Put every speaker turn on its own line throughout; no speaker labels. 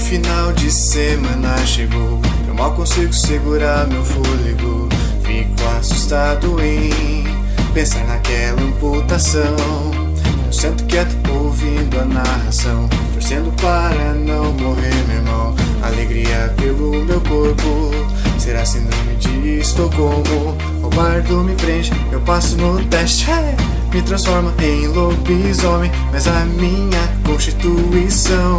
final de semana chegou. Eu mal consigo segurar meu fôlego. Fico assustado em pensar naquela amputação. Eu sento quieto ouvindo a narração, torcendo para não morrer, meu irmão. Alegria pelo meu corpo. Será síndrome de Estocolmo? O bardo me prende, eu passo no teste. Me transforma em lobisomem, mas a minha constituição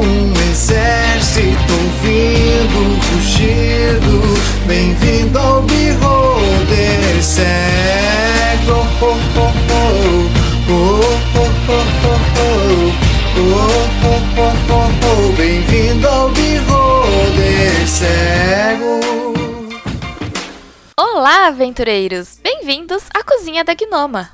um exército ouvindo o rugido. Bem-vindo ao Beholder Cego. Oh, oh, oh. Oh, oh, oh, oh, oh. Oh, oh, oh, oh, oh. Bem-vindo ao Beholder Cego.
Olá, aventureiros! Bem-vindos à cozinha da Gnoma!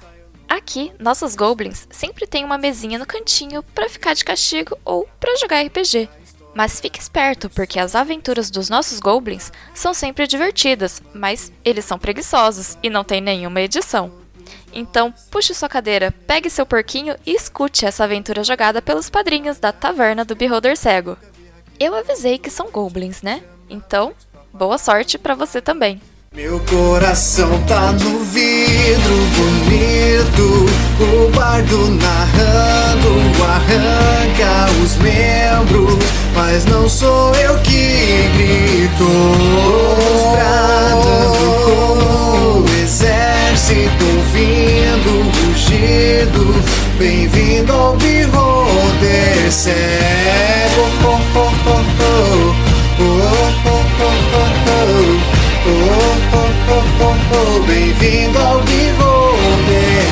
Aqui, nossos goblins sempre têm uma mesinha no cantinho pra ficar de castigo ou pra jogar RPG. Mas fique esperto, porque as aventuras dos nossos goblins são sempre divertidas, mas eles são preguiçosos e não tem nenhuma edição. Então, puxe sua cadeira, pegue seu porquinho e escute essa aventura jogada pelos padrinhos da Taverna do Beholder Cego. Eu avisei que são goblins, né? Então, boa sorte pra você também.
Meu coração tá no vidro bonito, o bardo narrando arranca os membros, mas não sou eu que grito. Bradando como o exército ouvindo o rugido, bem-vindo ao Beholder Cego. Oh, oh, oh, oh. Oh, oh, oh, oh, oh. Oh, oh, oh, oh, oh, bem-vindo ao vivo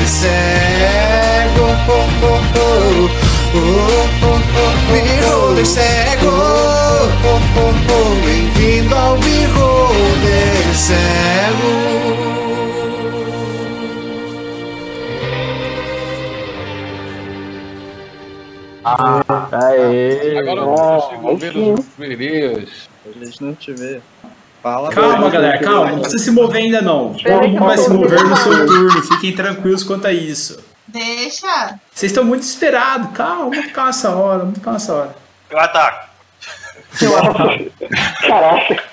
cego. Oh, oh, oh, oh, oh, oh, Beholder cego. Oh, oh, oh, bem-vindo ao Beholder cego.
Aê!
Agora
ó,
eu consigo ver os brilhos.
A gente não te vê.
Tá
Fala.
Calma, galera, calma. Não precisa se mover ainda, não. O
Peraí que
Não
eu
vai
tô
se mover no seu
falando.
turno. Fiquem tranquilos quanto a isso.
Deixa.
Vocês estão muito desesperados. Calma, vamos calma essa hora, vamos calma essa hora.
Eu ataco.
Caraca.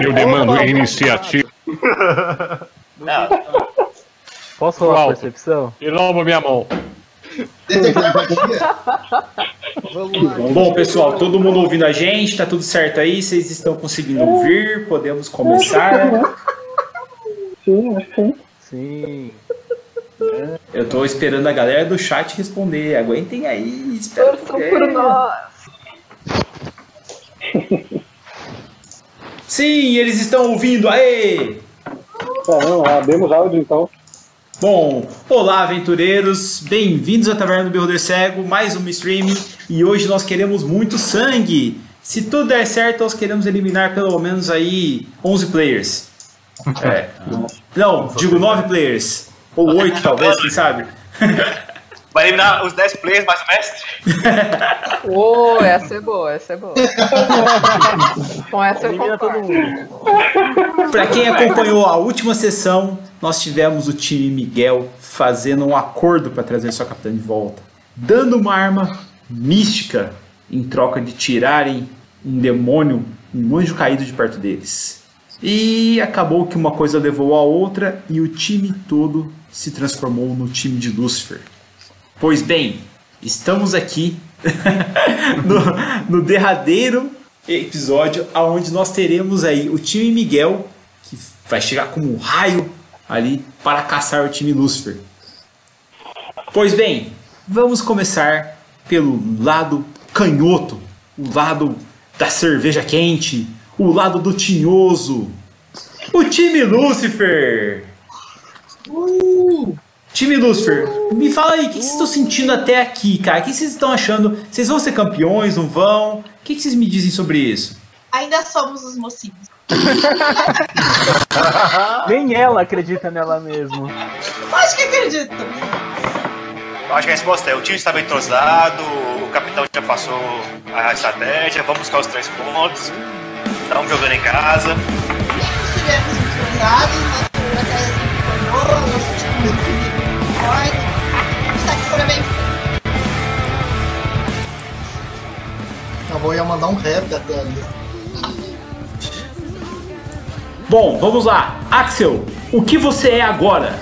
Eu demando iniciativa.
Não,
Posso rolar
Uau.
a percepção?
E rouba minha mão.
Bom, pessoal, todo mundo ouvindo a gente, tá tudo certo aí? Vocês estão conseguindo ouvir? Podemos
Então, é
começar.
Sim, sim.
Sim.
Eu tô esperando a galera do chat responder. Aguentem aí, espero
Torçam por
que...
nós.
Sim, eles estão ouvindo, aê!
Tá, vamos lá, demos áudio então.
Bom, olá aventureiros, bem-vindos à Taverna do Beholder Cego, mais um stream e hoje nós queremos muito sangue. Se tudo der certo, nós queremos eliminar pelo menos aí 11 players. É. Não, digo 9 players, ou 8 talvez, quem sabe.
vai eliminar os 10 players mais o mestre.
Ô, essa é boa, essa é boa. Com essa eu
Elimina todo
concordo.
mundo.
Para quem acompanhou a última sessão, nós tivemos o time Miguel fazendo um acordo para trazer sua capitã de volta, dando uma arma mística em troca de tirarem um demônio, um anjo caído de perto deles. E acabou que uma coisa levou a outra e o time todo se transformou no time de Lúcifer. Pois bem, estamos aqui no, no derradeiro episódio aonde nós teremos aí o time Miguel que vai chegar como um raio ali para caçar o time Lúcifer. Pois bem, vamos começar pelo lado canhoto, o lado da cerveja quente, o lado do tinhoso. O time Lúcifer. Time Lucifer, me fala aí, o que que vocês estão sentindo até aqui, cara? O que vocês estão achando? Vocês vão ser campeões, não vão? O que que vocês me dizem sobre isso?
Ainda somos os mocinhos.
Nem ela acredita nela mesma.
Acho que acredito.
Eu Acho que a resposta é: o time estava entrosado, o capitão já passou a estratégia, vamos buscar os três pontos, estamos jogando em casa.
Estivemos entrosados, nosso atleta ganhou, nosso time foi. Está de parabéns.
Eu vou ia mandar um rap até ali.
Bom, vamos lá. Axel, o que você é agora?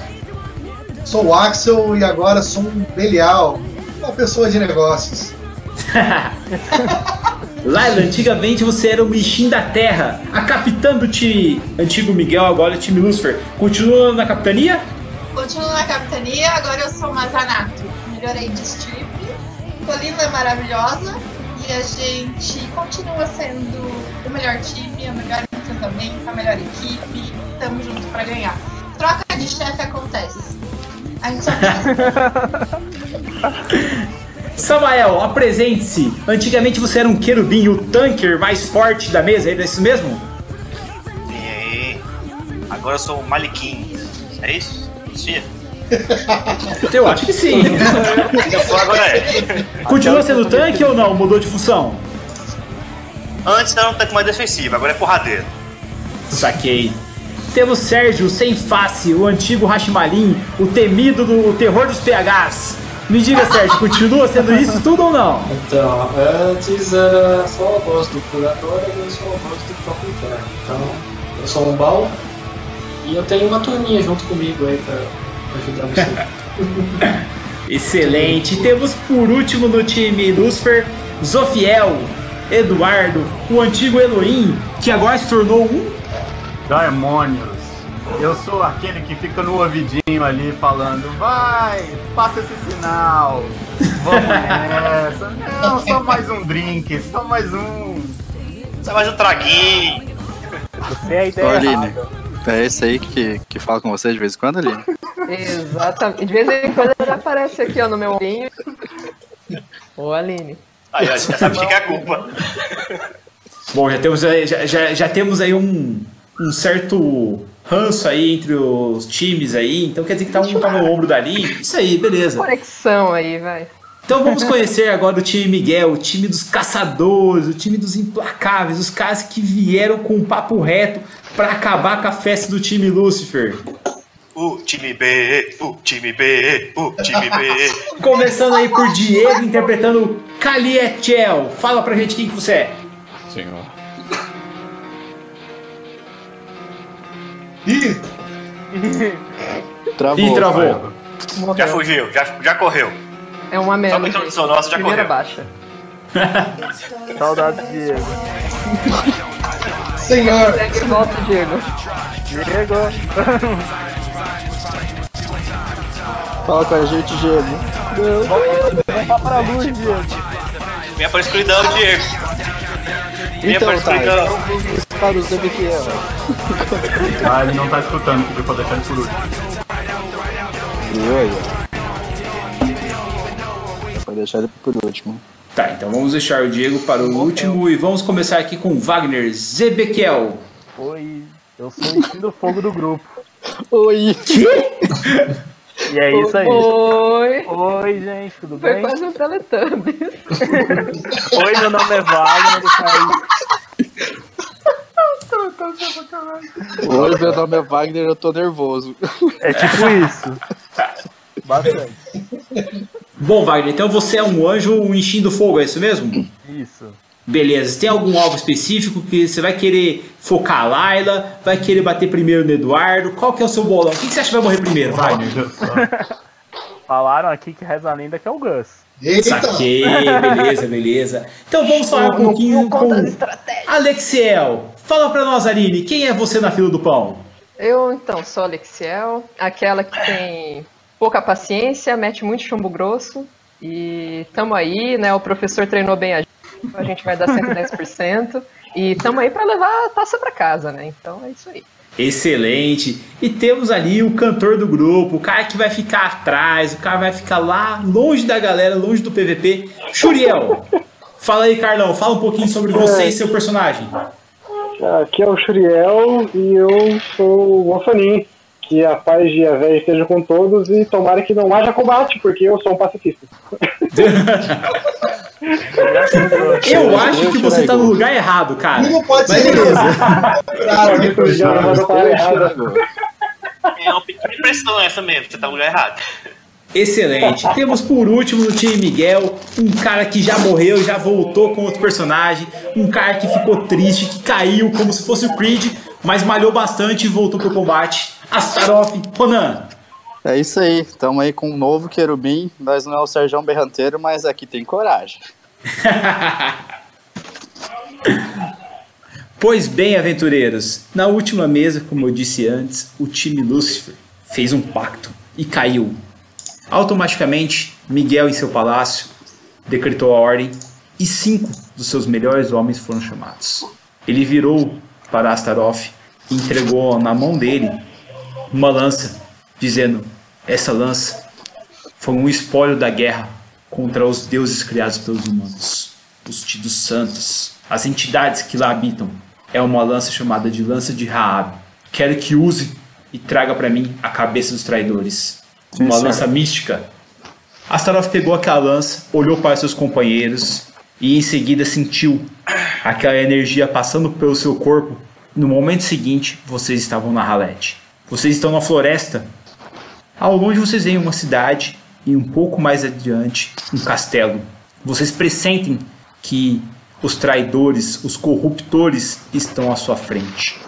Sou o Axel e agora sou um Belial, uma pessoa de negócios.
Tá,
Laila, antigamente você era o Michin da Terra, a capitã do time antigo Miguel, agora é o time Lucifer. Continua na capitania?
Continuo na capitania, agora eu sou uma Zanato. Melhorei de strip. Colina é maravilhosa. E a gente continua sendo o melhor time, o melhor encantamento, a melhor equipe. Tamo junto pra ganhar. Troca de chefe acontece. A gente só
Samael, apresente-se. Antigamente você era um querubim, o tanker mais forte da mesa, é isso mesmo?
E aí? Agora eu sou o Malikin. É isso? Sim.
Eu acho que sim.
agora é.
Continua sendo tanque ou não? Mudou de função?
Antes era um tanque mais defensivo, agora é porradeiro.
Saquei. Temos Sérgio sem face, o antigo Hashimalim, o temido do o terror dos PHs. Me diga, Sérgio, continua sendo isso tudo ou não?
Então, antes era só a voz do curador, agora eu sou a voz do próprio cara. Então, eu sou um bal e eu tenho uma turminha junto comigo aí pra ajudar você.
Excelente. Temos por último no time Lucifer, Zofiel, Eduardo, o antigo Elohim, que agora se tornou um
Darmônios. Eu sou aquele que fica no ouvidinho ali falando, vai, passa esse sinal, vamos nessa. Não, só mais um drink, só mais um.
Só mais um traguinho.
É a
Ô, Aline, é esse aí que, que fala com você de vez em quando, Aline?
Exatamente. De vez em quando ele aparece aqui ó, no meu olhinho. Ô, Aline.
Aí, ó, já sabe de que é a culpa.
Bom, já temos aí, já, já, já temos aí um, um certo ranço aí entre os times aí, então quer dizer que tá um tá no ombro dali. Isso aí, beleza.
Conexão aí, vai.
Então vamos conhecer agora o time Miguel, o time dos caçadores, o time dos implacáveis, os caras que vieram com o papo reto pra acabar com a festa do time Lucifer.
O time B, o time B, o time B.
Começando aí por Diego interpretando Calietiel. Fala pra gente quem que você é.
Senhor.
Ih!
Travou.
Ih, travou.
Já fugiu, já, já correu.
É uma
Só
merda.
pra introdução nossa, já
Primeira
correu.
baixa.
Saudades, Diego.
Senhor.
Segue e volta, Diego.
Diego.
Fala com a gente, Diego.
Volta pra luz, Diego.
Venha pra escuridão, Diego. Venha
Então,
pra
tá.
escuridão.
Cara, sabe que é.
Ah, ele não tá escutando, pediu pra deixar ele por último.
Viu aí, ó. Vou deixar ele por último.
Tá, então vamos deixar o Diego para o último e vamos começar aqui com Wagner Zebekiel.
Oi. Eu sou o time do fogo do grupo.
Oi.
E é isso aí.
Oi.
Oi, gente, tudo
Foi
bem?
quase um Teletubbies.
Oi, meu nome é Wagner. eu saí-
Oi, meu nome é Wagner, eu tô nervoso.
É tipo isso. Bastante.
Bom, Wagner, então você é um anjo um enchim do fogo, é isso mesmo?
Isso.
Beleza, tem algum alvo específico que você vai querer focar a Laila, vai querer bater primeiro no Eduardo? Qual que é o seu bolão? Quem que você acha que vai morrer primeiro, Wagner?
Falaram aqui que reza a lenda que é o Gus.
Saquei, beleza, beleza. Então vamos falar um pouquinho com Alexiel. Fala pra nós, Aline, quem é você na fila do pão?
Eu, então, sou a Alexiel, aquela que tem pouca paciência, mete muito chumbo grosso. E tamo aí, né? O professor treinou bem a gente, então a gente vai dar 110%. E tamo aí pra levar a taça pra casa, né? Então é isso aí.
Excelente. E temos ali o cantor do grupo, o cara que vai ficar atrás, o cara vai ficar lá longe da galera, longe do PVP. Churiel. Fala aí, Carlão, fala um pouquinho sobre você e seu personagem.
Aqui é o Churiel e eu sou o Ofanin. Que a paz de Yahvé esteja com todos e tomara que não haja combate, porque eu sou um pacifista.
Eu acho que você tá no lugar errado, cara.
Não pode
Mas
ser.
beleza.
É uma pequena impressão essa mesmo, você tá no lugar errado.
Excelente. um Temos por último no time Miguel, um cara que já morreu, já voltou com outro personagem, um cara que ficou triste, que caiu como se fosse o Creed, mas malhou bastante e voltou pro combate. Astaroth, Ronan.
É isso aí, estamos aí com um novo querubim. Nós não é o Serjão Berranteiro, mas aqui tem coragem.
Pois bem, aventureiros, na última mesa, como eu disse antes, o time Lúcifer fez um pacto e caiu. Automaticamente, Miguel em seu palácio decretou a ordem e cinco dos seus melhores homens foram chamados. Ele virou para Astaroth e entregou na mão dele uma lança, dizendo: Essa lança foi um espólio da guerra contra os deuses criados pelos humanos, os tidos santos, as entidades que lá habitam. É uma lança chamada de Lança de Raab. Quero que use e traga para mim a cabeça dos traidores.
Sim,
uma
senhor.
lança mística. Astaroth pegou aquela lança, olhou para seus companheiros e em seguida sentiu aquela energia passando pelo seu corpo. No momento seguinte, vocês estavam na Halete. Vocês estão na floresta ao longe vocês veem uma cidade e um pouco mais adiante um castelo. Vocês pressentem que os traidores, os corruptores estão à sua frente.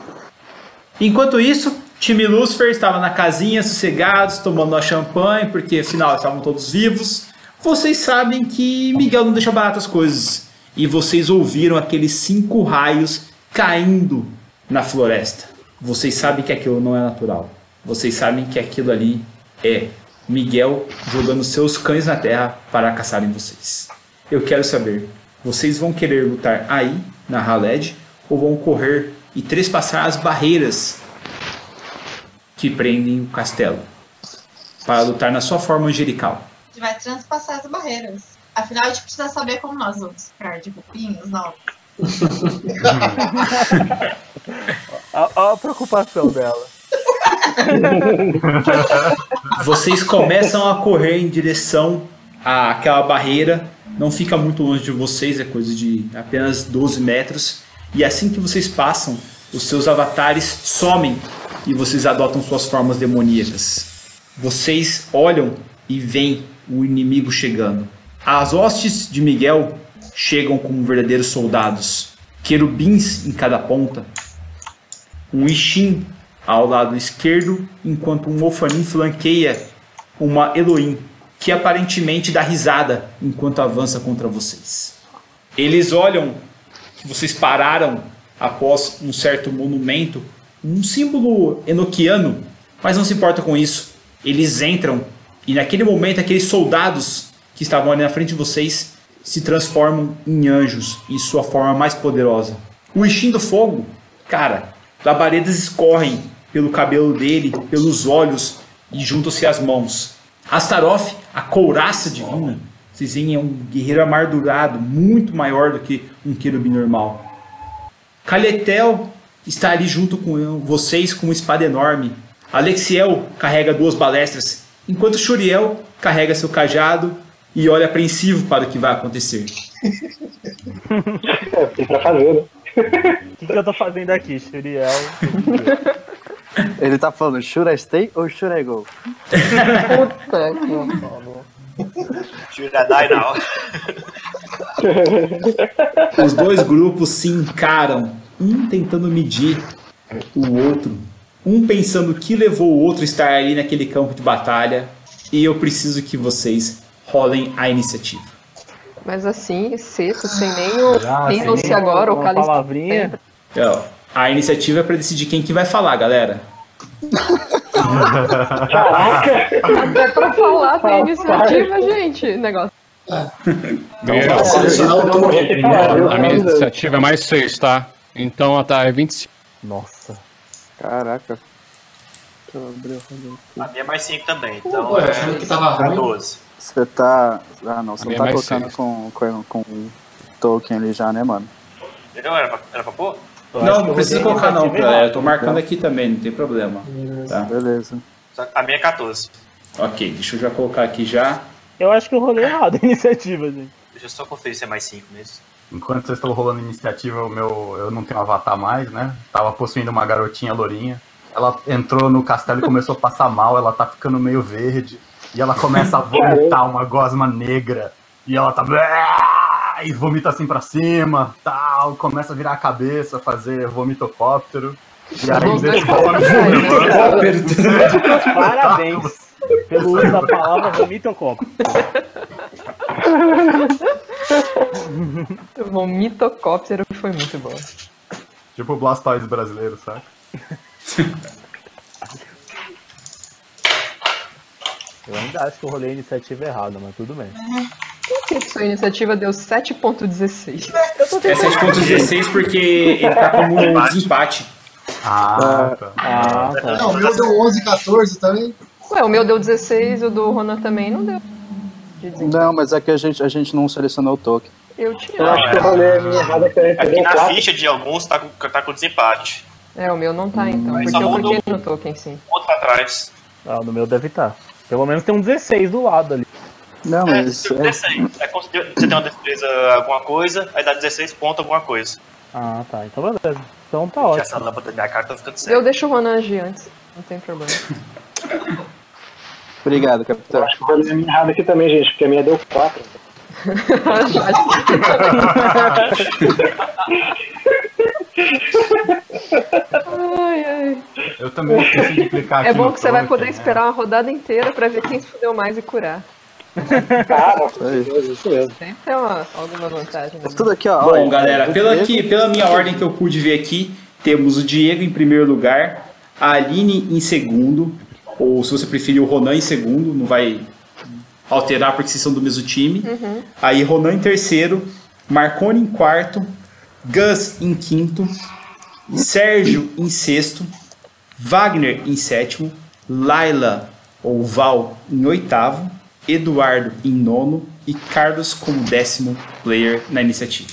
Enquanto isso, time Lucifer estava na casinha, sossegados, tomando uma champanhe, porque afinal estavam todos vivos. Vocês sabem que Miguel não deixa baratas as coisas. E vocês ouviram aqueles cinco raios caindo na floresta. Vocês sabem que aquilo não é natural. Vocês sabem que aquilo ali é Miguel jogando seus cães na terra para caçarem vocês. Eu quero saber, vocês vão querer lutar aí, na Haled, ou vão correr e trespassar as barreiras que prendem o castelo para lutar na sua forma angelical?
A gente vai transpassar as barreiras. Afinal, a gente precisa saber como nós vamos ficar de roupinhos novos.
Olha a preocupação dela.
Vocês começam a correr em direção àquela barreira, não fica muito longe de vocês, é coisa de apenas 12 metros. E assim que vocês passam, os seus avatares somem e vocês adotam suas formas demoníacas. Vocês olham e veem o inimigo chegando. As hostes de Miguel chegam como verdadeiros soldados, querubins em cada ponta, um Ishin ao lado esquerdo, enquanto um Ofanim flanqueia uma Elohim, que aparentemente dá risada enquanto avança contra vocês. Eles olham que vocês pararam após um certo monumento, um símbolo enoquiano, mas não se importa com isso. Eles entram e naquele momento aqueles soldados que estavam ali na frente de vocês se transformam em anjos em sua forma mais poderosa. O Ishin do Fogo, cara, labaredas escorrem pelo cabelo dele, pelos olhos e juntam-se as mãos. Astaroth, a couraça divina, vocês veem é um guerreiro amardurado, muito maior do que um querubim normal. Caletel está ali junto com vocês com uma espada enorme. Alexiel carrega duas balestras, enquanto Shuriel carrega seu cajado e olha apreensivo para o que vai acontecer.
É, tem pra fazer, né?
O que, que eu tô fazendo aqui, Churiel?
Ele tá falando, should I stay ou should I go?
Puta que
Tira dai não.
Os dois grupos se encaram, um tentando medir o outro, um pensando o que levou o outro a estar ali naquele campo de batalha. E eu preciso que vocês rolem a iniciativa.
Mas assim, cedo, sem nem o.
Ah, sem
Pinam-se
nem
agora, o
uma
Calista.
palavrinha. Então, a iniciativa é para decidir quem que vai falar, galera.
Até pra falar da iniciativa, gente. Negócio.
Meu,
Selecionar o turno primeiro.
a minha iniciativa é mais 6, tá? Então, tá, é 25. Nossa.
Caraca.
A minha é mais 5 também, então.
Ué,
é,
achando que tava ruim.
12.
Você tá. Ah não, você
A minha
não
é
tá
mais
tocando
seis.
com, com, com o Tolkien ali já, né, mano?
Entendeu? Era pra, era pra pôr?
Não, não precisa colocar não, cara.
né?
Eu tô marcando aqui também, não tem problema. Tá? Beleza.
A minha é 14.
Ok, deixa eu já colocar aqui já.
Eu acho que eu rolei errado a iniciativa, gente.
Deixa eu só conferir se é mais 5 mesmo.
Enquanto vocês estão rolando iniciativa, o meu, eu não tenho avatar mais, né? Tava possuindo uma garotinha lourinha. Ela entrou no castelo e começou a passar mal, ela tá ficando meio verde. E ela começa a vomitar uma gosma negra. E ela tá. E vomita assim pra cima, tal. Começa a virar a cabeça, fazer vomitocóptero. E aí,
Vamos
desse
dois
vômito- né? um tá
Parabéns pelo uso da palavra vomita um copo.
Vomitocóptero foi muito bom.
Tipo o Blastoise brasileiro, saca?
Eu ainda acho que eu rolei a iniciativa errada, é mas tudo bem.
Por que que sua iniciativa deu 7.16?
É 7.16 porque ele tá como um desempate.
Ah, tá.
Ah,
Não, o meu deu 11, 14 também.
Ué, o meu deu 16, o do Ronan também não deu.
Não, mas é que a gente, a gente não selecionou o token.
Eu tinha.
Eu acho que eu rolei a minha
errada que
É. Aqui na ficha de alguns tá com, tá com desempate.
É, o meu não
Hum,
tá então, porque
Mas só
eu cliquei
mudou.
no token sim.
Outro pra trás.
Ah, no meu deve estar. Pelo menos tem um 16 do lado ali.
Não,
É, 16. É quando você tem uma defesa alguma coisa, aí dá 16 pontos alguma coisa.
Ah, tá. Então beleza. Então tá ótimo.
Essa lâmpada da minha cara tá ficando
Eu deixo o Ronan agir antes, não tem problema.
Obrigado, capitão.
Acho que eu rolei a minha errada aqui também, gente, porque a minha deu 4.
ai, ai.
Eu também esqueci de clicar aqui.
É bom
no
que você vai
token,
poder
né?
esperar uma rodada inteira pra ver quem se fudeu mais e curar.
É
Sempre é uma, alguma vantagem. Né?
Tudo aqui, ó.
Bom, galera, pela, aqui, pela minha ordem que eu pude ver aqui, temos o Diego em primeiro lugar, a Aline em segundo, ou se você preferir, o Ronan em segundo, não vai alterar porque vocês são do mesmo time.
Uhum.
Aí Ronan em terceiro, Marconi em quarto, Gus em quinto, Sérgio em sexto, Wagner em sétimo, Laila ou Val em oitavo, Eduardo em nono e Carlos como décimo player na iniciativa.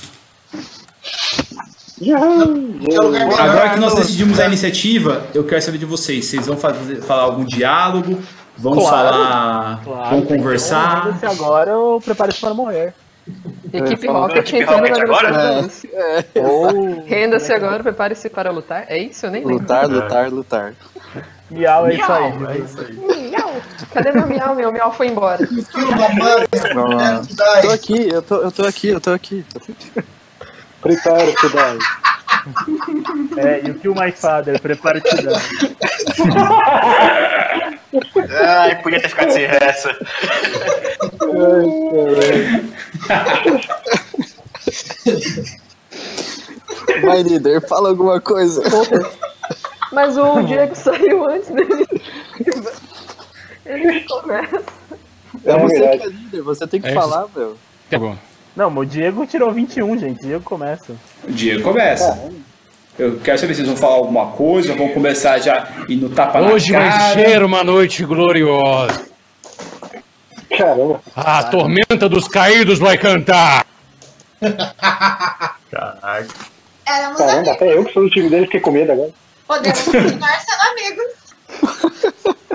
Agora que nós decidimos a iniciativa, eu quero saber de vocês. Vocês vão fazer, falar algum diálogo? Vão
Claro.
falar? vão conversar?
Se agora eu prepare-se para morrer.
Equipe Rocket entrando na velocidade
É.
da
Oh.
luz. Renda-se agora, prepare-se para lutar. É isso? Eu nem lembro.
Lutar, lutar, lutar.
Miau
é isso aí.
Miau, É isso aí.
Miau! Cadê meu miau? Meu miau foi embora.
Vamos lá. Tô aqui, eu tô, eu tô aqui, eu tô aqui.
Prepare, Kudai. É, you kill my father, prepare Kudai.
Ai, podia ter ficado sem essa.
Vai, líder, fala alguma coisa.
Mas o Diego saiu antes dele. Ele começa.
É você
verdade.
que é líder, você tem que
É.
falar, meu.
Tá bom.
Não, mas o Diego tirou 21, gente. O Diego começa.
O Diego começa. Eu quero saber se vocês vão falar alguma coisa, vão começar já e no tapa
Hoje
na
vai
cara.
ser uma noite gloriosa.
Caramba.
A tormenta dos caídos vai cantar.
Caraca.
Éramos
Caramba, até eu que sou do time dele fiquei com medo agora.
Podemos continuar sendo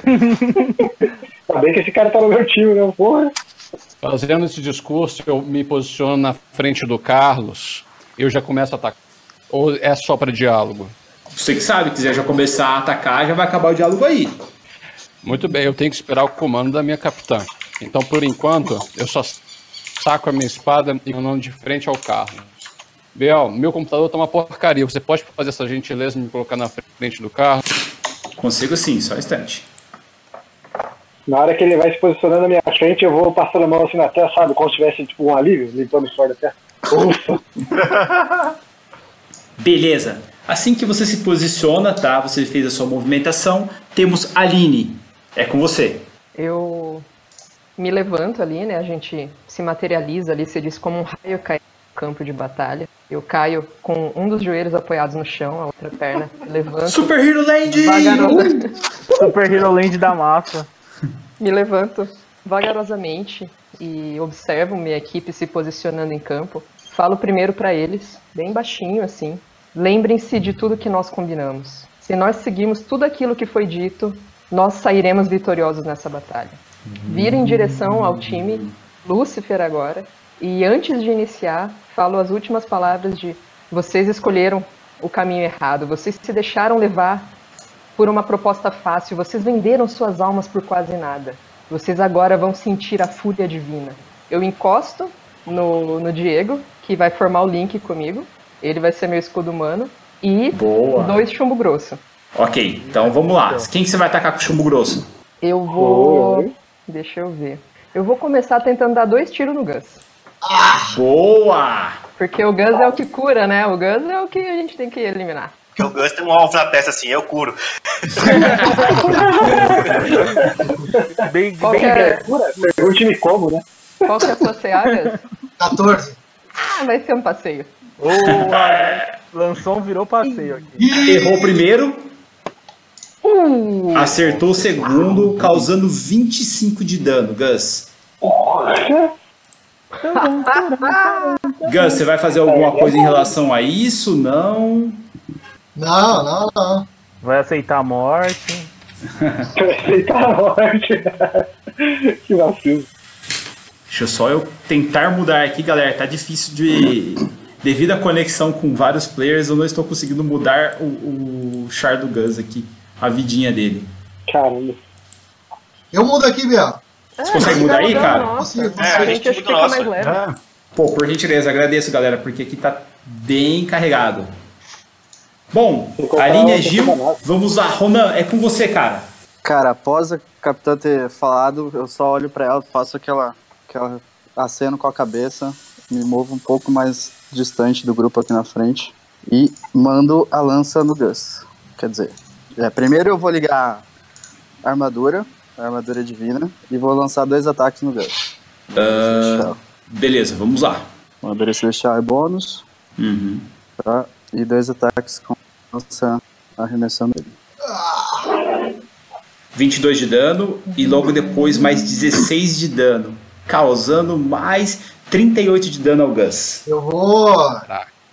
amigos.
Ainda bem que esse cara tá no meu time, né? Porra.
Fazendo esse discurso, eu me posiciono na frente do Carlos. Eu já começo a atacar. Ou é só para diálogo?
Você que sabe, quiser já começar a atacar, já vai acabar o diálogo aí.
Muito bem, eu tenho que esperar o comando da minha capitã. Então, por enquanto, eu só saco a minha espada e eu não de frente ao carro. Biel, meu computador tá uma porcaria. Você pode fazer essa gentileza de me colocar na frente do carro?
Consigo sim, só um instante.
Na hora que ele vai se posicionando na minha frente, eu vou passando a mão assim na terra, sabe? Como se tivesse tipo um alívio, limpando o suor da terra. Ufa.
Beleza. Assim que você se posiciona, tá? Você fez a sua movimentação. Temos Aline. É com você.
Eu me levanto ali, né? A gente se materializa ali, se diz como um raio caindo no campo de batalha. Eu caio com um dos joelhos apoiados no chão, a outra perna levanta.
Super Hero Land!
Super Hero Land da massa.
Me levanto vagarosamente e observo minha equipe se posicionando em campo. Falo primeiro pra eles, bem baixinho assim, Lembrem-se de tudo que nós combinamos. Se nós seguirmos tudo aquilo que foi dito, nós sairemos vitoriosos nessa batalha. Vira em direção ao time, Lúcifer agora, e antes de iniciar, falo as últimas palavras de vocês escolheram o caminho errado, vocês se deixaram levar por uma proposta fácil, vocês venderam suas almas por quase nada. Vocês agora vão sentir a fúria divina. Eu encosto no, no Diego, que vai formar o link comigo. Ele vai ser meu escudo humano. E
Boa.
dois chumbo grosso.
Ok, então vamos lá. Quem que você vai atacar com o chumbo grosso?
Eu vou. Deixa eu ver. Eu vou começar tentando dar dois tiros no Gus.
Boa!
Porque o Gus é o que cura, né? O Gus é o que a gente tem que eliminar.
Porque o Gus tem um alvo na testa assim, eu curo.
Bem,
Qual que é,
Pergunte-me como, né?
qual que é a sua CA, Gus?
14.
Ah, vai ser um passeio.
Lançou um virou passeio aqui.
Errou o primeiro,
Hum.
Uh,
acertou o segundo, causando 25 de dano, Gus.
Então,
Gus, você vai fazer alguma coisa em relação a isso? Não.
Não, não, não.
Vai aceitar a morte.
Aceitar a morte. que vacilo.
Deixa eu só eu tentar mudar aqui, galera. Tá difícil de. Devido à conexão com vários players, eu não estou conseguindo mudar o, o char do Gus aqui. A vidinha dele.
Caramba.
Eu mudo aqui, Biel.
Ah,
Você consegue mudar aí, cara?
É, a gente muda o nosso.
Ah. Pô, por gentileza, agradeço, galera, porque aqui tá bem carregado. Bom, a linha é Gil. Vamos lá, Ronan, é com você, cara.
Cara, após a capitã ter falado, eu só olho pra ela, faço aquela, aquela aceno com a cabeça, me movo um pouco mais distante do grupo aqui na frente e mando a lança no Gus. Quer dizer, é, primeiro eu vou ligar a armadura, a armadura divina, e vou lançar dois ataques no Gus.
Ah, beleza, vamos lá.
Armadura celestial é bônus,
Uhum.
tá? E dois ataques com lança arremessando ele.
22 de dano e logo depois mais 16 de dano, causando mais 38 de dano ao Gus.
Eu vou.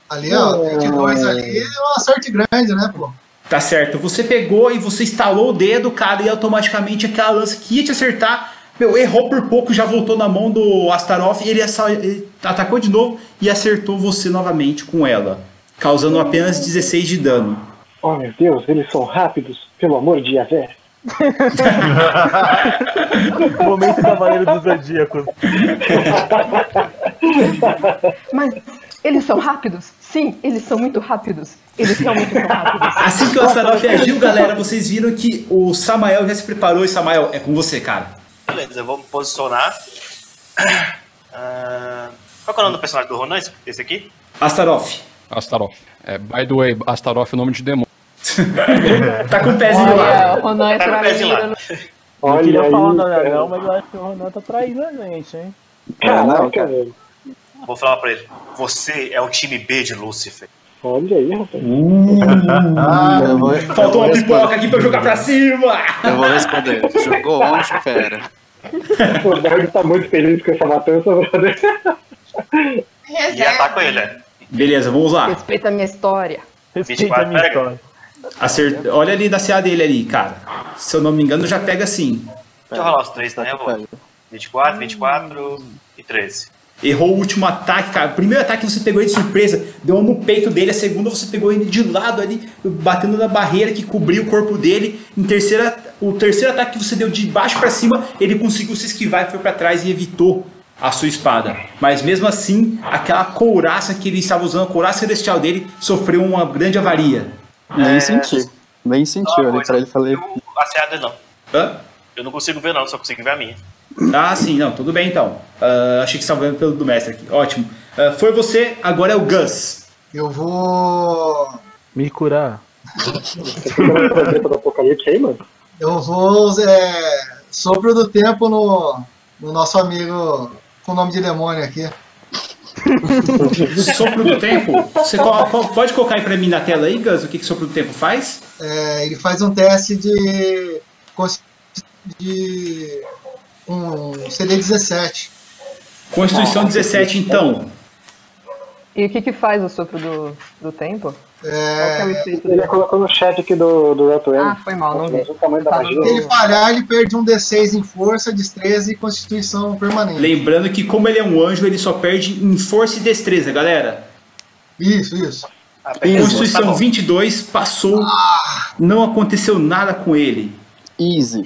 Ali, ó, 22 ali é uma sorte grande, né, pô?
Tá certo, você pegou e você estalou o dedo, cara, e automaticamente aquela lança que ia te acertar, meu, errou por pouco, já voltou na mão do Astaroth, e ele, assa- ele atacou de novo e acertou você novamente com ela, causando apenas 16 de dano.
Oh meu Deus, eles são rápidos, pelo amor de Yavé.
Momento Cavaleiro do Zodíaco.
Mas eles são rápidos? Sim, eles são muito rápidos. Eles são muito rápidos.
Assim que o Astaroth agiu, galera, vocês viram que o Samael já se preparou, e Samael, é com você, cara.
Beleza, eu vou me posicionar. Ah, qual que é o nome do personagem do Ronan? esse- Esse aqui?
Astaroth.
Astaroth. É, by the way, Astaroth é o nome de demônio.
tá com o
Olha, O Ronan é
Tá com o pezinho lá.
traíra. no-
Não
Olha
queria
aí,
falar nada,
cara.
Ah, não, mas eu acho que o Ronan tá traindo a gente, hein?
Ah,
Caraca,
velho.
Vou falar pra ele. Você é o time B de Lúcifer.
Olha aí, rapaz.
Hum. Ah, eu vou-
Faltou uma pipoca aqui pra eu jogar pra cima!
Eu vou responder. Jogou onde, fera?
O Berg tá muito feliz com essa matança, brother.
E ataco ele, né?
Beleza, vamos lá.
Respeita a minha história.
Respeita a minha história.
Acert... Olha ali da CA dele ali, cara. Se eu não me engano, já pega sim.
Deixa eu rolar os três,
Tá
né? amor? 24, 24 e 13.
Errou o último ataque, cara. O primeiro ataque você pegou ele de surpresa, deu um no peito dele. A segunda você pegou ele de lado ali, batendo na barreira que cobriu o corpo dele. Em terceira, o terceiro ataque que você deu de baixo pra cima, ele conseguiu se esquivar e foi pra trás e evitou a sua espada. Mas mesmo assim, aquela couraça que ele estava usando, a couraça celestial dele, sofreu uma grande avaria.
Nem senti. Nem senti. Eu olhei pra ele e falei.
Acertado é não.
Hã?
Eu não consigo ver, não, só consigo ver a minha.
Ah, sim, não, tudo bem então. Ah, achei que estava vendo pelo do mestre aqui. Ótimo. Ah, foi você, agora é o Gus.
Eu vou.
Me curar.
do Apocalipse aí, mano?
Eu vou. É, sopro do tempo no, no nosso amigo com nome de demônio aqui.
Sopro do tempo. Você co- co- pode colocar aí pra mim na tela aí, Gus, o que, que sopro do tempo faz?
É, ele faz um teste de. cons- de. um CD17.
Constituição
Nossa,
17, então.
E o que que faz o sopro do, do tempo? Qual que é o efeito
Ele
dele?
colocou no chat aqui do, do Roto
Ah, foi mal, não vi.
O tamanho da
Tá
magia.
Se ele falhar, ele perde um D6 em força, destreza e constituição permanente.
Lembrando que, como ele é um anjo, ele só perde em força e destreza, galera.
Isso, isso.
Constituição 22 passou,
Ah.
não aconteceu nada com ele.
Easy.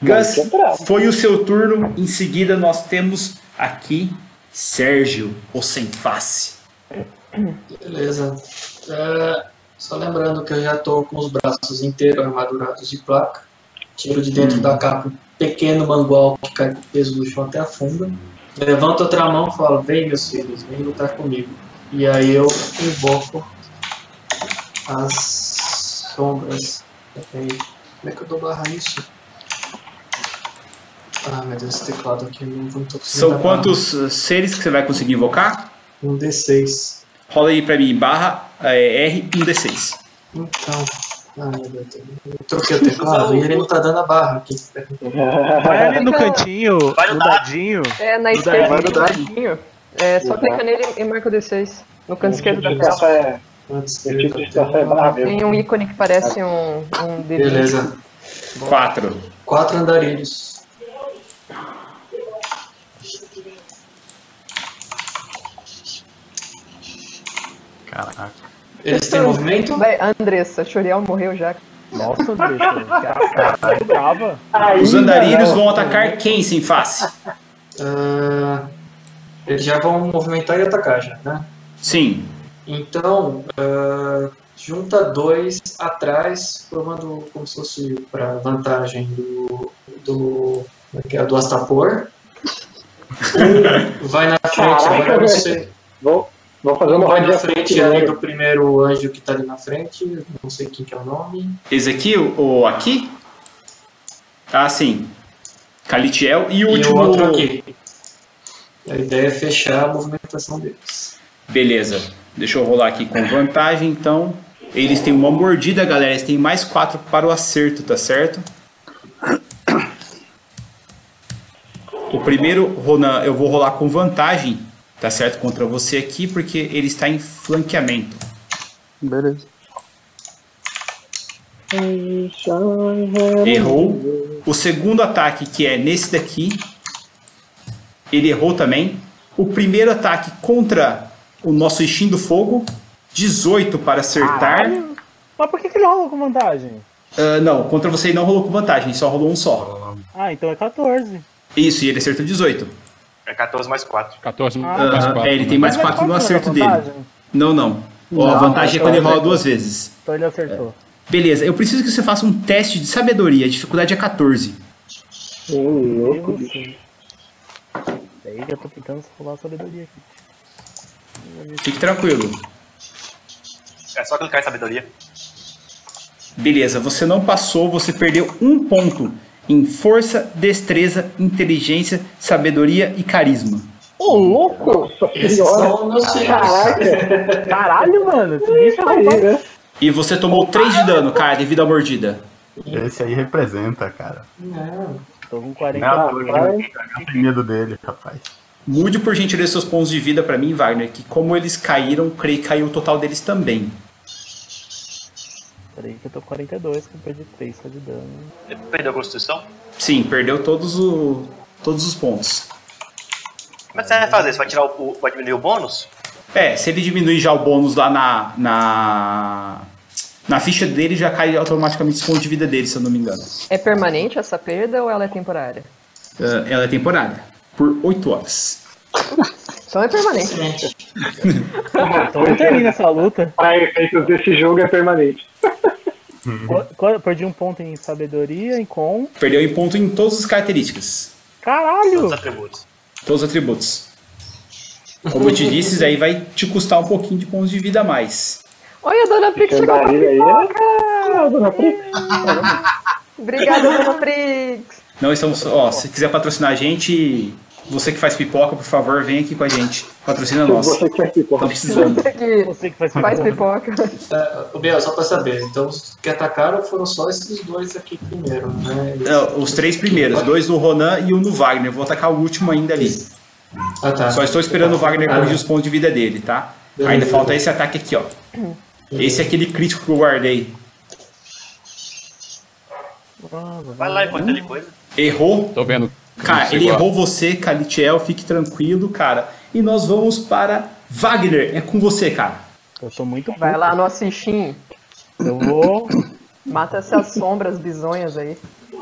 Gus,
é
foi o seu turno. Em seguida, nós temos aqui Sérgio, o sem face.
Beleza. É, só lembrando que eu já tô com os braços inteiros armadurados de placa. Tiro de dentro da capa um pequeno mangual que cai com peso no chão até afunda. Levanto outra mão e falo, vem meus filhos, vem lutar comigo. E aí eu invoco as sombras. Peraí, Como é que eu dou barra isso? Ah, meu Deus, esse teclado aqui eu não tô conseguindo
São
dar
quantos uh, seres que você vai conseguir invocar?
Um D6.
Rola aí pra mim, barra é, R, um D6.
Então, ah, meu Deus, eu troquei o teclado e ele não tá dando a barra aqui.
Vai ali no
Então,
cantinho, no dadinho.
É, na
no
esquerda
dadinho.
do dadinho. É, só clica nele e marca o D6. No canto esquerdo da
é
tela. Tem um ícone que parece um, um D20.
Beleza.
Quatro.
Quatro andarilhos.
Caraca.
Eles têm movimento?
Vai, Andressa, Choriel morreu já.
Nossa, Andressa, brava.
Os andarilhos vão atacar quem sem face?
Ah, eles já vão movimentar e atacar já, né?
Sim.
Então, ah, junta dois atrás, formando como se fosse para vantagem do, do, como é que é? do Astapor. Um vai na frente,
Caraca,
agora
velho.
você.
Vou, vou fazer uma né?
vai na
rodinha
frente
primeiro.
ali do primeiro anjo que tá ali na frente, não sei quem que é o nome.
Esse aqui ou aqui? Ah, sim. Calitiel e o
E o
último.
outro aqui. A ideia é fechar a movimentação deles.
Beleza. Deixa eu rolar aqui com vantagem, então. Eles têm uma mordida, galera. Eles têm mais quatro para o acerto, tá certo? O primeiro, Ronan, eu vou rolar com vantagem, tá certo? Contra você aqui, porque ele está em flanqueamento.
Beleza.
Errou. O segundo ataque, que é nesse daqui, ele errou também. O primeiro ataque contra o nosso Ishin do Fogo, 18 para acertar.
Caralho. Mas por que, que ele rolou com vantagem?
Ah, não, contra você ele não rolou com vantagem, só rolou um só.
Ah, então é 14.
Isso, e ele acertou 18.
É 14 mais 4.
14
Ah,
mais
Ah,
4.
é, ele tem mais
Mas
4 no
quatro
acerto
na
dele.
vantagem?
Não, não. Ó, a
Não,
vantagem é quando ele
então
rola
acertou.
duas vezes.
Então ele acertou.
Beleza, eu preciso que você faça um teste de sabedoria. A dificuldade é 14.
É.
louco, bicho. Daí eu tô tentando rolar a sabedoria aqui.
Fique tranquilo.
É só clicar em sabedoria.
Beleza, você não passou, você perdeu um ponto em força, destreza, inteligência, sabedoria e carisma.
Ô, louco!
Esses são meus filhos.
Caraca! Caralho, mano! Esse bicho é roubado.
né?
E você tomou 3 de dano, cara, devido à mordida.
Esse aí representa, cara.
Não.
Tô com
Não, é
40
eu tenho medo dele, rapaz.
Mude por gentileza seus pontos de vida pra mim, Wagner, que como eles caíram, creio que caiu o total deles também.
Peraí que eu tô com 42, que eu perdi 3 só de dano.
Ele perdeu a constituição?
Sim, perdeu todos, o, todos os pontos.
Como é que você vai fazer? Você vai tirar o. o- Vai diminuir o bônus?
É, se ele diminuir já o bônus lá na. na. na ficha dele, já cai automaticamente os pontos de vida dele, se eu não me engano.
É permanente essa perda ou ela é temporária?
Ah, ela é temporária. Por 8 horas.
Então é permanente.
Então eu termino essa luta.
Pra efeitos desse jogo é permanente.
Qu- qu- Perdi um ponto em sabedoria, em com.
Perdeu em ponto em todas as características.
Caralho!
Todos os atributos. Como eu te disse, isso aí vai te custar um pouquinho de pontos de vida a mais.
Olha a Dona Prix chegou com a pipoca! Obrigada, Dona Prix!
Não estamos. Ó, se quiser patrocinar a gente, você que faz pipoca, por favor, vem aqui com a gente. Patrocina nós.
Você é
que faz pipoca. é Tá precisando.
Você que faz
Faz pipoca.
Tá, Ô, Biel, só pra saber, então os que atacaram foram só esses dois aqui primeiro, né?
É, os três primeiros, dois no Ronan e um no Wagner. Eu Vou atacar o último ainda ali.
Ah, tá.
Só estou esperando o Wagner
Ah.
corrigir os pontos de vida dele, tá?
Beleza.
Ainda falta esse ataque aqui, ó.
Hum.
Esse é aquele crítico que eu guardei.
Vai lá enquanto ele coisa.
Errou.
Tô vendo.
Cara,
Isso
ele
igual.
errou você, Kalitiel, fique tranquilo, cara. E nós vamos para Wagner. É com você, cara.
Eu tô muito
Vai lá, nosso Ixim.
Eu vou.
Mata essas sombras bizonhas aí.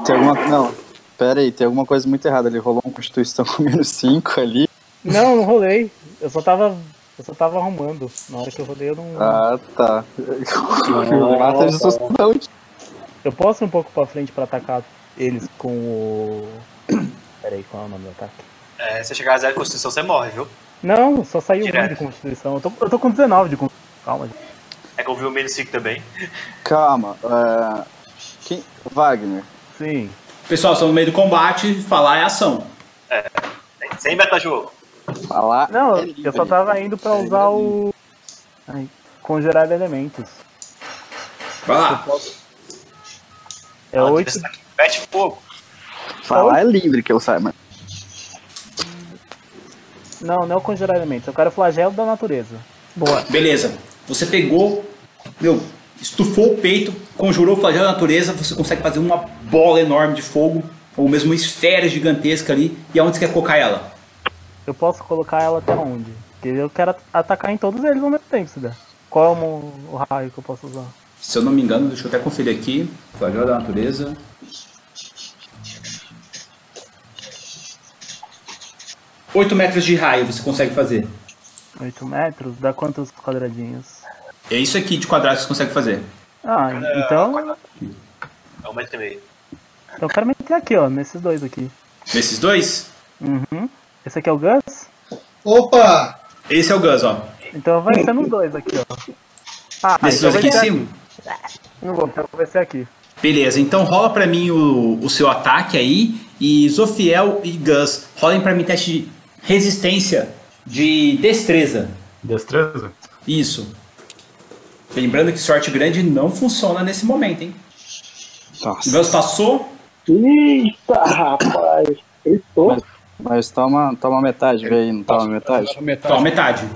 Tem alguma. Não, pera aí, tem alguma coisa muito errada. Ele rolou uma constituição com menos 5 ali.
Não, não rolei. Eu só tava. Eu só tava arrumando. Na hora que eu rodei, eu não.
Ah, tá. Mata eles
Nossa.
assustam-
Eu posso ir um pouco pra frente pra atacar eles com o. Peraí, qual é o nome do ataque?
É, se chegar a zero Constituição, você morre, viu?
Não, só saiu um
Direto.
de constituição. Eu tô, eu tô com 19 de constituição. Calma, gente.
É que eu vi o menos 5 também.
Calma. é, quem- Wagner.
Sim.
Pessoal, estamos no meio do combate, falar é ação.
É. sem- Sem beta jogo.
Falar.
Não, eu só tava indo pra usar o. Ai, congelar elementos.
Vai lá.
É 8.
Mete fogo.
Falar é livre que eu saiba.
Não, não é o congelar elementos. Eu quero flagelo da natureza. Boa.
Beleza. Você pegou, meu, estufou o peito, conjurou o flagelo da natureza, você consegue fazer uma bola enorme de fogo, ou mesmo uma esfera gigantesca ali, e aonde você quer colocar ela?
Eu posso colocar ela até onde? Porque eu quero at- atacar em todos eles ao mesmo tempo, se der. Qual é o, mo- o raio que eu posso usar?
Se eu não me engano, deixa eu até conferir aqui. Flagelo da natureza. Oito metros de raio você consegue fazer.
8 metros? Dá quantos quadradinhos?
É isso aqui de quadrado que você consegue fazer.
Ah,
Cada
então.
É um metro e meio.
Então eu quero meter aqui, ó, nesses dois aqui.
Nesses dois?
Uhum. Esse aqui é o Gus?
Opa!
Esse é o Gus, ó.
Então vai ser nos dois aqui, ó. Ah,
Nesses
então
dois aqui em
vai ser
cima?
Não vou, então vai ser aqui.
Beleza, então rola pra mim o, o seu ataque aí. E Zofiel e Gus, rolem pra mim teste de resistência de destreza.
Destreza?
Isso. Lembrando que sorte grande não funciona nesse momento, hein? Gus passou?
Eita, rapaz! Gritou.
Mas toma, toma metade, vê aí, não toma metade?
Toma metade.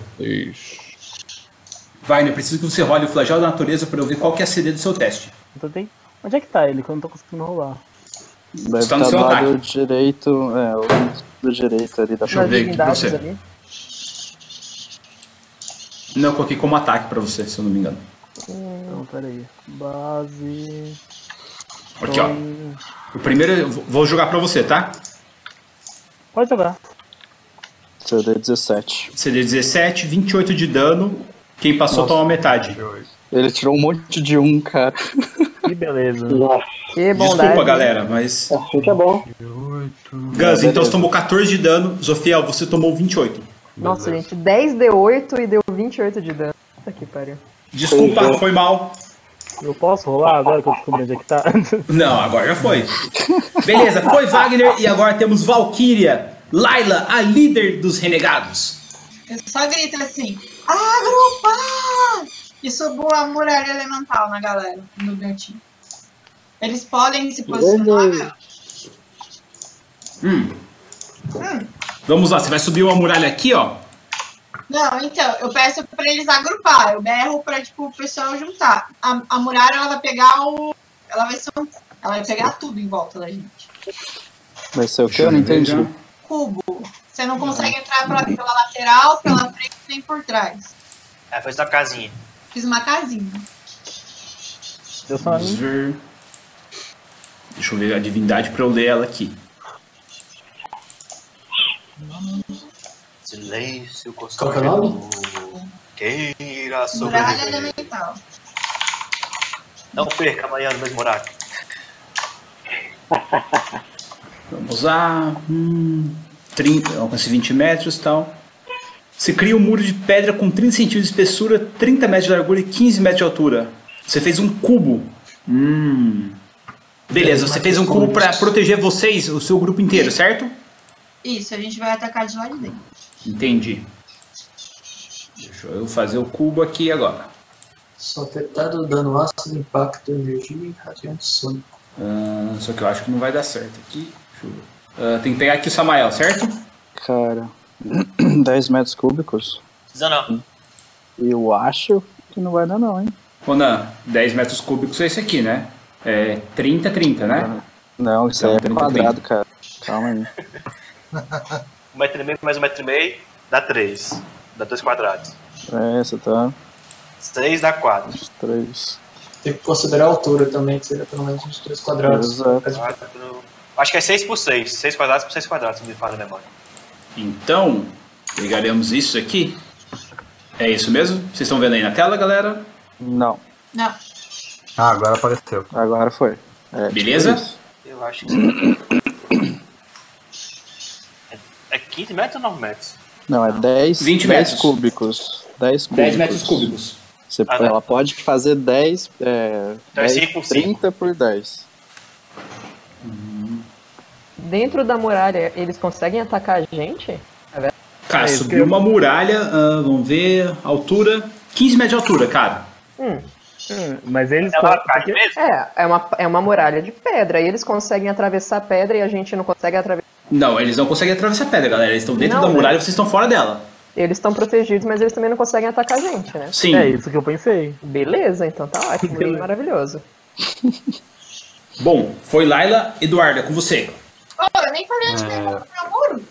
Vai, eu preciso que você role o flagelo da natureza pra eu ver qual que é a CD do seu teste.
Então tem. Onde é que tá ele? Que eu não tô conseguindo rolar.
Deve
Está
estar
Tá no
do
seu
lado direito. É, o lado do direito ali da
Deixa eu ver Tá aqui pra
frente.
você. Não, eu coloquei como ataque pra você, se eu não me engano.
Então, peraí. Base.
Aqui, ó. O primeiro eu vou- vou jogar pra você, tá?
Pode jogar.
CD 17.
CD 17, 28 de dano. Quem passou
Nossa.
toma metade.
Ele tirou um monte de um, cara.
Que beleza.
Que
Desculpa, galera, mas.
Assim que é bom.
Gus, então você tomou 14 de dano. Zofiel, você tomou 28.
Nossa, gente, 10 deu 8 e deu 28 de dano. Puta que pariu.
Desculpa, foi mal.
Eu posso rolar agora que eu descobri onde é que tá?
Não, agora já foi. Beleza, foi Wagner e agora temos Valkyria. Laila, a líder dos renegados.
Eu só grito assim, agrupar! E subo a muralha elemental na galera, no meu time. Eles podem se posicionar.
Hum,
Hum,
vamos lá, você vai subir uma muralha aqui, ó.
Não, então, eu peço pra eles agrupar. Eu berro pra, tipo, o pessoal juntar. A, a muralha, ela vai pegar o... Ela vai ser um- Ela vai pegar tudo em volta da gente.
Vai ser o que? Eu não entendi.
Cubo. Você não consegue entrar pela, pela lateral, pela frente, nem por trás.
Aí É, faz uma casinha.
Fiz uma casinha.
Eu só
Vamos ver. Deixa eu ver a divindade pra eu ler ela aqui.
Silêncio,
Qual que é o nome?
Queira
Muralha
sobreviver.
elemental.
Não perca amanhã no mesmo horário.
Vamos lá. Hum, 30, alcance 20 metros e tal. Você cria um muro de pedra com 30 centímetros de espessura, 30 metros de largura e 15 metros de altura. Você fez um cubo. Hum. Beleza, você fez um cubo pra proteger vocês, o seu grupo inteiro, certo?
Isso, a gente vai atacar de lá de dentro.
Entendi. Deixa eu fazer o cubo aqui agora.
Sou
tá
afetado dano ácido, impacto, energia e radiante sônico.
Ah, só que eu acho que não vai dar certo aqui. Deixa eu ver. Ah, tem que pegar aqui o Samael, certo?
Cara, 10 metros cúbicos?
Zanão.
Eu acho que não vai dar não, hein?
Ronan, 10 metros cúbicos é esse aqui, né? É 30, 30, né?
Não, isso aí é quadrado, cara. Calma aí.
Um metro e meio mais um metro e meio dá três. Dá dois quadrados.
É, você tá.
Três dá quatro.
Três.
Tem que considerar a altura também, que seria pelo menos uns três quadrados.
Quatro. Acho que é seis por seis. Seis quadrados por seis quadrados, se me fala a memória.
Então, pegaremos isso aqui. É isso mesmo? Vocês estão vendo aí na tela, galera?
Não.
Não.
Ah, agora apareceu.
Agora foi. É,
Beleza?
tipo isso.
Eu acho que sim. É 15 metros ou 9 metros?
Não, é 10,
20
10
metros.
cúbicos. 10 cúbicos.
10 metros cúbicos.
Você-
Ah, tá.
ela pode fazer 10, é,
Então é
10,
cinco por cinco.
30 por 10.
Dentro da muralha, eles conseguem atacar a gente? É verdade?
Cara,
É,
subiu uma muralha, ah, vamos ver, altura, 15 metros de altura, cara.
Hum.
Mas eles.
É, é uma, é uma muralha de pedra. E eles conseguem atravessar a pedra e a gente não consegue atravessar.
Não, eles não conseguem atravessar a pedra, galera. Eles estão dentro
Não,
da
né?
muralha, vocês estão fora dela.
Eles estão protegidos, mas eles também não conseguem atacar a gente, né?
Sim.
É isso que eu pensei.
Beleza, então tá ótimo.
Beleza.
e Maravilhoso.
Bom, foi Laila, Eduarda, com você.
Oh, eu nem falei onde
É.
que eu ia comprar o muro.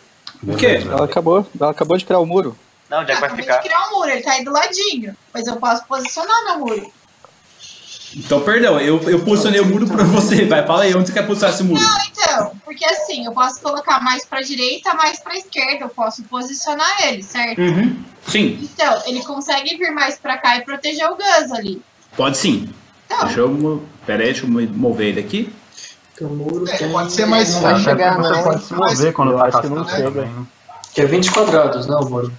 O quê?
Ela acabou, ela acabou de criar o muro.
Não,
Ah,
onde é que vai ficar?
Criar um muro, ele tá aí do ladinho. Mas eu posso posicionar meu muro.
Então, perdão, eu, eu posicionei o muro pra você. Vai, fala aí, onde você quer posicionar esse muro?
Não, então, porque assim, eu posso colocar mais pra direita, mais pra esquerda. Eu posso posicionar ele, certo?
Uhum. Sim,
Então, ele consegue vir mais pra cá e proteger o Gus ali.
pode sim. Deixa eu. mo- Pera aí, deixa eu mo- mover ele aqui.
É, Pode ser mais
Não vai
fácil.
chegar,
né?
não.
Pode ser mais-
quando
eu
tá
acho que não chega. Que é 20 quadrados, não, mano?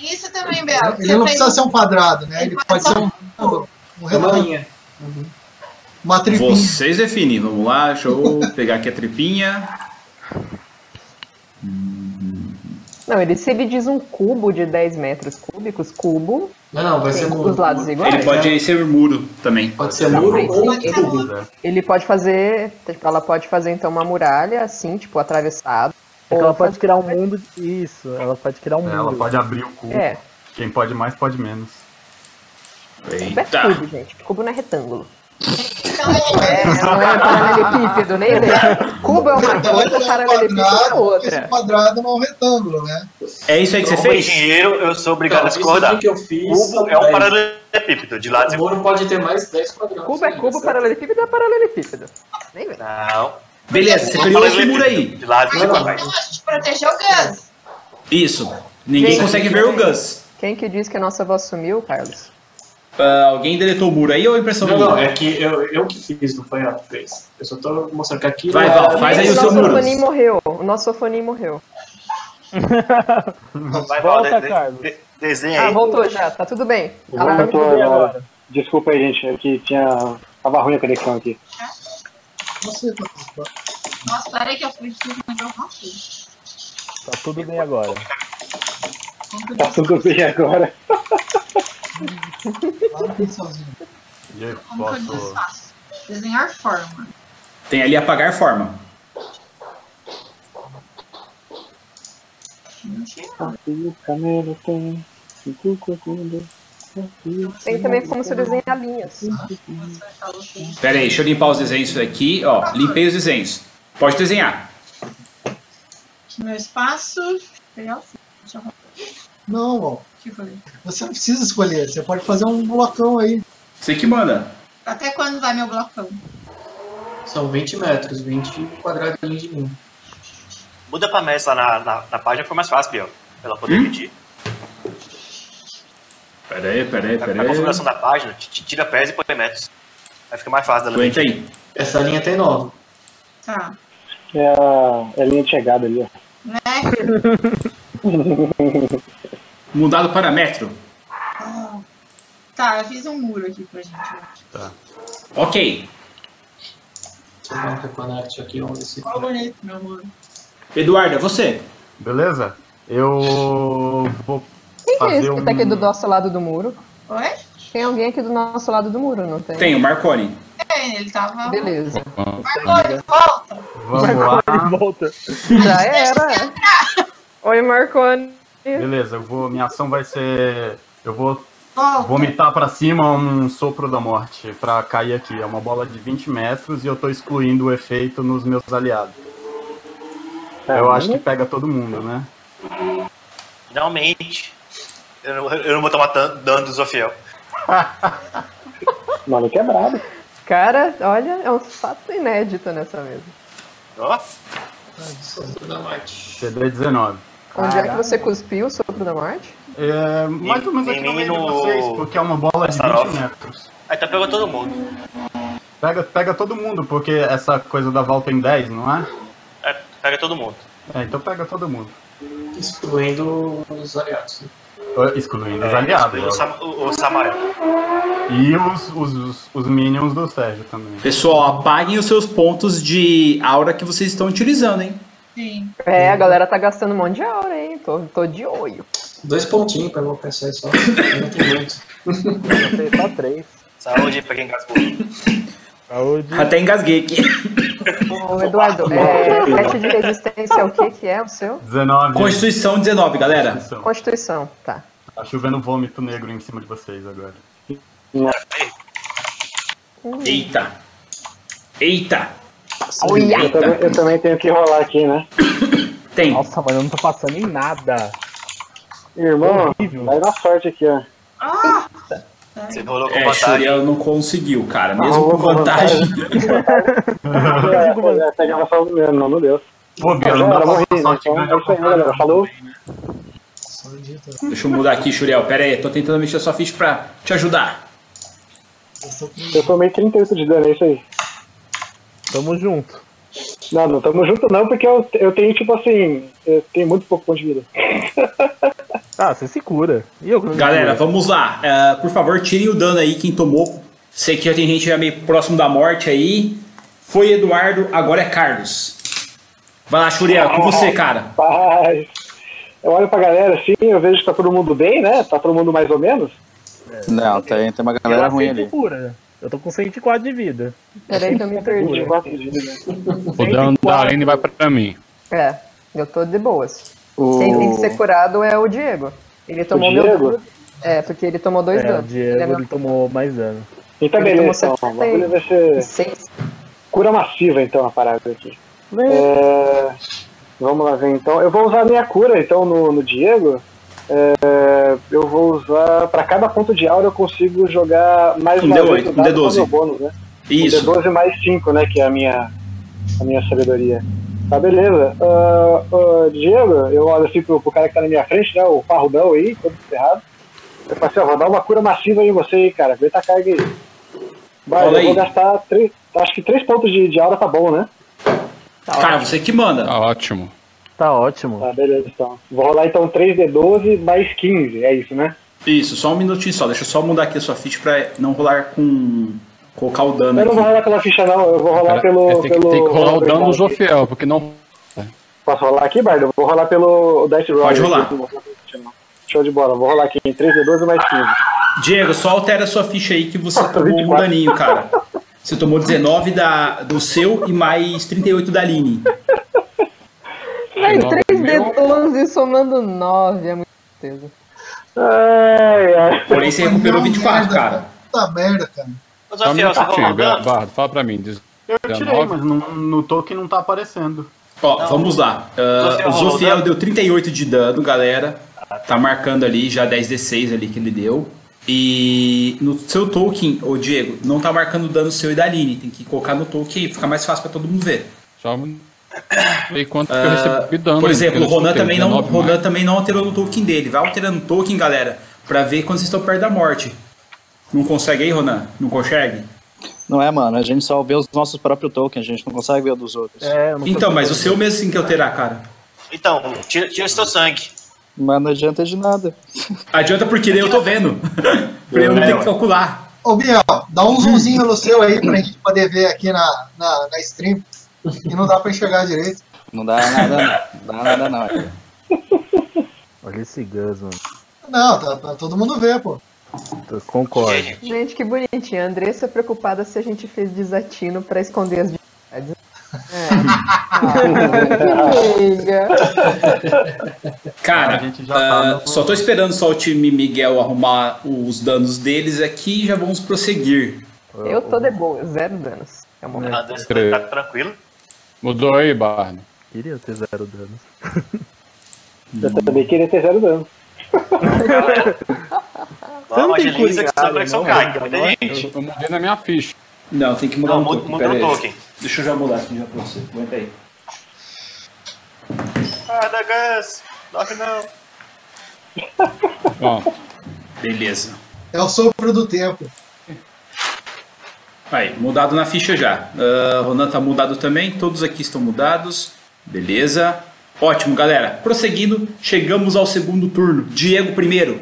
Tem isso também, Bel.
Ele não precisa ser um quadrado, né? Ele pode ser um, um rebanho. Uma tripinha.
Vocês definem, vamos lá, deixa eu pegar aqui a tripinha.
Não, ele, se ele diz um cubo de 10 metros cúbicos, cubo.
Não, não, vai
tem
ser
os
muro.
lados iguais. né?
Ele pode ser muro também.
Pode ser muro ou né? cubo.
Ele pode fazer. Tipo, ela pode fazer então uma muralha assim, tipo, atravessado.
É que ela pode criar um mundo. Isso, ela pode criar
É,
um mundo.
Ela pode abrir o cu.
Hum. É.
Quem pode mais, pode menos.
Eita. cubo, gente. Cubo não é retângulo.
É,
não é paralelepípedo, nem né? Cubo é uma
Então,
coisa, paralelepípedo é outra.
um Esse quadrado não é um retângulo, né?
É isso aí que você
Como
fez?
engenheiro, eu sou obrigado
Não,
a
Então, isso
discordar.
aqui que eu fiz
Cubo
são
é um
dez.
paralelepípedo, de lado
O muro pode ter mais 10 quadrados.
Cubo é cubo, paralelepípedo é paralelepípedo. Nem é vem.
Não. É um
Beleza, você criou esse muro aí.
De lado
Não, não.
Te proteger o Gus.
Isso. Ninguém
Gente,
consegue
que
ver o
bem.
Gus.
Quem que diz que a nossa voz sumiu, Carlos?
Ah, alguém deletou o muro aí ou é impressão
Não,
minha?
não, é que eu, eu que fiz, não foi ela que fez. Eu só tô mostrando que aqui.
Vai,
é-
Val, faz aí o seu
nosso
muro.
Sofonim morreu. O nosso sofonim morreu.
Vai, Val, de- de-
Carlos.
de- desenha
Ah,
aí.
voltou já. Tá tudo bem.
Volta
Alarme
tua-
tudo bem agora.
Desculpa aí, gente, é que tinha. Tava ruim a conexão aqui.
tá
Nossa, peraí que eu fui desligar o rápido.
Tá tudo bem agora.
Tá tudo bem agora.
E eu
Como que eu
posso.
desfaço? Desenhar forma.
Tem ali apagar forma.
Tem
é
também como se desenhar linhas.
Pera aí, deixa eu limpar os desenhos aqui. Ó, limpei os desenhos. Pode desenhar.
Meu espaço. Pegar o fio. Deixa eu-
Não, bom.
o que eu falei?
Você não precisa escolher. Você pode fazer um blocão aí.
Você que manda.
Até quando vai meu blocão?
São 20 metros, 20 quadradinhos de muro.
Muda pra Messi lá na, na, na página, ficou mais fácil, Biel. Pra ela
Hum?
poder pedir.
Pera aí, pera aí,
Na,
pera
na configuração
aí.
da página, t- t- tira pés e põe metros. Aí fica mais fácil dela
Aguenta aí.
Essa linha tem 9.
Tá.
É a, é a linha de chegada ali, ó.
Né?
Mudado para metro.
Tá, eu fiz um muro aqui pra gente. né?
Tá.
Ok.
Deixa eu ver um reconnect aqui, vamos ver se.
Qual bonito, meu muro.
Eduarda, você.
Beleza? Eu vou
Quem que é
fazer
esse que
um.
tá aqui do nosso lado do muro?
Oi?
Tem alguém aqui do nosso lado do muro, não tem?
Tem o Marconi.
É, ele tava.
Beleza.
Marconi, volta!
Vamos lá.
é,
Volta.
Já era. Oi, Marconi.
Beleza, eu vou. Minha ação vai ser. Eu vou vomitar pra cima um sopro da morte pra cair aqui. É uma bola de 20 metros e eu tô excluindo o efeito nos meus aliados. Eu acho que pega todo mundo, né?
Finalmente. Eu não, eu não vou tomar tan- dano do Zofiel.
Mano, quebrado.
Cara, olha, é um fato inédito nessa mesa.
Nossa.
CD 19.
Onde é que você cuspiu o sopro da morte?
É, mais ou menos aqui no meio de vocês, porque é uma bola de 20 metros.
Aí tá pegando todo mundo.
Pega, pega todo mundo, porque essa coisa da volta em 10, não é?
É, pega todo mundo.
É, então pega todo mundo.
Excluindo os aliados. né?
Ah, Excluindo os
É,
aliados. né?
O,
ó.
Sam, o, o Samael.
E os, os, os, os minions do Sérgio também.
Pessoal, apaguem os seus pontos de aura que vocês estão utilizando, hein?
Sim.
É, a galera tá gastando um monte de aura, hein? Tô, tô de olho.
Dois pontinhos pra eu pensar só. Não tem muito.
Só três.
Saúde pra quem gastou.
Saúde.
Até engasguei aqui.
Ô, Eduardo, é, teste de resistência, é o que que é o seu?
19.
Constituição 19, galera.
Constituição, tá.
Tá chovendo vômito negro em cima de vocês agora.
Eita. Eita.
Eu também, eu também tenho que rolar aqui, né?
Tem.
Nossa, mano, eu não tô passando em nada. É
Irmão, vai na sorte aqui, ó.
Você rolou com
É,
vantagem.
Shuriel não conseguiu, cara. Mesmo
Arrumou
com
com
vantagem.
Uhum.
É, Essa gravação mesmo, não, não deu.
Pô,
Bia, não dá pra passar sorte grande ao contrário. Falou?
Deixa eu mudar aqui, Shuriel. Pera aí, tô tentando mexer sua ficha pra te ajudar.
Eu tomei 38 de dano, é isso aí.
Tamo junto.
Não, não tamo junto não, porque eu, eu tenho, tipo assim, eu tenho muito pouco ponto de vida.
Ah, você se cura. E eu
Galera, vamos lá. Ah, por favor, tirem o dano aí, quem tomou. Sei que já tem gente já meio próximo da morte aí. Foi Eduardo, agora é Carlos. Vai lá, Shuriel, com você, cara.
Paz. Eu olho pra galera assim, eu vejo que tá todo mundo bem, né? Tá todo mundo mais ou menos.
Não, tem, tem uma
eu
galera é ruim
aceito
ali.
cura. Eu tô com 104 de vida.
Peraí que eu me perdi.
O dano da Aline vai pra mim.
É, eu tô de boas.
O-
Quem tem que ser curado é o Diego. Ele tomou meu
Diego?
dano. É, porque ele tomou dois
é, o
danos. Ele é
Diego
meu-
ele tomou mais dano.
Então
Ele
beleza,
tomou
então. O bagulho vai ser.
Seis.
Cura massiva, então, a parada aqui.
Né?
É, Vamos lá ver então. Eu vou usar a minha cura então no, no Diego. É, eu vou usar. Pra cada ponto de aura eu consigo jogar mais
Um
uma
D8,
vez o
um
dado com
D12.
meu bônus, né?
Isso.
Um D12 mais 5, né? Que é a minha, a minha sabedoria. Tá, beleza. Ah, ah, Diego, eu olho assim pro, pro cara que tá na minha frente, né? O parrudão aí, todo ferrado. Eu falei assim, ó, vou dar uma cura massiva aí em você aí, cara. Aguenta a carga aí. Vai,
Fala
eu vou
aí.
gastar três. Acho que três pontos de, de aura tá bom, né?
Cara, você que manda.
Tá ótimo.
Tá ótimo.
Tá, beleza, então. Vou rolar então 3D12 mais 15, é isso, né?
Isso, só um minutinho só. Deixa eu só mudar aqui a sua ficha pra não rolar com. colocar o dano
Eu não vou
aqui.
rolar pela ficha, não, eu vou rolar
Pera-
pelo.
é, tem, que-
pelo
tem que rolar o
pelo
dano do
aqui.
Zofiel, porque não.
Posso rolar aqui, Bardo? Eu Vou rolar pelo Dice Roll.
Pode
aqui,
rolar.
não vou rolar pela ficha, não. Show de bola, vou rolar aqui em 3D12 mais 15.
Diego, só altera a sua ficha aí que você tomou um daninho, cara. Você tomou 19 da, do seu e mais 38 da Aline.
Véi,
Nove
3D12 somando 9, é muito certeza.
Porém, você recuperou 24, cara.
Puta merda, cara.
Só
Só um
se eu- só
minutinho,
rolar
Bar-
dano.
Bardo, fala pra mim. Diz-
Eu tirei,
19.
mas no, no token não tá aparecendo.
Ó,
Então,
vamos lá. Ah, o Zofiel deu 38 de dano, galera. Tá marcando ali, já 10d6 ali que ele deu. E no seu token, ô Diego, não tá marcando o dano seu e da Aline. Tem que colocar no token aí, fica mais fácil pra todo mundo ver.
Só um- sei quanto que eu recebi dano.
Ah, Por
hein,
exemplo, o
porque eu
Ronan
escutei
também, não,
19 mais.
Ronan também não alterou no token dele. Vai alterando o token, galera, pra ver quando vocês estão perto da morte. Não consegue aí, Ronan? Não consegue?
Não é, mano, a gente só vê os nossos próprios tokens, a gente não consegue ver o dos outros.
então, mas o seu mesmo tem que alterar, cara.
Então, tira, tira o seu sangue.
Mas não adianta de nada.
Adianta porque daí eu tô vendo. eu não tenho que calcular.
Ô, Biel, dá um zoomzinho no seu aí pra gente poder ver aqui na, na, na stream. Que não dá pra enxergar direito.
Não dá nada, não. Não dá nada, não. é.
Olha esse Gus, mano.
Não, tá, tá- todo mundo vê, pô.
Tô- Concordo.
Gente, que bonitinho. A Andressa é preocupada se a gente fez desatino pra esconder as dificuldades. É.
Cara,
tá
ah, só tô esperando só o time Miguel arrumar os danos deles aqui e já vamos prosseguir.
Eu tô de boa, zero danos. É o momento.
Tá tranquilo? Mudou aí, Barney.
Queria ter zero danos.
Eu também queria ter zero dano.
Você não né? tem
agiliza que essa conexão cai, que muita gente.
Eu mudei na minha ficha.
Não, tem que mudar
Não,
um
muda-
token.
muda o
pera aí.
token.
Deixa eu já mudar aqui já pra você. Aguenta aí.
Ah, da Gus! Dorme não!
Beleza.
É o sopro do tempo.
Aí, mudado na ficha já. Ah, Ronan tá mudado também, todos aqui estão mudados. Beleza. Ótimo, galera. Prosseguindo, chegamos ao segundo turno. Diego primeiro.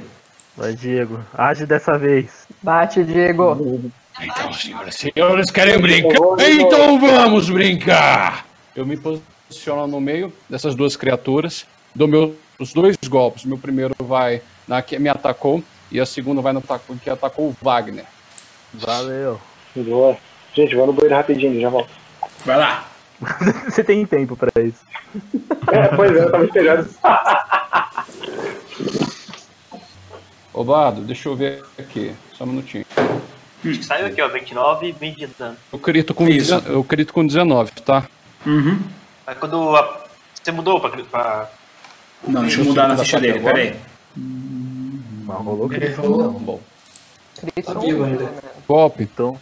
Vai, Diego. Age dessa vez.
Bate, Diego.
Então, senhoras e senhores, querem brincar? Então vamos brincar! Eu me posiciono no meio dessas duas criaturas, dou meu, os dois golpes. Meu primeiro vai na que me atacou, e a segunda vai no ataco- que atacou o Wagner.
Valeu.
Boa. Gente, vou no banheiro rapidinho, já volto.
Vai lá.
Você tem tempo pra isso.
É, pois é, eu tava esperando.
Ô, Bardo, deixa eu ver aqui, só um minutinho.
Acho que saiu aqui, ó, 29 e 20 de dano.
Eu crito com, dezen- eu crito com 19, tá?
Mas quando a- você mudou pra. pra...
Não, deixa eu mudar na ficha dele,
Agora?
peraí.
Mas rolou
Ele
crítico,
rolou.
não.
Bom.
Tá
vivo ainda.
Golpe. Então.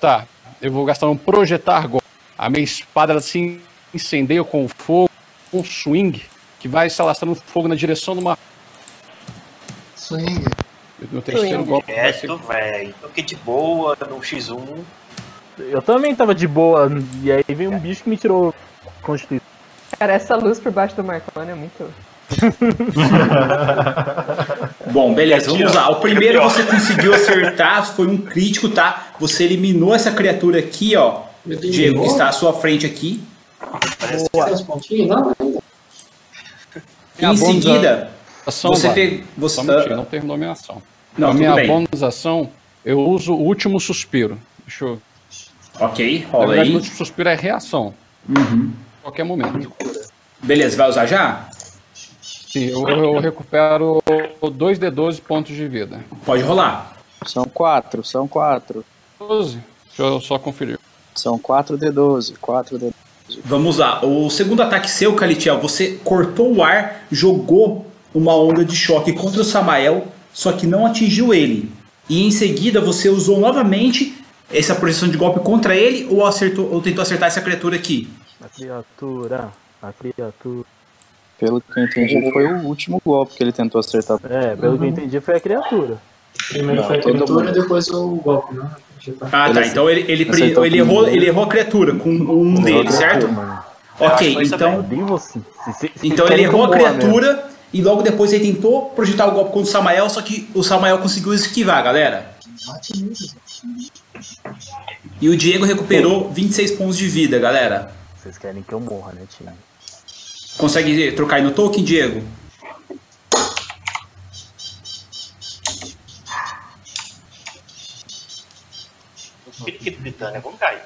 Tá, eu vou gastar um projetar golpe. A minha espada ela se incendeia com o fogo, um swing, que vai se alastrando um fogo na direção de uma.
Swing.
Meu terceiro golpe vai ser
Direto, velho. Toquei Então, de boa no X1.
Eu também tava de boa, e aí veio
É.
um bicho que me tirou a Constituição.
Cara, essa luz por baixo do Marconi é muito.
Bom, beleza,
Aqui,
vamos
ó.
lá. O primeiro
Aqui, ó.
você conseguiu acertar, foi um crítico, tá? Você eliminou essa criatura aqui, ó.
Eliminou?
Diego, que está à sua frente aqui.
Três pontinhos? Não, ainda.
em seguida,
ação,
você
Bardo.
pegou. Você...
tá Só um minutinho, não terminou minha ação.
Não,
a
tudo
minha
bem.
bônus ação, eu uso o último suspiro. Deixa eu.
Ok,
Na
rola
verdade,
aí.
o último suspiro é reação.
Uhum.
Qualquer momento.
Beleza, vai usar já?
Sim, eu, eu recupero 2d12 pontos de vida.
Pode rolar.
São quatro, são quatro.
12. Deixa eu só conferir.
São 4D12, 4D12.
Vamos lá. O segundo ataque seu, Calitiel, você cortou o ar, jogou uma onda de choque contra o Samael, só que não atingiu ele. E em seguida você usou novamente essa projeção de golpe contra ele ou, acertou, ou tentou acertar essa criatura aqui?
A criatura. A criatura.
Pelo que eu entendi, foi o último golpe que ele tentou acertar.
É, pelo que eu entendi foi a criatura.
Uhum. Primeiro foi a
todo
criatura e
mundo.
depois o golpe, né? Já tá.
Ah, tá. Então ele, ele, pri-
acertou
ele
com
errou,
um.
ele errou a criatura com um dele, certo? Ok, então. Então ele errou a criatura e logo depois ele tentou projetar o golpe contra o Samael, só que o Samael conseguiu esquivar, galera. E o Diego recuperou 26 pontos de vida, galera.
Vocês querem que eu morra, né, time?
Consegue trocar aí no token, Diego?
Periquito britânico, vamos é cair.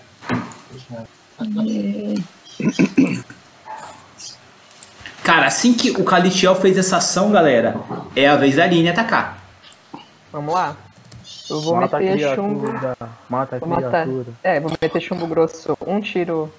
Cara, assim que o Calitiel fez essa ação, galera, é a vez da linha atacar.
Vamos lá. Eu vou
Mata a
meter chumbo.
criatura. Mata a
Vou matar.
criatura.
É, vou meter chumbo grosso. Um tiro.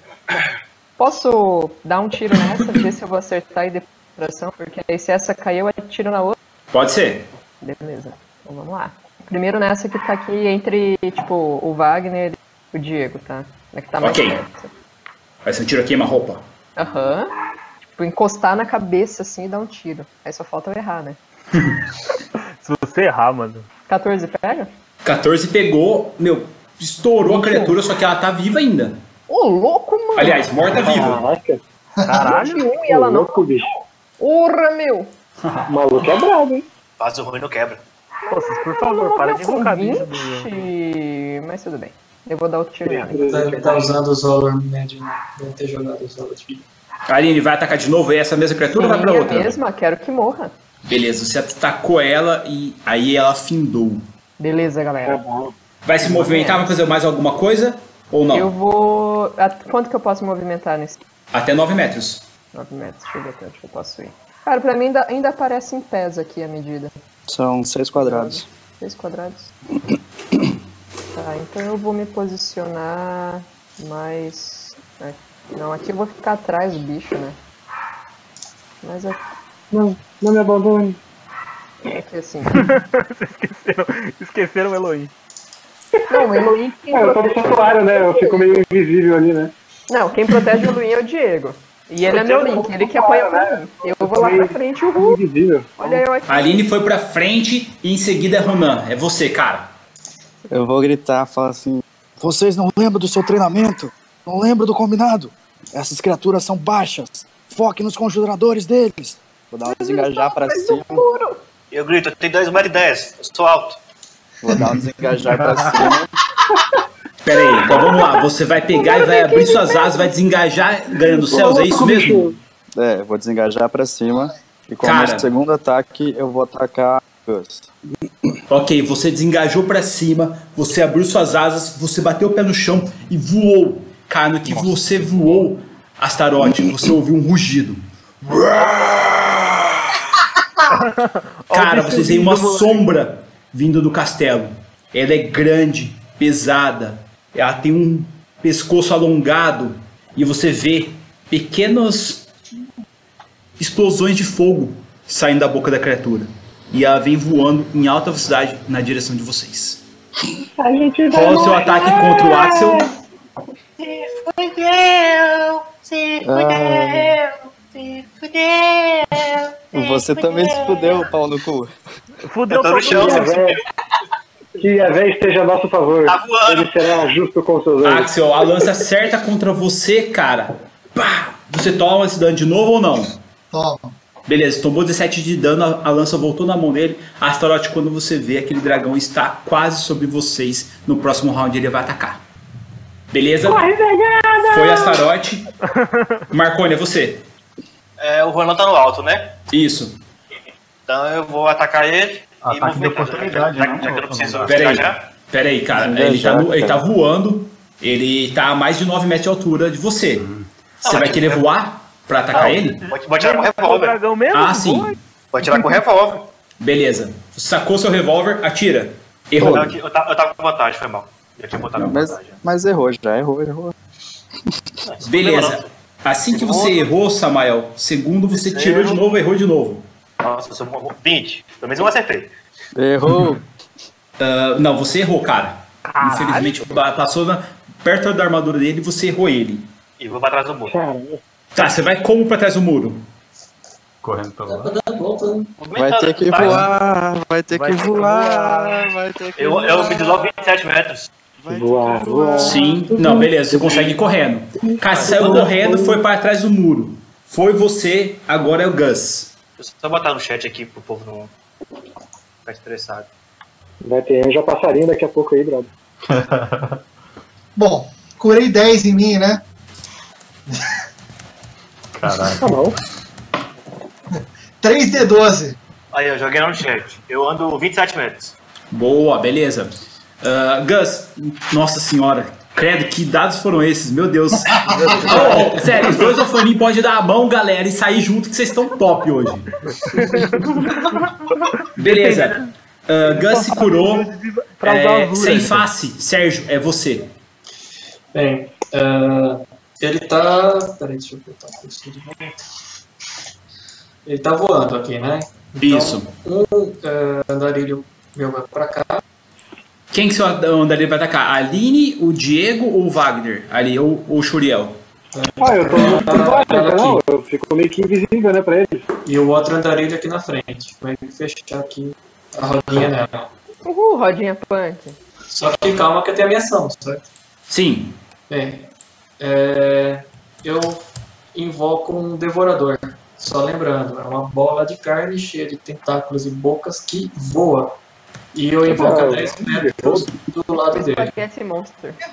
Posso dar um tiro nessa, ver se eu vou acertar e depois a ação, porque aí se essa caiu, eu tiro na outra.
Pode ser.
Beleza. Então vamos lá. Primeiro nessa que tá aqui entre, tipo, o Wagner e o Diego, tá? É que tá mais
Ok.
perto.
Vai ser um tiro queima-roupa.
Aham. Tipo, encostar na cabeça assim e dar um tiro. Aí só falta eu errar, né?
Se você errar, mano.
14 pega?
14 pegou, meu, estourou a criatura, só que ela tá viva ainda.
Ô, louco, mano!
Aliás, morta-viva.
Caralho.
tipo,
21 e ela não.
Louco, bicho.
Urra, meu!
Maluco é brabo, hein?
Faz o ruim não quebra.
Pô, vocês, por favor, para de
um
invocar bicho.
Ixi, mas tudo bem. Eu vou dar o tiro nela.
Tá, tá usando os valores médios, né? Deve ter jogado os valores médios.
Aline, vai atacar de novo? É essa mesma criatura ou vai pra
Minha
outra?
mesma, quero que morra.
Beleza, você atacou ela e aí ela findou.
Beleza, galera.
Vai se movimentar, vai fazer mais alguma coisa? Ou não?
Eu vou. a- Quanto que eu posso movimentar nesse?
Até 9 metros.
9 metros, deixa eu ver até onde eu posso ir. Cara, pra mim ainda, ainda aparece em pés aqui a medida.
São seis quadrados.
6 quadrados. Tá, então eu vou me posicionar mais. é, Não, aqui eu vou ficar atrás do bicho, né? Mas aqui,
Não, não me abandone.
aqui assim.
Esqueceram, esqueceram o Elohim.
Não, o Elohim quem
É, eu tô no santuário, né? Eu fico meio invisível ali, né?
Não, quem protege o Luin é o Diego. E ele é meu link, ele que apoia
né?
pra mim. Eu vou lá pra frente, uhul. Olha eu aqui.
A Aline foi pra frente e em seguida é Ronan. É você, cara.
Eu vou gritar, falar assim: vocês não lembram do seu treinamento? Não lembram do combinado? Essas criaturas são baixas. Foque nos conjuradores deles. Vou dar um desengajar pra cima.
Eu grito, eu tenho 2 mais de 10, eu sou alto.
Vou dar um desengajar
tá
pra
assim, né?
cima.
Pera aí, então vamos lá. Você vai pegar e vai abrir suas asas, vai desengajar ganhando céus, é isso mesmo?
É, vou desengajar pra cima. E com o
Cara.
meu segundo ataque, eu vou atacar Gus.
Ok, você desengajou pra cima, você abriu suas asas, você bateu o pé no chão e voou. Cara, no que você voou, Astarote, você ouviu um rugido. Cara, vocês veem uma sombra vindo do castelo. Ela é grande, pesada, ela tem um pescoço alongado e você vê pequenas explosões de fogo saindo da boca da criatura. E ela vem voando em alta velocidade na direção de vocês.
A gente
Qual o seu ataque contra o Axel?
Se fudeu, se fudeu, se fudeu.
Ah,
Você também se fudeu, pau no cu.
Fudeu
Tá
Eu tô no todo chão, mundo.
Que a vé- Que a véia esteja a nosso favor.
Tá
Ele será justo com seus anjos.
Axel, a lança certa contra você, cara. Pá! Você toma esse dano de novo ou não?
Toma.
Beleza, tomou 17 de dano, a, a lança voltou na mão dele. Astaroth, quando você vê, aquele dragão está quase sobre vocês. No próximo round ele vai atacar. Beleza?
Renegada!
Foi Astaroth. Marconi, é você.
É, o Ronan tá no alto, né?
Isso.
Então eu vou atacar ele. e movimento. já, já, já que eu não preciso
Pera aí,
engajar.
pera aí, cara.
Desengajar,
Ele tá, no- ele tá
cara.
voando. Ele tá a mais de 9 metros de altura de você. Você
Não,
vai
mas-
querer voar pra atacar
Não,
ele?
Ah, é. Pode, pode tirar com o revólver.
Ah, sim.
Pode tirar com o revólver.
Beleza. Sacou seu revólver, atira.
Eu
Errou.
tava, eu tava- eu tava com vantagem, foi mal. Eu tinha botado
Mas, mas errou já, errou, errou.
Beleza. Assim que você errou, Samael, segundo você tirou de novo, errou de novo.
Nossa, eu sou bom. 20. Pelo menos eu acertei.
Errou.
Ah, não, você errou, cara. Infelizmente, pa- passou na- perto da armadura dele e você errou ele.
E vou pra trás do muro.
Tá, você vai como pra trás do muro?
Correndo pelo lado.
Vai ter que
Vai. tá? né?
voar, vai ter que voar, vai ter que
Eu,
voar.
eu me desloco 27 metros.
Voar, voar.
Sim. Não, beleza, você consegue ir correndo. Cara, você saiu correndo, foi pra trás do muro. Foi você, agora é o Gus.
Deixa eu só botar no chat aqui pro povo não ficar estressado.
Vai ter anjo a passarinho daqui a pouco aí, brother.
Bom, curei 10 em mim, né?
Tá
Caraca.
3D12.
Aí, eu joguei no chat. Eu ando 27 metros.
Boa, beleza. Ah, Gus, nossa senhora, credo, que dados foram esses? Meu Deus. Oh, oh, sério, os dois Ofani podem dar a mão, galera, e sair junto que vocês estão top hoje. Beleza. Ah, Gus se curou.
Pra usar
É,
azul,
sem
né?
face, Sérgio, é você.
Bem, ah, ele tá. Peraí, deixa eu botar isso de novo. Ele tá voando aqui, né?
Isso.
Um ah, andarilho meu vai pra cá.
Quem que seu andarilho vai atacar? A Aline, o Diego ou o Wagner? Ali, ou ou o Shuriel?
Ah, eu tô muito
Ela
baixo,
é, tá aqui.
não. Eu fico meio que invisível, né, pra ele.
E o outro andarilho aqui na frente. Vai fechar aqui a rodinha nela.
Uhul, rodinha punk.
Só que calma que eu tenho a minha ação, certo?
Sim.
Bem, é, eu invoco um devorador. Só lembrando, é uma bola de carne cheia de tentáculos e bocas que voa. E eu invoco a 10 metros do lado dele.
Esse monster. É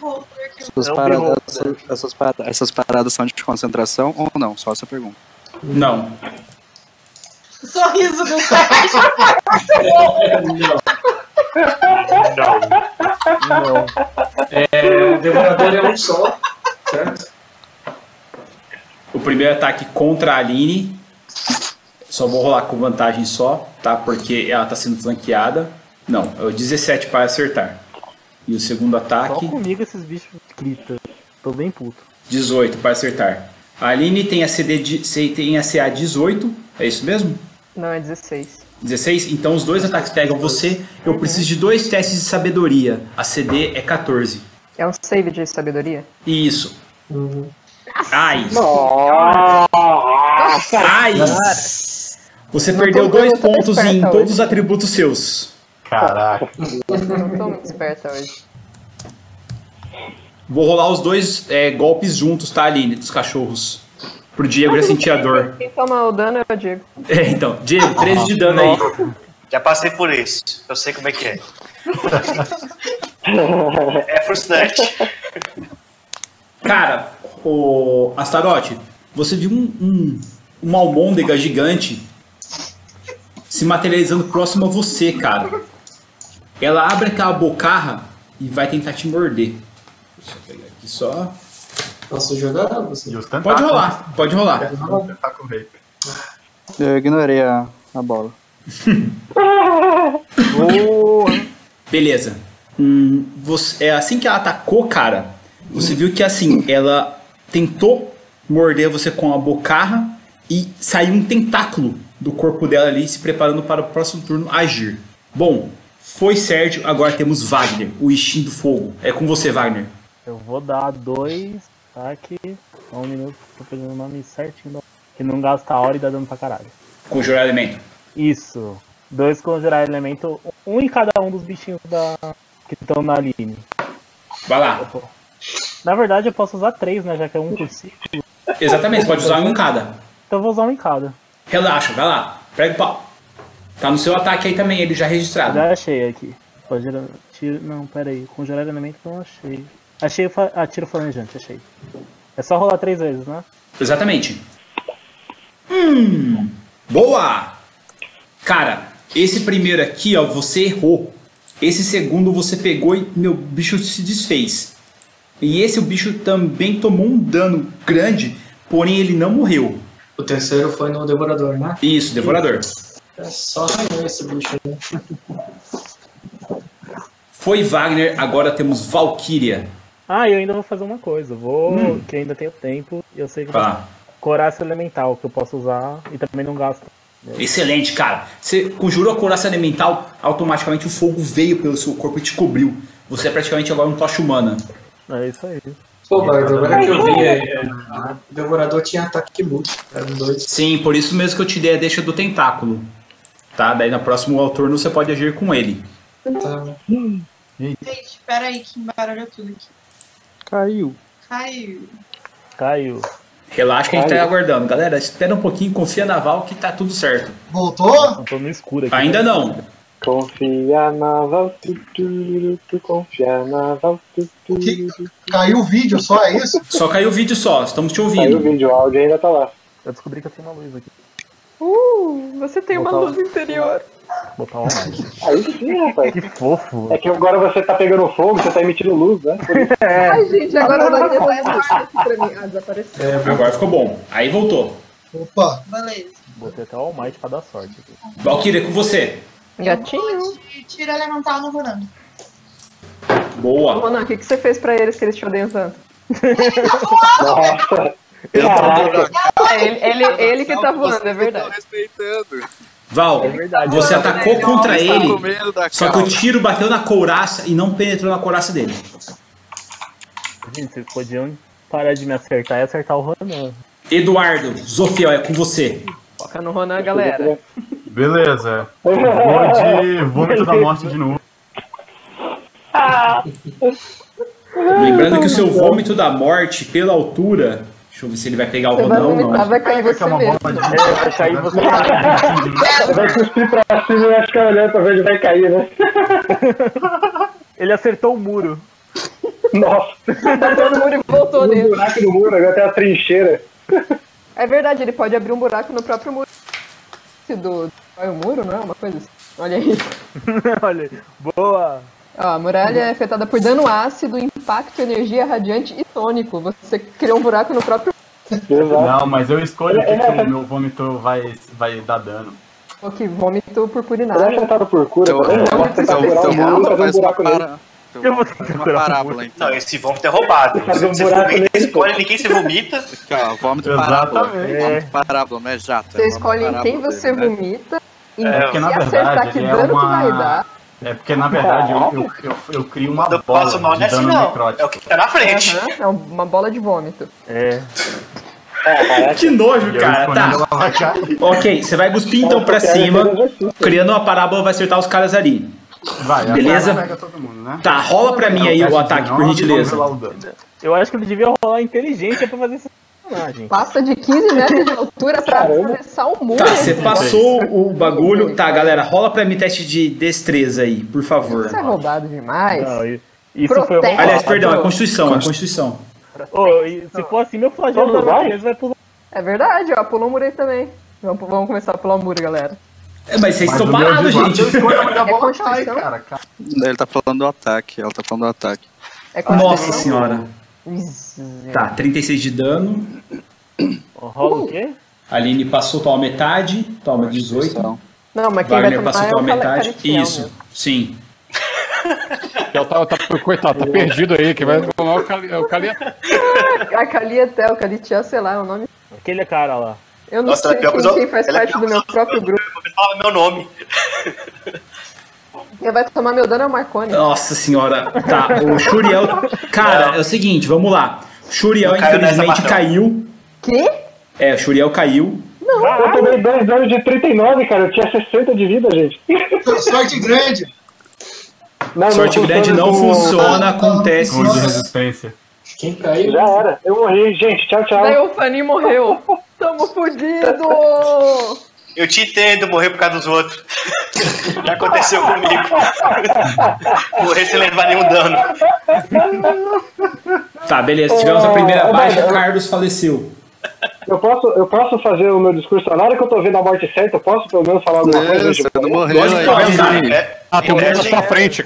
Essas paradas, essas, essas paradas, essas paradas são de concentração ou não? Só essa pergunta.
Não.
Sorriso do Sérgio.
Não. É, o devorador é um só, certo?
O primeiro ataque contra a Aline. Só vou rolar com vantagem só, tá? Porque ela tá sendo flanqueada. Não, é o 17 para acertar. E o segundo
Só
ataque,
comigo esses bichos grita. Tô bem puto.
18 para acertar. A Aline tem a, CD de, C- tem a CA 18, é isso mesmo?
Não, é 16.
16, então os dois ataques pegam você. Eu preciso de dois testes de sabedoria. A CD é 14.
É um save de sabedoria?
Isso.
Uhum.
Ai.
Nossa!
Ai. Você
Não
perdeu
tô- eu
dois
tô
pontos em
esperta hoje.
todos os atributos seus. Caraca.
Não tô muito esperta hoje.
Vou rolar os dois é, golpes juntos, tá, Aline? Dos cachorros. Pro Diego já sentir a dor.
Quem toma o dano é o Diego.
É, então. Diego, 13 de dano aí.
Já passei por isso. Eu sei como é que é. É frustrante.
Cara, o Astarote, você viu um, um, uma almôndega gigante se materializando próximo a você, cara. Ela abre aquela bocarra e vai tentar te morder. Deixa eu pegar aqui só.
Posso jogar? Você...
Pode rolar, pode rolar.
Eu ignorei a, a bola.
Beleza. Hum, você- é assim que ela atacou, cara. Você viu que assim, ela tentou morder você com a bocarra e saiu um tentáculo do corpo dela ali, se preparando para o próximo turno agir. Bom, foi Sérgio, agora temos Wagner, o Ishin do Fogo. É com você, Wagner.
Eu vou dar dois ataques. Só um minuto, tô pegando o nome certinho. da- Que não gasta a hora e dá dano pra caralho.
Conjurar elemento.
Isso. Dois conjurar elemento, um em cada um dos bichinhos da... que estão na Aline.
Vai lá.
Na verdade, eu posso usar três, né? Já que é um por círculo.
Exatamente, pode usar um em cada.
Então eu vou usar um em cada.
Relaxa, vai lá. Prega o pau. Tá no seu ataque aí também, ele já registrado.
Já é. achei aqui. Conjurar... Tiro... Não, pera aí. Conjurar elemento não achei. Achei o fa... ah, tiro flamejante, achei. É só rolar três vezes, né?
Exatamente. Hum, boa! Cara, esse primeiro aqui, ó, você errou. Esse segundo você pegou e meu bicho se desfez. E esse o bicho também tomou um dano grande, porém ele não morreu.
O terceiro foi no Devorador, né?
Isso, devorador.
É só arranhou esse bicho né? aí.
Foi Wagner, agora temos Valkyria.
Ah, eu ainda vou fazer uma coisa. Vou,
Hum.
que ainda tenho tempo. e Eu sei que eu
Vai
posso...
lá.
Coraça elemental que eu posso usar e também não gasto.
Excelente, cara. Você conjurou a couraça elemental, automaticamente o fogo veio pelo seu corpo e te cobriu. Você é praticamente agora um tocha humana.
É isso aí.
Pô, Bardo, agora que eu vi, é, é, o Devorador tinha ataque múltiplo. Eram dois.
Sim, por isso mesmo que eu te dei a deixa do tentáculo. Tá? Daí no próximo turno você pode agir com ele.
Gente, peraí que embaralhou tudo aqui.
Caiu.
Caiu.
Caiu.
Relaxa que a gente tá
Caiu.
aguardando. Galera, espera um pouquinho, confia na Val que tá tudo certo.
Voltou?
Tô no escuro aqui. né?
Ainda não.
Confia na Val, tu, tu, tu, confia na Val, tu, tu, tu.
Caiu o vídeo só, é isso?
Só caiu o vídeo só, estamos te ouvindo.
Caiu o vídeo, o áudio ainda tá lá.
Eu descobri que eu tenho uma luz aqui.
Uh, você tem uma
Botar
luz interior.
Botar online.
Aí sim, rapaz.
Que fofo.
É que agora você tá pegando fogo, você tá emitindo luz, né? Por isso.
É.
Ai, gente, agora o Daniel é guarda aqui pra mim. Ah, desapareceu.
É,
Agora ficou bom. Aí voltou.
Opa.
Beleza.
Botei até o All Might pra dar sorte aqui.
Valkyria, é com você.
Gatinho. Tira elemental no Ronan.
Boa.
Ronan, o que, que você fez pra eles que eles te odeiam tanto? É, ele, ele, ele que tá voando, é verdade.
Val,
É verdade.
você
Não,
atacou
não,
contra
não,
ele,
tá com medo da
só que o
calma.
tiro bateu na couraça e não penetrou na couraça dele.
Gente, vocês podiam parar de me acertar e acertar o Ronan.
Eduardo, Zofiel, é com você.
Foca no Ronan, galera.
Beleza. Eu Vou de vômito da morte de novo.
Lembrando que o seu vômito da morte, pela altura. Deixa eu ver se ele vai pegar o Rodão ou não.
vai cair você mesmo.
É, vai cair você
tá
Vai cuspir pra cima e vai ficar olhando pra ver onde vai cair, né?
Ele acertou o muro.
Nossa.
Bateu no muro e voltou
Tem um
nele.
buraco no muro, agora tem a trincheira.
É verdade, ele pode abrir um buraco no próprio muro. Se do. Vai o muro, não é? Uma coisa assim. Olha aí.
Olha aí. Boa.
Ó, a muralha é afetada por dano ácido, impacto, energia radiante e tônico. Você criou um buraco no próprio.
Não, mas eu escolho o que,
Ele-
que
ele-
o meu vômito vai, vai dar dano.
Pô, que vômito purpurinado.
Será que tá por cura?
Então, também? então,
um Eu vou um uma parábola, Não, esse vômito é roubado. Você, você vomita, escolhe ninguém se vomita.
Cara, vômito
Exatamente.
parábola.
É.
Vômito parábola, não é jato.
Você escolhe em quem você
né?
vomita e
É, porque na
se acertar
verdade
que
ele é
dano que vai
uma.
dar.
É porque na verdade eu, eu, eu, eu crio uma
Eu
bola
passo mal
de
nessa,
dano
não.
necrótico.
É o que tá na frente.
Aham, é uma bola de vômito.
É.
Que nojo, cara. Tá. Ok, você vai cuspir então pra cima, criando uma parábola, vai acertar os caras ali.
Vai,
Beleza?
agora pega todo mundo, né?
Tá, rola pra mim aí o ataque, por gentileza.
Eu acho que ele devia rolar inteligência pra fazer esse personagem.
Passa de 15 metros de altura pra atravessar o muro.
Tá, você passou o bagulho. Tá, galera, rola pra mim teste de destreza aí, por favor.
Isso é roubado demais.
isso foi roubado.
Aliás, perdão, é Constituição, é Constituição.
Ô, e se for assim, meu flagelo
Todo
da
vai?
natureza vai pular.
É verdade, ó, pulou o muro aí também. Vamos, vamos começar a pular o muro, galera.
É, mas vocês
Mas
estão
o meu
parados,
desvio-
gente.
É Constituição?
Ele tá falando do ataque, ela tá falando do ataque.
É
Nossa senhora.
Constituição?
Tá, 36 de dano.
Rola o quê?
Aline passou, toma metade, toma 18.
Não, mas quem
Wagner
vai tomar
passou,
é
toma
o Cale-
metade.
Caletiel,
Isso,
né?
sim.
Ela tá, tá- coitado, tá perdido aí, que vai tomar o cali- é o Calia.
Tá
Ah, Calietel, Calitiel, sei lá, é o nome.
Aquele cara lá.
Eu não
Nossa,
sei
ela é pior
quem,
que os
quem
outros.
faz
Ela é
parte
pior
do meu próprio grupo.
Fala meu nome.
Quem vai tomar meu dano é o Marconi.
Nossa senhora, tá. O Shuriel. Cara, é o seguinte, vamos lá. O Shuriel,
Não caiu nessa,
infelizmente,
Marcão.
caiu.
Quê?
É, o Shuriel caiu.
Ah,
Eu
é?
tomei dois danos de 39, cara. Eu tinha 60 de vida, gente.
Sorte grande. Ah,
Não,
Sorte grande não funciona, acontece.
Com de resistência.
Quem
tá.
caiu?
Já era. Eu morri, gente. Tchau, tchau.
Daí o Fanny morreu. Tamo fudido!
Eu te entendo, morrer por causa dos outros. Já aconteceu comigo. Morrer sem levar nenhum dano.
Tá, beleza. Tivemos a
Ô,
primeira
ô,
baixa,
Bárbara,
o Carlos faleceu.
Eu posso, eu posso fazer o meu discurso na hora que eu tô vendo a morte certa? Eu posso pelo menos falar alguma coisa? Tipo,
tá
Lógico que pode, né?
É,
Ah, tem um monte na sua frente.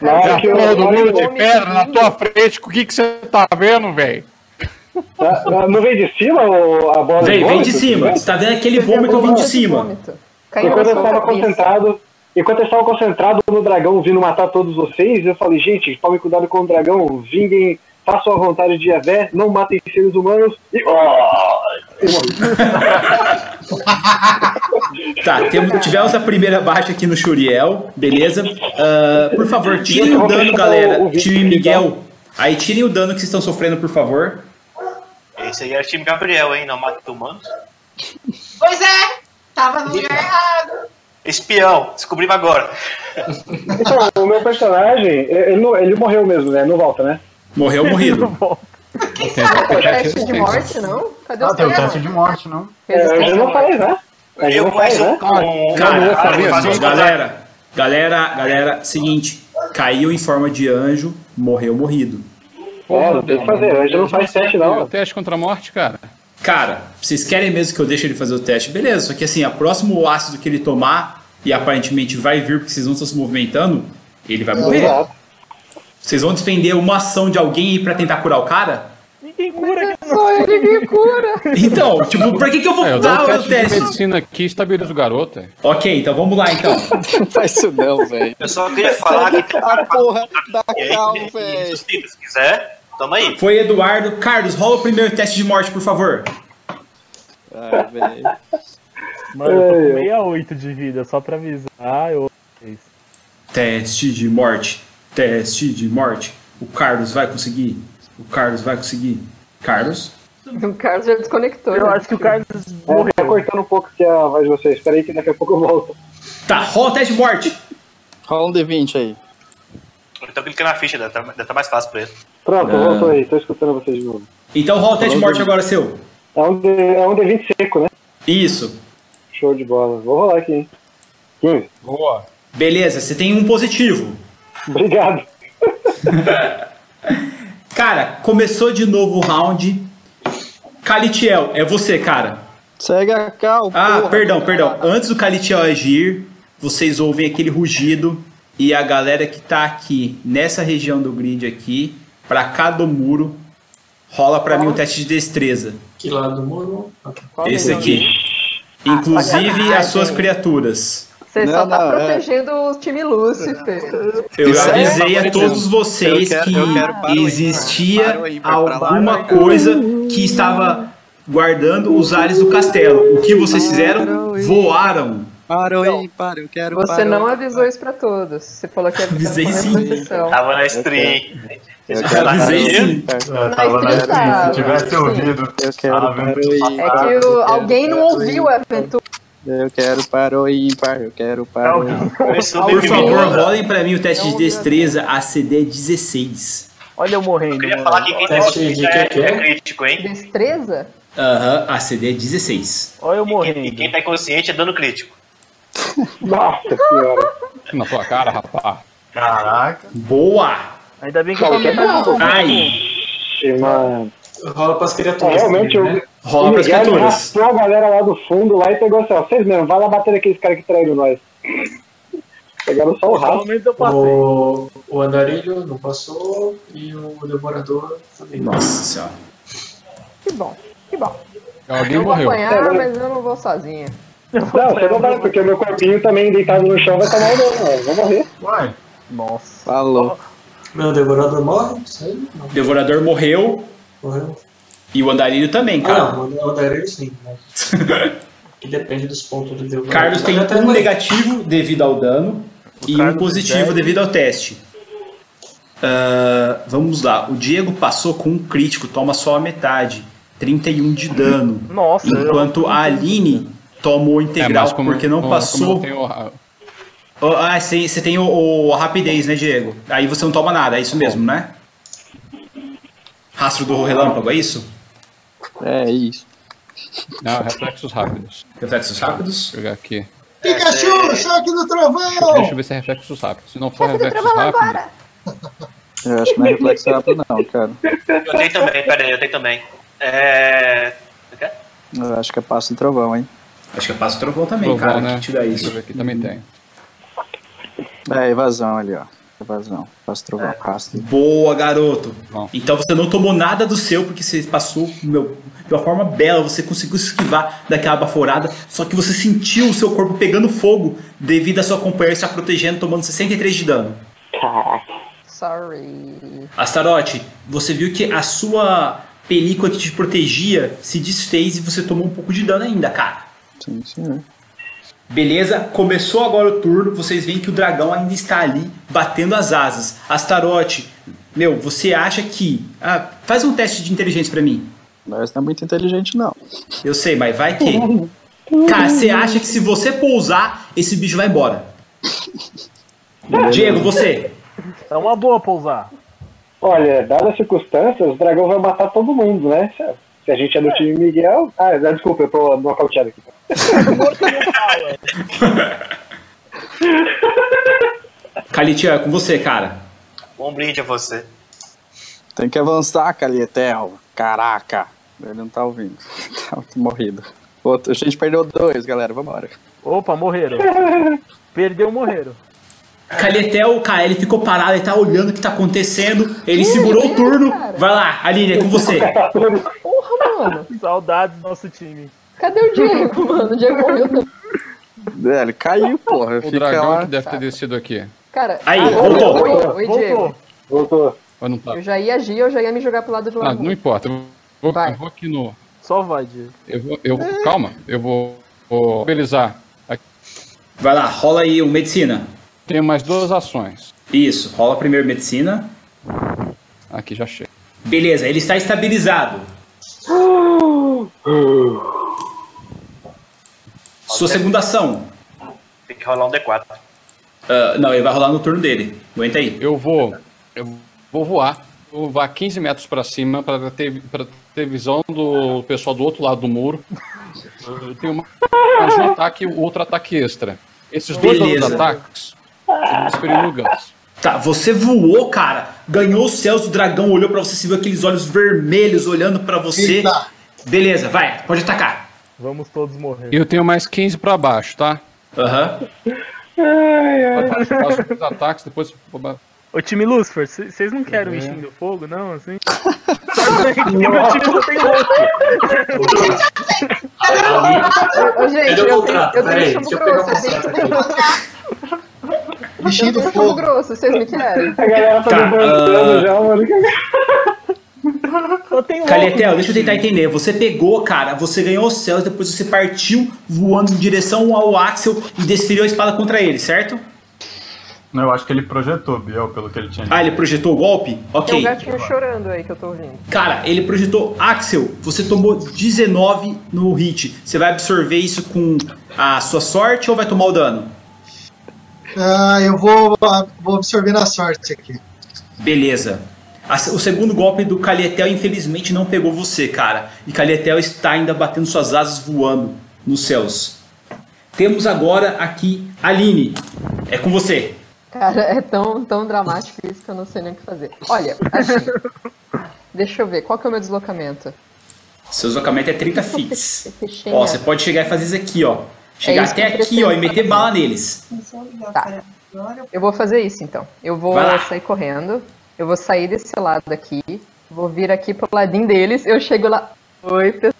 Na hora
Já
que eu-
todo
na hora
mundo
que
de
eu-
pedra na
assim.
tua frente. O que que você tá vendo, velho?
Na- na- Tá, ah, Não vem de cima ou a bola?
Vem,
do
vem
vômito?
de cima. Você tá vendo aquele vômito vindo de cima.
Caiu
enquanto
na
eu
sua
estava
cabeça.
concentrado, enquanto eu estava concentrado no dragão vindo matar todos vocês, eu falei, gente, tomem cuidado com o dragão, vinguem, façam a vontade de Javé, não matem seres humanos e. Oh! Eu morri.
Tá, temos, tivemos a primeira baixa aqui no Shuriel, beleza? Ah, por favor, tirem o dano, galera. Time Miguel. Aí tirem o dano que vocês estão sofrendo, por favor.
Esse aí era o time Gabriel, hein? Não mata humanos.
Pois é, tava no lugar errado.
Espião, descobrimos agora.
Então, o meu personagem, ele, não- ele morreu mesmo, né? Não volta, né?
Morreu morrido.
Cadê o teste de morte, não? Cadê o
Ah, tem o teste
teste?
de morte, não?
É, eu não falei, né?
Eu
não faz,
conheço
né?
um.
Cara,
um- um-
assim,
um-
galera, galera, galera, seguinte, caiu em forma de anjo, morreu morrido.
É, não tem o que fazer, anjo não faz teste, não.
O teste contra a morte, cara.
Cara, vocês querem mesmo que eu deixe ele fazer o teste? Beleza, só que assim, a próximo ácido que ele tomar, e aparentemente vai vir porque vocês não estão se movimentando, ele vai morrer.
Exato.
Vocês vão despender uma ação de alguém aí pra tentar curar o cara?
Ninguém cura aqui.
é Só ele que cura.
Então, tipo, pra que, que eu vou
É, eu dou
dar
um
o
teste,
teste?
de medicina aqui e estabilizo o garoto. é.
Ok, então vamos lá então.
Faz isso não, velho.
Eu só queria falar que.
A porra da cal,
velho. Se quiser, tamo aí.
Foi Eduardo. Carlos, rola o primeiro teste de morte, por favor.
Ah, velho.
Mano, eu tô
Ai,
É,
com
ai.
68 de vida, só pra avisar. Ah, eu.
Teste de morte. Teste de morte. O Carlos vai conseguir. O Carlos vai conseguir. Carlos?
O Carlos já desconectou. né? Eu acho
que o Carlos
É, tá cortando um pouco aqui a voz de vocês. Espera aí que daqui a pouco eu volto.
Tá, rola o teste de morte.
Rola um D20 aí.
Então clica na ficha, deve tá- deve tá mais fácil pra ele.
Pronto,
Não.
voltou aí, tô escutando vocês de novo.
Ah. Então rola o teste de morte agora, seu.
É um, D, é um D20 seco, né?
Isso.
Show de bola. Vou rolar aqui, hein? 15.
Boa.
Beleza, você tem um positivo.
Obrigado.
Cara, começou de novo o round. Calitiel, é você, cara.
Segue a cal.
Ah,
porra.
perdão, perdão. Antes do Calitiel agir, vocês ouvem aquele rugido e a galera que tá aqui nessa região do grid aqui, pra cá do muro, Rola pra mim um teste de destreza.
Que lado do muro?
é
Esse aqui.
Ah,
Inclusive as suas criaturas.
Você só
Não,
tá
não, é.
protegendo o time Lúcifer.
Eu
Isso é-
avisei a todos vocês
Eu quero-
que
eu quero para o ímpar.
existia alguma coisa que estava guardando os ares do castelo. O que vocês fizeram? Voaram.
Parou aí, parou, eu quero
Você
é
não avisou isso pra todos. Você falou que é
Avisei
pra
sim.
proteção.
Tava na stream.
Eu
quero-
avisei sim.
Eu tava na stream, se tivesse ouvido.
Eu quero parou
É que o- alguém não ouviu a aventura.
Eu quero parou ímpar, eu quero parou
Por favor, rolem pra mim o teste de destreza ACD 16.
Olha eu morrendo. Eu
queria falar que quem tem
de
mosquito
que
é,
que é?
é crítico, hein?
Destreza?
Aham, ACD 16.
Olha eu
morrendo. E quem tá inconsciente é dano crítico.
Nossa senhora.
Na tua cara, rapaz.
Caraca.
Boa!
Ainda bem que
Não,
eu
que bom. Mano.
Rola pras criaturas.
É, realmente, eu,
né?
o Miguel arrastou a galera lá do fundo lá e pegou assim, ó, vocês mesmo, vai lá bater naqueles caras que traíram nós. Pegaram só o rato.
O, o andarilho não passou e o devorador também.
Nossa senhora.
Que bom, que bom.
Alguém
eu vou
morreu.
apanhar, mas eu não vou sozinha.
Não, você não vai, porque meu corpinho também deitado no chão vai tomar o dano, ó, eu vou morrer.
Uai.
Nossa.
Falou.
Meu devorador morre? Isso aí? Não.
Devorador morreu.
Morreu.
E o andarilho também,
Ah,
cara.
não, o andarilho sim. Né? que depende dos pontos do devorador.
Carlos tem
Mas até
um
morrer.
negativo devido ao dano e um positivo
dez.
devido ao teste. Ah, vamos lá. O Diego passou com um crítico, toma só a metade. 31 de dano.
Nossa.
Enquanto a Aline tomou integral,
É, mas como-
porque não
como-
passou.
como eu
Oh, ah, você você tem o, o- a rapidez, né, Diego? Aí você não toma nada, é isso mesmo, né? Rastro do relâmpago, é isso?
É isso.
Não, Ah, reflexos rápidos.
Reflexos rápidos?
Vou jogar aqui.
Pikachu, choque do
Deixa eu
trovão!
ver se é reflexos rápidos. Se não for
tá
reflexos rápidos.
Eu acho que não é reflexo rápido não, cara.
Eu tenho também, pera aí, eu tenho também. É.
Eu acho que é passo do trovão, hein?
Acho que é passo do trovão também,
Trovão,
cara,
né?
que tira
Deixa eu
isso.
ver aqui, também tem.
É, evasão ali, ó. Evasão. Passo do trovão, rastro.
Boa, garoto. Então você não tomou nada do seu, porque você passou meu, de uma forma bela, você conseguiu se esquivar daquela baforada, só que você sentiu o seu corpo pegando fogo devido à sua companheira estar protegendo, tomando 63 de dano.
Sorry.
Astarote, você viu que a sua película que te protegia se desfez e você tomou um pouco de dano ainda, cara.
Sim, é. senhor.
Beleza, começou agora o turno, vocês veem que o dragão ainda está ali batendo as asas. Astarote, meu, você acha que. Ah, faz um teste de inteligência pra mim.
Mas não é muito inteligente, não.
Eu sei, mas vai que. Cara, você acha que se você pousar, esse bicho vai embora. Diego, você.
É uma boa pousar.
Olha, dadas as circunstâncias, o dragão vai matar todo mundo, né? Se- Se a gente é do time Miguel. Ah, não, desculpa, eu tô nocauteado aqui.
Calitia, é com você, cara.
Um brinde a você.
Tem que avançar, Calietel. Caraca. Ele não tá ouvindo. Tá muito morrido. Outro, a gente perdeu dois, galera. Vambora.
Opa, morreram. Perdeu, morreram.
Calietel, cara, ele ficou parado, ele tá olhando o que tá acontecendo. Ele segurou o turno. Vai lá, Aline, é com você.
Porra, mano.
Saudades do nosso time.
Cadê o Diego, mano? O Diego morreu também.
É, ele caiu, porra.
O
fica
dragão
lá.
que deve ter descido aqui.
Cara,
Aí,
ah,
voltou.
Oi,
Voltou.
oi, Diego.
Voltou. Eu não, tá.
Eu já ia agir, eu já ia me jogar pro lado de lá.
Ah, não importa. Eu vou, eu vou aqui no.
Só vai, Diego.
Eu vou, eu, Calma, eu vou, vou mobilizar. Aqui.
Vai lá, rola aí o medicina.
Tenho mais duas ações.
Isso, rola primeiro medicina.
Aqui já chega.
Beleza, ele está estabilizado. Sua segunda ação.
Tem que rolar um D4.
Ah, não, ele vai rolar no turno dele. Aguenta aí.
Eu vou. Eu vou voar. Vou voar 15 metros pra cima pra ter, pra ter visão do pessoal do outro lado do muro. Eu tenho uma- mais um ataque e outro ataque extra. Esses dois
Beleza.
outros ataques são meus perinugans.
Tá, você voou, cara. Ganhou os céus, o dragão olhou pra você, você viu aqueles olhos vermelhos olhando pra você. Beleza, vai, pode atacar.
Vamos todos morrer.
Eu tenho mais 15 pra baixo, tá?
Aham.
Faço os ataques, depois
Ô time Lucifer, c- vocês não querem o bichinho do fogo, não? Assim? Porque meu time não tem outro.
Ô, gente,
Cadê o
eu tenho,
contrato?
eu tenho
Peraí,
chumbo
deixa eu pegar o
grosso, a gente tem
Bichinho
do fogo. grosso, vocês me querem.
A galera tá,
Tá,
me perguntando
ah,
já, mano.
Eu tenho
Calhetel, deixa eu tentar entender. Você pegou, cara, você ganhou os céus, depois você partiu voando em direção ao Axel e desferiu a espada contra ele, certo?
Não, eu acho que ele projetou, Biel, pelo que ele tinha
Ah, ele projetou o golpe?
Tem um
Ok.
gatinho chorando aí que eu tô ouvindo.
Cara, ele projetou Axel, você tomou 19 no hit. Você vai absorver isso com a sua sorte ou vai tomar o dano?
Ah, eu vou, vou absorver na sorte aqui.
Beleza. A- O segundo golpe do Calietel, infelizmente, não pegou você, cara. E Calietel está ainda batendo suas asas voando nos céus. Temos agora aqui Aline. É com você.
Cara, é tão, tão dramático isso que eu não sei nem o que fazer. Olha, assim, deixa eu ver, qual que é o meu deslocamento?
Seu deslocamento é 30 feet.
Fechei.
Ó, você pode chegar e fazer isso aqui, ó.
É
Chegar
isso que
até
eu
aqui, ó, e
pretendo
meter bala neles.
Tá. Eu vou fazer isso então. Eu vou
Vai lá.
sair correndo. Eu vou sair desse lado aqui. Vou vir aqui pro ladinho deles. Eu chego lá. Oi, pessoal.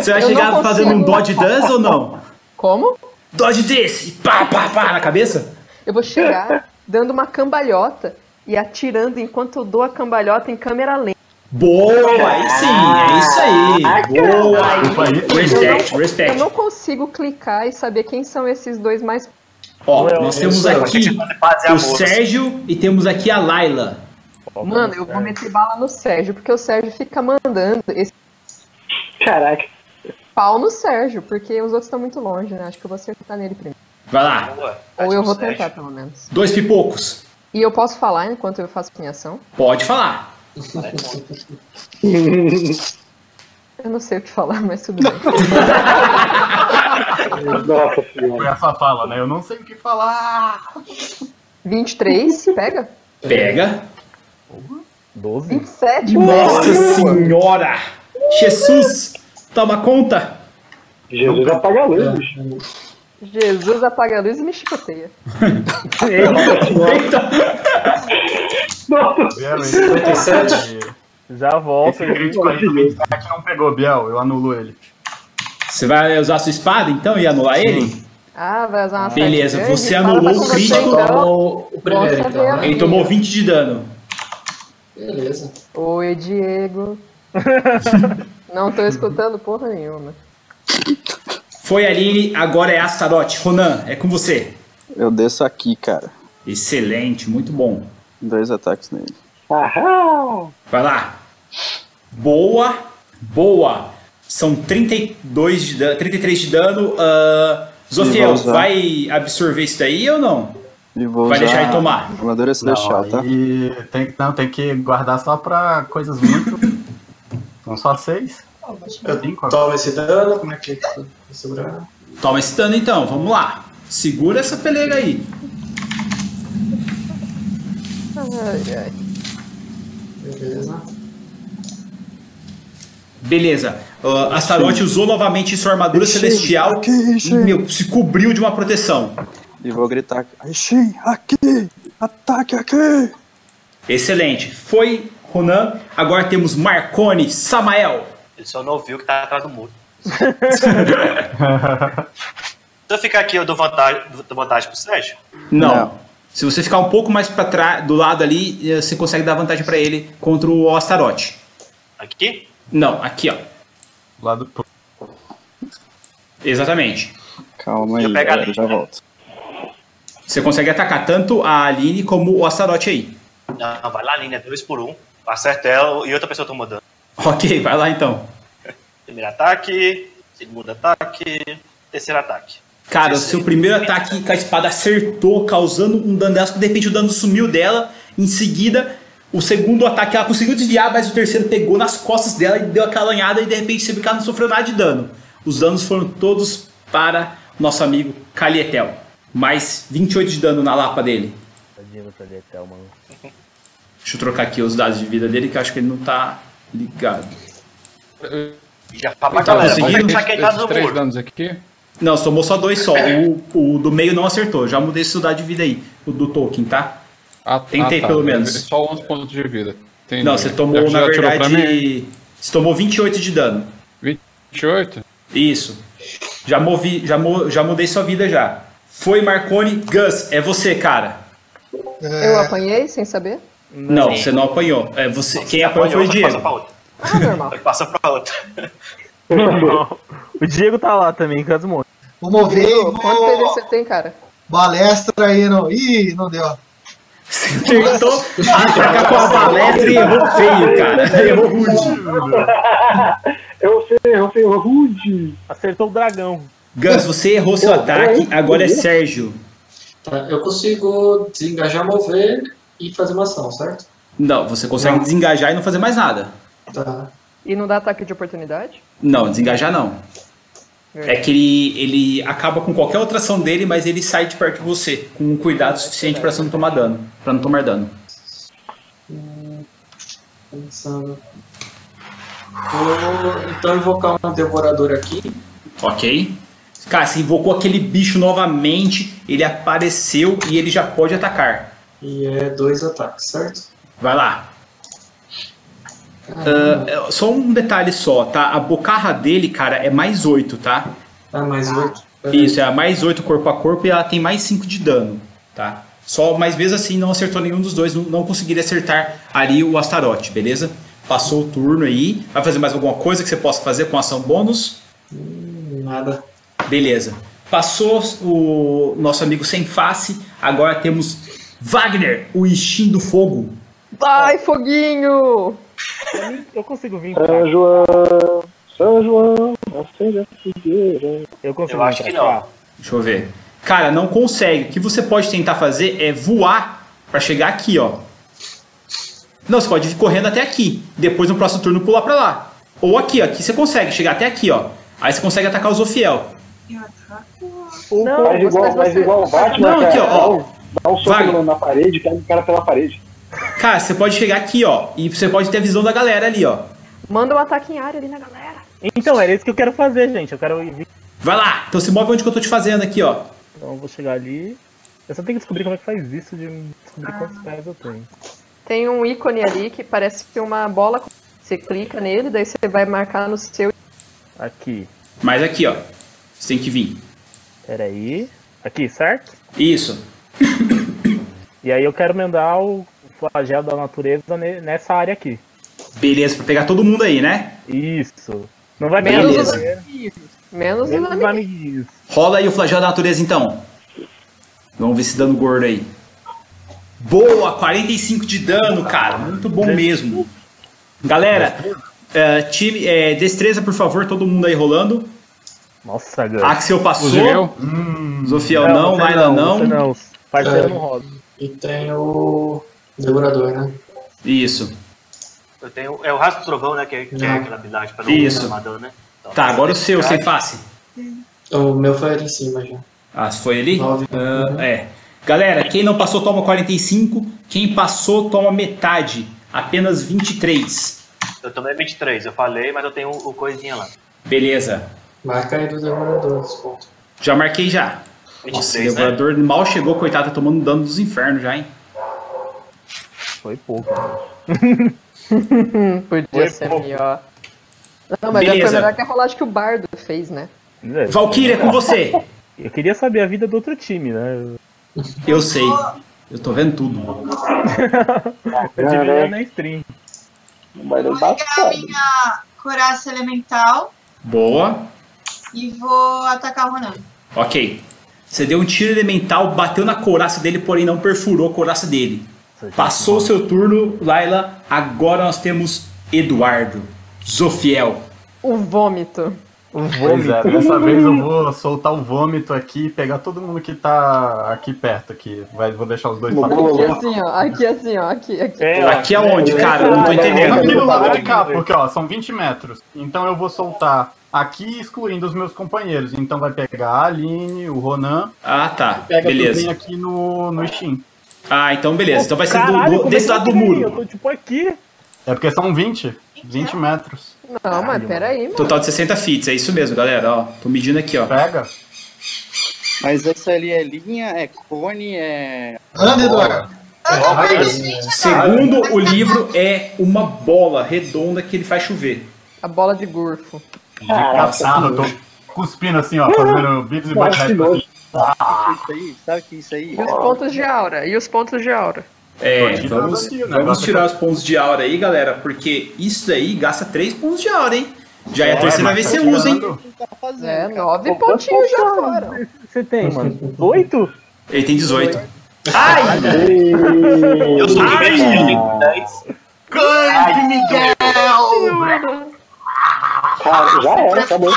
Você vai
Eu
chegar
não
fazendo um
consigo.
dodge dance ou não?
Como?
Dodge desse! Pá, pá, pá, na cabeça?
Eu vou chegar dando uma cambalhota e atirando enquanto eu dou a cambalhota em câmera lenta.
Ah,
Boa, aí sim, é isso aí. Boa.
Eu
Respect,
não- Eu
respect.
não consigo clicar e saber quem são esses dois mais.
Ó, nós temos aqui o
amor.
Sérgio e temos aqui a Laila.
Mano, eu vou meter bala no Sérgio, porque o Sérgio fica mandando esse.
Caraca.
Pau no Sérgio, porque os outros estão muito longe, né? Acho que eu vou acertar nele primeiro.
Vai lá,
Ou eu vou tentar, pelo menos.
dois pipocos.
E eu posso falar enquanto eu faço minha ação?
Pode falar.
Eu não sei o que falar, mas tudo bem.
Nossa senhora. Foi essa fala, né? Eu não sei o que falar.
23, pega?
Pega.
12.
27,
Nossa
pega.
senhora! Jesus! Toma conta!
Jesus apaga a luz,
Jesus apaga a luz e me chicoteia.
Biel, esse 57.
Já volto.
Esse crítico aí do 27 não pegou, Biel. Eu anulo ele.
Você vai usar a sua espada então e anular ele?
Ah, vai usar uma
Beleza,
sete grande?
você é
Fala
anulou
com
o
você,
crítico.
então.
primeiro,
Bom saber,
então, né?
Ele tomou 20 de dano.
Beleza.
Oi, Diego. não tô escutando porra nenhuma.
Foi Aline, agora é Astaroth. Ronan, é com você.
Eu desço aqui, cara.
Excelente, muito bom.
Dois ataques nele.
Aham.
Vai lá. Boa, boa. São 32 de dano, 33 de dano. Ah,
E vai
Zofiel,
usar.
vai absorver isso daí ou não?
E vou
Vai
usar
deixar ele tomar. é
Armadura celestial, tá?
E tem, que- não, tem que guardar só pra coisas muito. São só seis.
Ah, Eu tomo esse dano, como é que vou segurar?
Toma esse dano então, vamos lá. Segura essa pelega aí.
Ai, ai.
Beleza.
Beleza. Ah, Astaroth usou novamente sua armadura celestial e meu, se cobriu de uma proteção.
E vou gritar. Aishin, aqui! Ataque aqui!
Excelente. Foi Ronan. Agora temos Marconi, Samael.
Ele só não viu que tá atrás do muro. Se eu ficar aqui, eu dou vantagem, dou vantagem pro Sérgio?
Não. Se você ficar um pouco mais para trás do lado ali, eh, você consegue dar vantagem para ele contra o Astaroth.
Aqui?
Não, aqui ó.
Lado
Exatamente.
Calma aí,
Deixa eu pegar
galera,
ali.
já volto.
Você consegue atacar tanto a Aline como o Astaroth aí.
Não, vai lá, linha, dois por um. Acerta ela e outra pessoa tá toma dano.
Ok, vai lá então.
Primeiro ataque, segundo ataque, terceiro ataque.
Cara, o seu primeiro ataque com a espada acertou, causando um dano dela, só que de repente o dano sumiu dela. Em seguida, o segundo ataque ela conseguiu desviar, mas o terceiro pegou nas costas dela e deu aquela lanhada e de repente você ficar não sofreu nada de dano. Os danos foram todos para nosso amigo Calietel. Mais 28 de dano na lapa dele.
Tadinho do Calhetel, mano.
Deixa eu trocar aqui os dados de vida dele, que eu acho que ele não tá ligado.
Já pra
Tá
galera,
conseguindo?
vamos deixar quem tá
Esses
no
três
muro.
danos aqui.
Não, você tomou só dois só. O, o do meio não acertou. Já mudei esse dado de vida aí. O do Tolkien, tá?
Ah,
Tentei
ah, tá.
pelo menos.
Só 11 pontos de vida. Entendi.
Não, você
Já
tomou,
que
na
já tirou pra mim?
verdade. Você tomou 28 de dano.
28?
Isso. Já movi, já, mo- já mudei sua vida já. Foi Marconi, Gus, é você, cara.
Eu apanhei sem saber?
Não, você não apanhou. É você, quem apanhou foi o Diego.
Ah, normal.
Passa pra outra.
o Diego tá lá também, caso morra.
Vou mover e
Quanto
vou.
PD você tem, cara?
Balestra aí, não. Ih, não deu.
Tentou atacar com a balestra e errou feio, cara. Errou rude.
Eu sei, eu sei, rude. Acertou o dragão.
Gus, você errou seu
Pô,
ataque,
errei.
agora é Sérgio.
Tá, eu consigo desengajar, mover e fazer uma ação, certo?
Não, você consegue desengajar e não fazer mais nada.
Tá.
E não dá ataque de oportunidade?
Não, desengajar não. É que ele, ele acaba com qualquer outra ação dele, mas ele sai de perto de você, com um cuidado suficiente pra você não tomar dano, para não tomar dano.
Pensando. Vou então invocar um devorador aqui.
Ok? Cara, você invocou aquele bicho novamente, ele apareceu e ele já pode atacar.
E é dois ataques, certo?
Vai lá. Ah, é, só um detalhe só, tá? A bocarra dele, cara, é mais 8, tá?
Ah, mais 8.
Isso, é a mais 8 corpo a corpo e ela tem mais 5 de dano, tá? Só, mas mesmo assim não acertou nenhum dos dois, não, não conseguiria acertar ali o Astaroth, beleza? Passou o turno aí. Vai fazer mais alguma coisa que você possa fazer com ação bônus?
Nada.
Beleza. Passou o nosso amigo sem face. Agora temos Wagner, o Ishin do Fogo.
Vai, foguinho!
Eu consigo vir.
São João, São João, acende a fogueira.
Eu
Eu acho que não.
Deixa eu ver. Cara, não consegue. O que você pode tentar fazer é voar pra chegar aqui, ó. Não, você pode ir correndo até aqui. Depois no próximo turno pular pra lá. Ou aqui, ó. Aqui você consegue chegar até aqui, ó. Aí você consegue atacar o Zofiel.
Não,
Mas igual, mas igual o Batman,
Não,
cara,
aqui, ó,
dá
ó.
um, dá um soco no- na parede, pega o cara pela parede.
Cara, você pode chegar aqui, ó. E você pode ter a visão da galera ali, ó.
Manda um ataque em área ali na galera.
Então, era isso que eu quero fazer, gente. Eu quero ir.
Vai lá! Então se move onde que eu tô te fazendo aqui, ó.
Então, eu vou chegar ali. Eu só tenho que descobrir como é que faz isso, de descobrir
Ah.
quantos pés eu tenho.
Tem um ícone ali que parece que uma bola. Você clica nele, daí você vai marcar no seu.
Aqui.
Mas aqui, ó. Você tem que vir.
Peraí. Aqui, certo?
Isso.
E aí eu quero mandar o flagelo da natureza ne- nessa área aqui.
Beleza, pra pegar todo mundo aí, né?
Isso. Não vai pegar
Menos os
Beleza.
amiguinhos. Menos os
Menos os
amiguinhos.
amiguinhos.
Rola aí o flagelo da natureza então. Vamos ver se dano gordo aí. Boa, 45 de dano, cara. Muito bom mesmo. Galera, eh, time, eh, destreza, por favor, todo mundo aí rolando.
Nossa, Gus.
Axel passou. Hum.
Uziel?
Zofiel não,
você
Laila não.
você não. Parceiro não rola.
É. E tem o devorador, né?
Isso.
Eu tenho, é o rastro do trovão, né? Que, que é
Não.
aquela habilidade pra não
Isso.
tomar dano, né? Então,
Tá, agora o seu,
cara,
sem face.
O meu foi ali em cima já.
Ah, foi ali? Ah, é. Galera, quem não passou toma 45, quem passou toma metade, apenas 23.
Eu tomei 23, eu falei, mas eu tenho o coisinha lá.
Beleza.
Marca aí do devorador, desconto.
Já marquei já. Nossa, o
23, né?
devorador mal chegou, coitado, tá tomando dano dos infernos já, hein?
Foi pouco.
Podia
Foi
ser
pouco.
melhor. Não, mas
Beleza.
foi melhor que a rolagem que o Bardo fez, né?
Valkyria, é com você.
Eu queria saber a vida do outro time, né?
Eu sei. Eu tô vendo tudo.
Eu tive olhando na stream.
Vai
Pegar a minha coraça elemental
Boa.
e vou atacar o Ronan.
Ok. Você deu um tiro elemental, bateu na couraça dele, porém não perfurou a couraça dele. Passou o seu turno, Laila. Agora nós temos Eduardo. Zofiel.
O vômito.
Um
Pois
vômito.
é,
dessa vez eu vou soltar o vômito aqui e pegar todo mundo que tá aqui perto aqui. Vai, vou deixar os dois pra
Aqui assim, ó. Aqui assim, ó. Aqui, aqui.
É,
Aqui
aonde, cara? Eu não tô entendendo.
Aqui do lado de cá, porque ó, são 20 metros. Então eu vou soltar aqui, excluindo os meus companheiros. Então vai pegar a Aline, o Ronan.
Ah, tá.
Pega também
Beleza.
aqui no, no Steam.
Ah, então beleza. Então vai ser do-
Caralho,
do-
como é
desse
que
lado do
eu
muro.
peguei?
Eu tô tipo aqui.
É porque são 20. 20
né?
metros.
Não, mas peraí, mano.
Total de 60 fits, é isso mesmo, galera. Ó, tô medindo aqui, ó.
Pega.
Mas essa ali é linha, é cone, é.
Anda, Eduardo.
Segundo o livro, é uma bola redonda que ele faz chover.
A bola de gorfo.
De caçado, eu tô cuspindo assim, ó, fazendo bifes e assim. botar.
Isso aí, sabe que é isso aí?
E os pontos de aura? E os pontos de aura?
É,
Tô tirando
vamos,
aqui, o
vamos
negócio
tirar
tá-
os pontos de aura aí, galera, porque isso daí gasta 3 pontos de aura, hein? Já é, a
É,
terceira
mas
vez
tá
que você usa, hein?
tirando.
É, nove pontinhos já foram.
Você tem, mano? Oito?
Ele tem 18.
Ai!
Eu sou
Cães de
Miguel!
Cara, já era, acabou.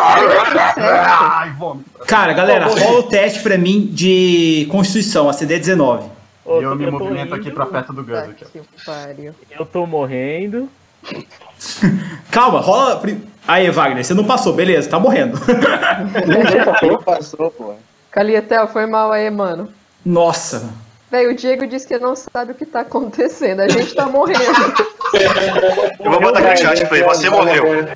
Ai, vômito.
Cara, galera,
Por favor.
rola o teste pra mim de Constituição, a é CD 19.
E eu me movimento aqui pra perto do Gus. aqui, ó.
Eu tô morrendo.
Calma, rola. pri- Aí, Wagner, você não passou, beleza, tá morrendo.
Passou, pô.
Calietel, foi mal aí, mano.
Nossa.
Véi, o Diego disse que não sabe o que tá acontecendo. A gente tá morrendo.
Eu vou botar aqui no chat pra ele. Você morreu.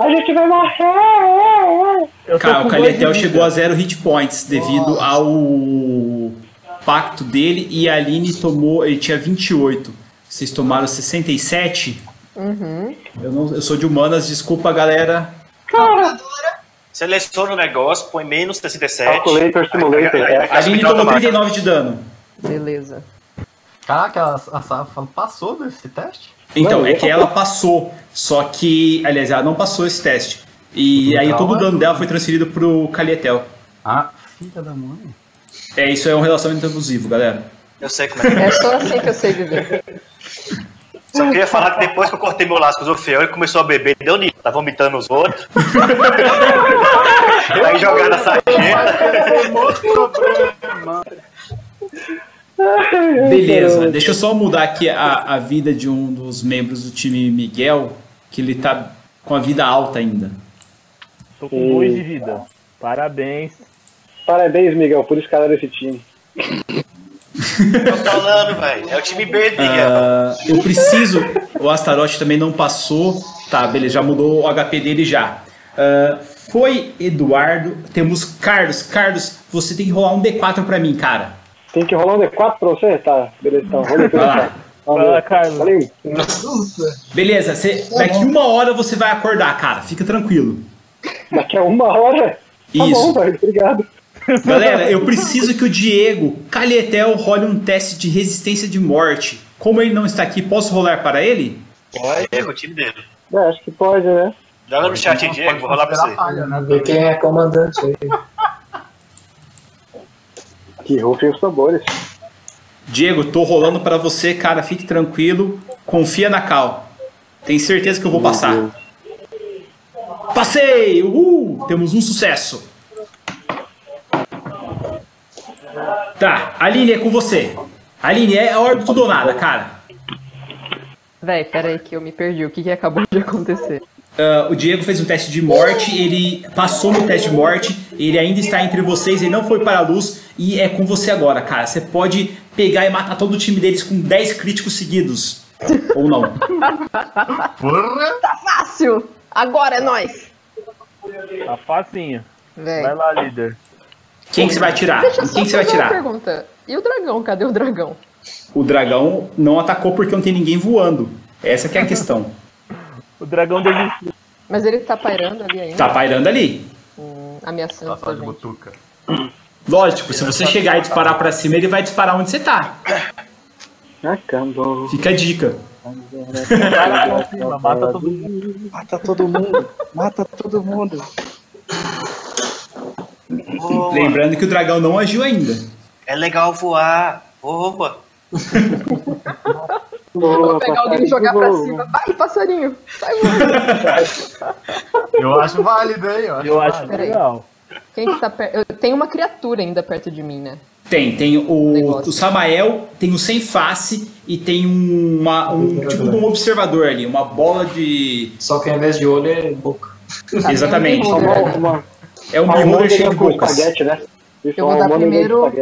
A gente vai é, morrer!
Cara, o Calietel
dois
chegou a zero hit points devido ao pacto dele e a Aline tomou. Ele tinha 28. Vocês tomaram 67?
Uhum.
Eu, não, eu sou de humanas, desculpa, galera.
Seleciona o negócio, põe menos 67.
Calculator, simulator.
A Aline tomou 39 de dano.
Beleza.
Caraca, a, a Safa passou desse teste?
Então, é que ela passou, só que. Aliás, ela não passou esse teste. E aí todo o dano dela foi transferido pro Calietel.
Ah, filha da mãe.
É, isso é um relacionamento abusivo, galera.
Eu sei como é que
É só assim que eu sei viver.
Só queria falar que depois que eu cortei meu laço com o Zofeu, ele começou a beber, deu nisso. Tá vomitando os outros. Aí jogando a
Beleza, deixa eu só mudar aqui a, a vida de um dos membros do time Miguel, que ele tá com a vida alta ainda.
Tô com dois de vida. Parabéns.
Parabéns, Miguel, por escalar esse time.
Tô falando, velho. É o time B, Miguel.
Ah, eu preciso. O Astaroth também não passou. Tá, beleza, já mudou o HP dele já. Ah, foi Eduardo. Temos Carlos. Carlos, você tem que rolar um D4 pra mim, cara.
Tem que rolar um D4 pra você? Tá, beleza, então. Vou
Vai lá.
depois. Fala, Carlos. Valeu.
Beleza, você- daqui uma hora você vai acordar, cara. Fica tranquilo.
Daqui a uma hora? Tá
Isso.
bom, velho, obrigado.
Galera, eu preciso que o Diego Calhetel role um teste de resistência de morte. Como ele não está aqui, posso rolar para ele?
É o time dele.
É, acho que pode, né?
Joga no chat aí, Diego, vou rolar pra você.
Ver quem é comandante aí.
Que rufem os tambores.
Diego, tô rolando para você, cara. Fique tranquilo. Confia na Cal. Tem certeza que eu vou passar. Passei! Uhul! Temos um sucesso. Tá, Aline, é com você. Aline, é a hora do tudo ou nada, cara.
Véi, pera aí que eu me perdi. O que, que acabou de acontecer?
Ah, o Diego fez um teste de morte, ele passou no teste de morte, ele ainda está entre vocês, ele não foi para a luz e é com você agora, cara. Você pode pegar e matar todo o time deles com 10 críticos seguidos. Ou não.
Tá fácil! Agora é nóis!
Tá facinho.
Véi.
Vai lá, líder.
Quem que você vai atirar?
Deixa eu
Em
só
quem que você vai
fazer uma
atirar?
pergunta. E o dragão? Cadê o dragão?
O dragão não atacou porque não tem ninguém voando. Essa que é a questão.
O dragão desistiu.
Mas ele tá pairando ali ainda.
Tá pairando ali.
Hum, ameaçando
Tá
a gente.
Lógico, se você chegar e disparar pra cima, ele vai disparar onde você tá.
É Acabou.
Fica a dica.
né? Mata todo mundo. Mata todo mundo. Mata todo mundo.
Lembrando que o dragão não agiu ainda.
É legal voar. Opa.
Vou pegar alguém e jogar pra cima. Vai, passarinho! Sai voando!
Eu acho válido aí, ó.
Eu acho
Peraí.
legal.
Quem que tá perto? Tem uma criatura ainda perto de mim, né?
Tem, tem o, o Samael, tem o Sem Face e tem um- uma, um tipo de um observador ali, uma bola de.
Só que ao invés de olho é boca.
Exatamente.
tá
É um
Uma
beholder
manga
cheio de
com
bocas.
espaguete, né?
Eu
Ah,
vou dar
um
primeiro.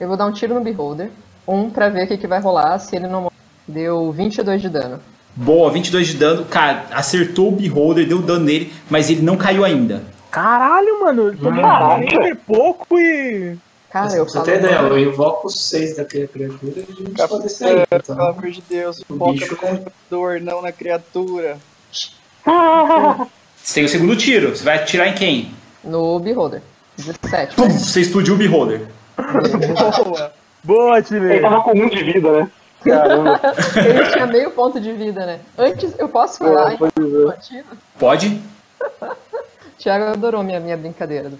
Eu vou dar um tiro no beholder. Um pra ver o que, que vai rolar se ele não morrer. Deu 22 de dano.
Boa, 22 de dano. Cara, acertou o Beholder, deu dano nele, mas ele não caiu ainda.
Caralho, mano, eu tomei
Caraca.
30 e pouco e. Ah,
Cara,
eu Você tem ideia, eu invoco os seis daquela criatura e a gente
Tá
pode sair.
É,
Então.
Pelo amor de Deus, foca
bicho
no computador, não na criatura.
Você tem o segundo tiro. Você vai atirar em quem?
No Beholder. 17.
Pum, você explodiu o beholder.
Boa.
Boa, time.
Ele tava
com um de vida, né?
Caramba.
Ele tinha meio ponto de vida, né? Antes, eu posso
É,
falar, hein?
Pode?
Thiago adorou minha, minha brincadeira.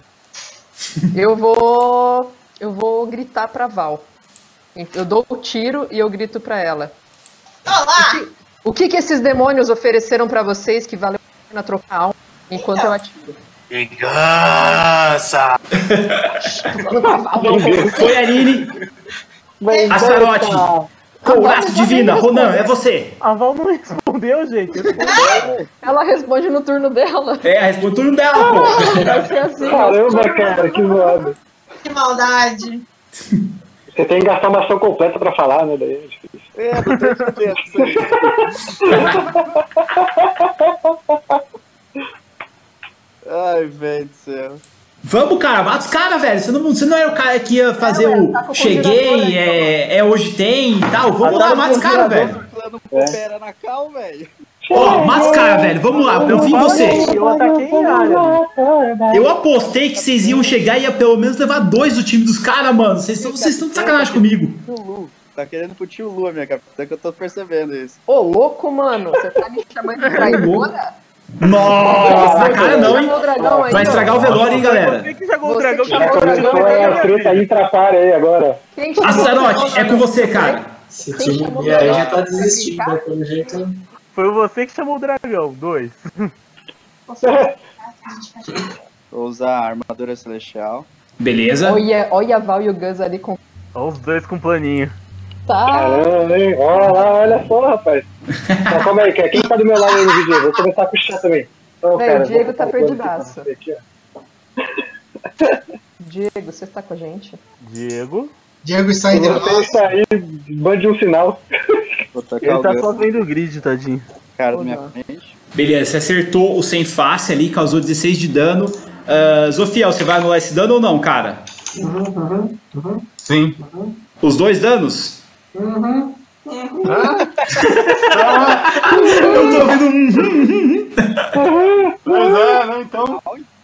Eu vou. Eu vou gritar pra Val. Eu dou o tiro e eu grito pra ela. O que, o que que esses demônios ofereceram pra vocês que valeu a pena trocar alma enquanto eu atiro?
Vingança!
Foi a Aline. Ah, Astarote. Couraço divina. Ronan, é você.
A Val não respondeu, gente.
Ela responde no turno dela.
É, responde tudo dela, pô.
Vai ser assim.
Caramba, cara, que zoado.
Que maldade.
Você tem que gastar uma ação completa pra falar, né? Daí é difícil.
Ai, velho do céu.
Vamos, cara, mata os caras, velho. Você não, você não era o cara que ia fazer
ué,
o
tá com o girador
cheguei,
aí,
é, é hoje tem e tal. Vamos lá,
um
mata os caras, velho.
Pera na cal, velho.
Ó, mata os caras, velho. Vamos lá, eu vi em vocês.
Eu ataquei em área.
Eu apostei que vocês iam chegar e ia pelo menos levar dois do time dos caras, mano. Vocês estão vocês estão de sacanagem comigo.
Tio Lu. Tá querendo pro tio Lu, minha capitã, que eu tô percebendo isso.
Ô, louco, mano. Você tá me chamando de traidora?
Nossa,
Você
cara,
que
não, hein?
jogou o dragão aí,
Vai
ó.
estragar o velório, hein, galera.
Quem que jogou o dragão? é,
Já começou a treta tá aí, trapalha aí agora.
Quem
Astarote, é com você, cara.
Se te e aí já tá desistindo, né, pelo jeito.
Foi você que chamou o dragão, dois.
Vou usar a armadura celestial.
Beleza.
Olha, olha a Val e o Gus ali com.
Ó, os dois com planinho.
Tá.
Caramba, hein? Olha lá, olha só, rapaz. Mas calma aí, cara. quem tá do meu lado aí no vídeo? Vou começar a puxar também. Ô,
Véi,
cara,
o Diego tá
vou botar
perdidaço.
uma coisa aqui, ó.
Diego, você está com a gente?
Diego.
Diego sai de
Você sair, mande um sinal.
Ele tá só vendo o grid, tadinho.
Cara da minha frente.
Beleza, você acertou o sem face ali, causou 16 de dano. Ah, Zofiel, você vai anular esse dano ou não, cara?
Uhum, uhum,
Sim. Os dois danos?
uhum, uhum.
Ah.
Eu tô
Uhum.
ouvindo hum,
um. Mas é, né? Então,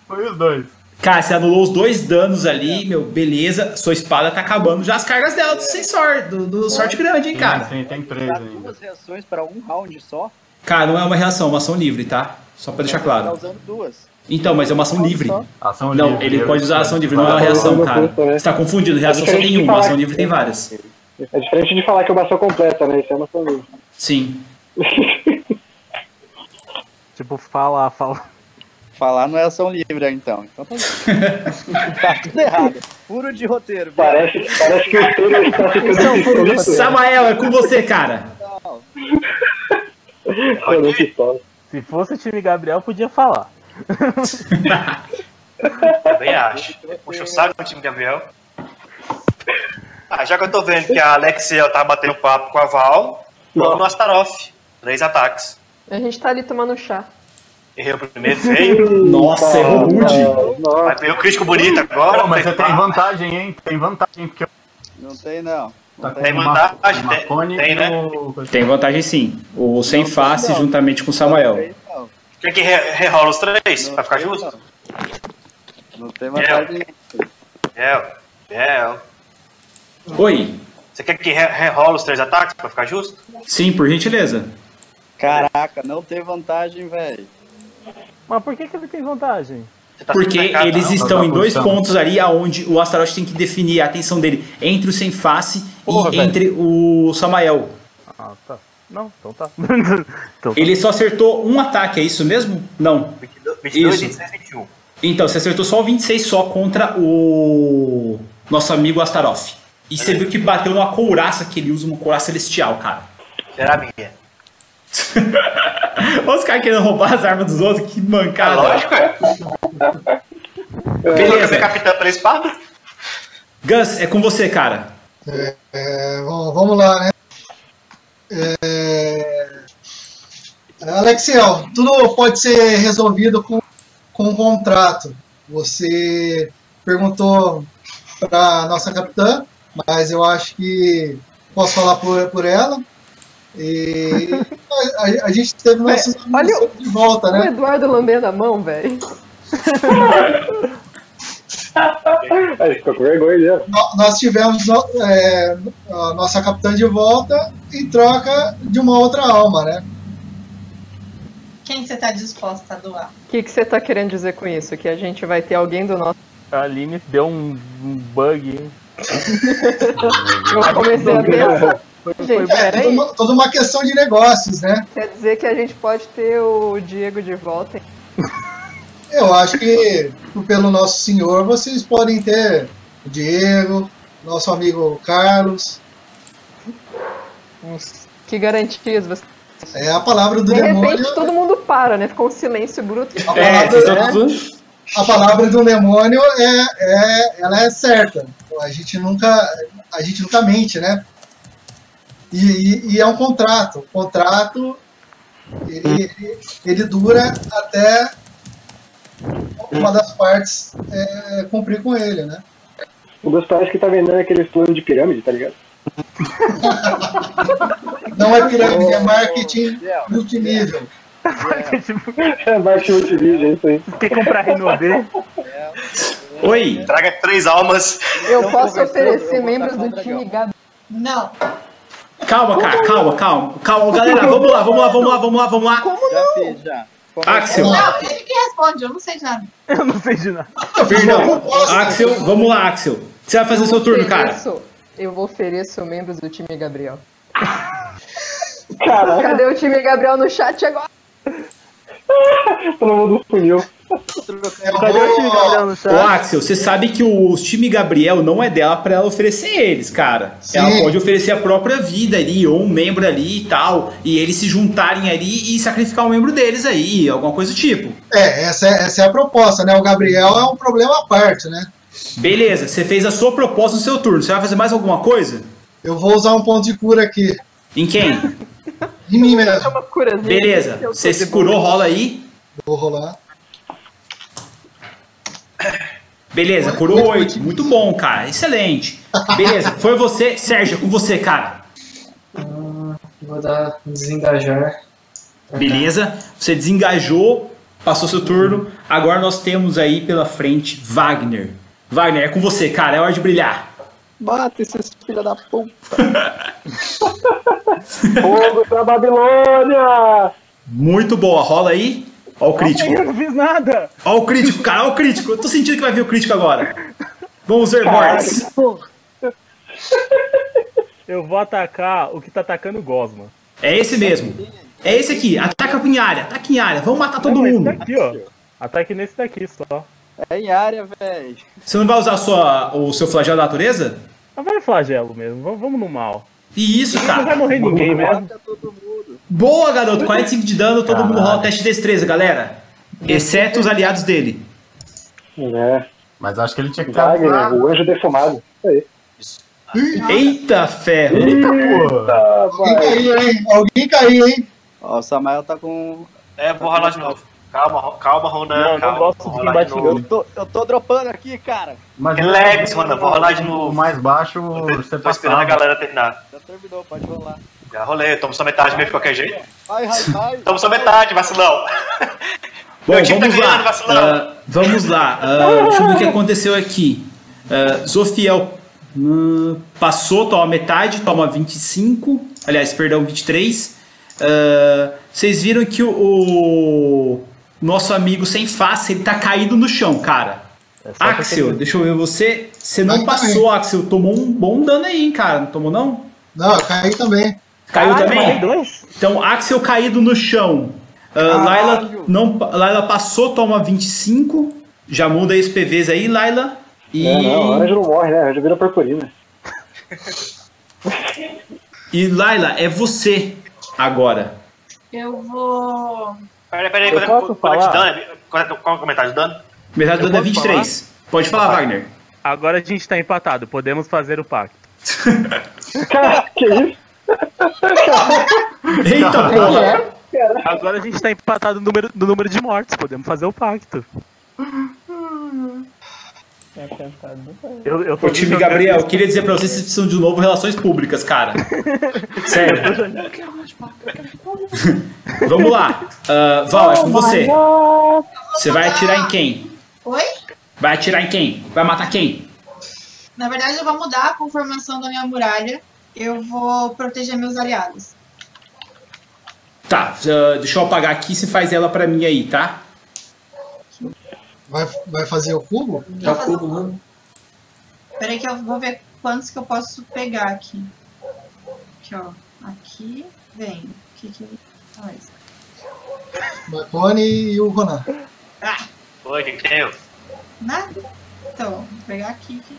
foi os dois.
Cara, você anulou os dois danos ali, meu, beleza. Sua espada tá acabando já as cargas dela, do sem sorte, do, do sorte grande, hein,
Sim,
cara.
Sim, tem três
Dá
ainda.
duas reações pra um round só.
Cara, não é uma reação, é uma ação livre, tá? Só pra deixar
Tá
claro.
usando duas.
Então, mas é uma ação livre.
Ação
não,
livre,
ele
eu- Ah,
pode usar ação livre, não é uma reação, cara. Você tá confundido, reação só tem uma, ação livre tem várias.
É diferente de falar que é uma ação completa, né? Isso é uma ação livre.
Sim.
Tipo, falar, falar.
Falar não é ação livre, então. Então tá bom. tá tudo errado. Puro de roteiro.
Parece, parece que o Taylor está ficando né? pistola.
Samael, é com você, cara.
Ficando pistola.
Se fosse o time Gabriel, podia falar.
Também acho. Puxa o saco do time Gabriel. Ah, já que eu tô vendo que a Alexiel tá batendo papo com a Val, vamos no Astaroth. Três ataques.
A gente tá ali tomando chá.
Errei o primeiro, feio.
Nossa, errou rude.
Vai ver o crítico bonito agora. tá.
Pô, mas
fez
você tem
papo.
vantagem, hein? Tem vantagem, porque eu
Não tem, não.
tá
Tem
com
vantagem,
uma- uma
tem-
cone
tem,
e
né?
o-
Tem vantagem sim. O sem face
não.
juntamente com o Samael.
Quer que re- rerola os três? Pra ficar justo?
Não tem vantagem.
É, é.
Oi.
Você quer que re- rerola os três ataques pra ficar justo?
Sim, por gentileza.
Caraca, não tem vantagem, velho.
Mas por que, que ele tem vantagem?
Porque eles estão
Tá
em dois
pulsando.
pontos ali aonde o Astaroth tem que definir a atenção dele entre o sem face
Porra,
e
velho.
entre o Samael.
Ah, tá. Não, então tá.
Ele só acertou um ataque, é isso mesmo? Não.
22,
Isso.
26, 21.
Então, você acertou só o 26 só contra o nosso amigo Astaroth. E você viu que bateu numa couraça que ele usa, uma couraça celestial, cara.
Será minha?
Olha os caras querendo roubar as armas dos outros, que mancada.
lógico,
Beleza.
Você capitã pela espada?
Gus, é com você, cara.
É, é, bom, vamos lá, né? É, Alexiel, tudo pode ser resolvido com, com um contrato. Você perguntou para nossa capitã, mas eu acho que posso falar por, por ela. E a, a- a gente teve nossos amigos de
Tá,
volta,
O
né?
Eduardo lambendo a mão, velho.
Aí É, ficou com vergonha, né?
No- Nós tivemos no- é, a nossa capitã de volta em troca de uma outra alma, né?
Quem você tá disposta a doar?
O que que você tá querendo dizer com isso? Que a gente vai ter alguém do nosso.
A Aline deu um, um bug.
Eu comecei a pensar. Gente,
É, toda,
peraí.
uma, toda uma questão de negócios, né?
Quer dizer que a gente pode ter o Diego de volta? hein?
Eu acho que pelo nosso senhor vocês podem ter o Diego, nosso amigo Carlos.
Que garantias você.
É a palavra do
De
demônio.
repente todo mundo para, né? Ficou um silêncio bruto.
A
É,
palavra, é- a palavra do demônio é, é, ela é certa. A gente nunca, a gente nunca mente, né? E, e- e é um contrato. O contrato ele, ele- ele dura até uma das partes é, cumprir com ele, né?
Um dos pais que tá vendendo aquele plano de pirâmide, tá ligado?
Não é pirâmide, é marketing multinível.
É baixo multivídeo, é isso aí.
Quer comprar Renové?
Oi!
Traga três almas.
Então, Eu posso oferecer membros do time Gabi.
Não.
Calma, cara, calma, calma. Calma, galera, vamos lá, vamos lá, vamos lá, vamos lá, vamos lá.
Como
Já fiz, já. é
Axel,
Não, ele que responde, eu não sei de nada.
Eu não sei de nada.
perdão. Axel, vamos lá, Axel. Você vai fazer é seu turno, cara.
Ofereço- Eu vou ofereço membros do time Gabriel.
Caraca.
Cadê o time Gabriel no chat agora?
Todo mundo sumiu.
Cadê o time Gabriel no
Ô, Axel, você sabe que o time Gabriel não é dela pra ela oferecer eles, cara. Ela pode oferecer a própria vida ali, ou um membro ali e tal, e eles se juntarem ali e sacrificar um membro deles aí, alguma coisa do tipo.
É, essa é, essa é a proposta, né? O Gabriel é um problema à parte, né?
Beleza, você fez a sua proposta no seu turno. Você vai fazer mais alguma coisa?
Eu vou usar um ponto de cura aqui.
Em quem?
Em mim mesmo.
Beleza, você se curou, rola aí.
Vou rolar.
Beleza, curou oito. Muito bom, cara. Excelente. Beleza, foi você. Sérgio, é com você, cara.
Ah, Vou dar desengajar.
Beleza, você desengajou, passou seu turno. Agora nós temos aí pela frente Wagner. Wagner, é com você, cara. É hora de brilhar.
Mata esses filha da puta.
Fogo da Babilônia!
Muito boa, rola aí. Ó o crítico.
Eu não fiz nada.
Ó o crítico, cara, ó o crítico. Eu tô sentindo que vai vir o crítico agora. Vamos ver, Mortis.
Eu vou atacar o que tá atacando o Gosma.
É esse mesmo. É esse aqui. Ataca em área, ataca em área. Vamos matar todo
Não,
mundo.
Esse daqui, ó. Ataque nesse daqui só.
É em área, velho.
Você não vai usar a sua- o seu flagelo da natureza?
Mas Ah, vai flagelo mesmo. Vamos, vamos no mal.
E isso, cara.
Não vai morrer ninguém né? mesmo.
Boa, garoto. 45 de dano, todo mundo rola o teste de destreza, galera. Exceto os aliados dele.
É.
Mas acho que ele tinha que
Wagner, o anjo defumado. Isso aí.
Eita ferro!
Alguém caiu, hein? Alguém caiu, hein?
Ó, o Samael tá com.
É, vou rolar de novo. Calma, Ro- calma, Ronan. calma, vou rolar de novo.
Eu tô, eu tô dropando aqui, cara.
Mas
Relax, Ronan, vou rolar de novo.
mais baixo, você
Tô esperando a galera terminar.
Já terminou, pode rolar.
Já rolei, eu tomo só metade mesmo de qualquer jeito.
Vai, vai, vai.
Tomo só metade, vacilão.
Bom,
Meu time tá
vamos
ganhando,
lá.
vacilão.
Ah, vamos lá. Ah, deixa eu ver o que aconteceu aqui. Ah, Zofiel hum, passou, toma metade, toma 25. Aliás, perdão, 23. Ah, vocês viram que o, o nosso amigo sem face, ele tá caído no chão, cara. Axel, deixa eu ver você. Você não passou, Axel. Tomou um bom dano aí, hein, cara. Não tomou, não?
Não, eu caí também.
Caiu
Caralho,
também?
mais
Então, Axel caído no chão. Ah, Laila, não, Laila passou, toma 25. Já muda aí os PVs aí, Laila. E,
É, não, o anjo não morre, né? O anjo vira purpurina.
e Laila, é você agora.
Eu vou.
Peraí, peraí,
Eu
quanto
posso
é- quanto é de
falar?
dano? Qual é- qual é o comentário de dano?
Metade do
Eu
dano é
posso Tá.
23. Pode falar, Wagner.
Agora a gente tá empatado. Podemos fazer o pacto.
que isso?
Eita,
é?
porra! Agora a gente tá empatado no número, no número de mortes. Podemos fazer o pacto. Eu, eu
Ô, time Gabriel, eu queria dizer pra vocês que vocês precisam de novo relações públicas, cara. Sério.
é?
Vamos lá. Ah, Val, é com você.
Ah,
Você vai atirar em quem?
Oi?
Vai atirar em quem? Vai matar quem?
Na verdade, eu vou mudar a conformação da minha muralha. Eu vou proteger meus aliados.
Tá, ah, deixa eu apagar aqui e você faz ela pra mim aí, tá?
Vai, vai fazer o cubo?
É o cubo, Peraí que eu vou ver quantos que eu posso pegar aqui. Aqui, ó. Aqui, vem. O que que faz?
Marconi e o Ronan.
Oi, que que
é
deu?
Nada. Né? Então, vou pegar aqui. que-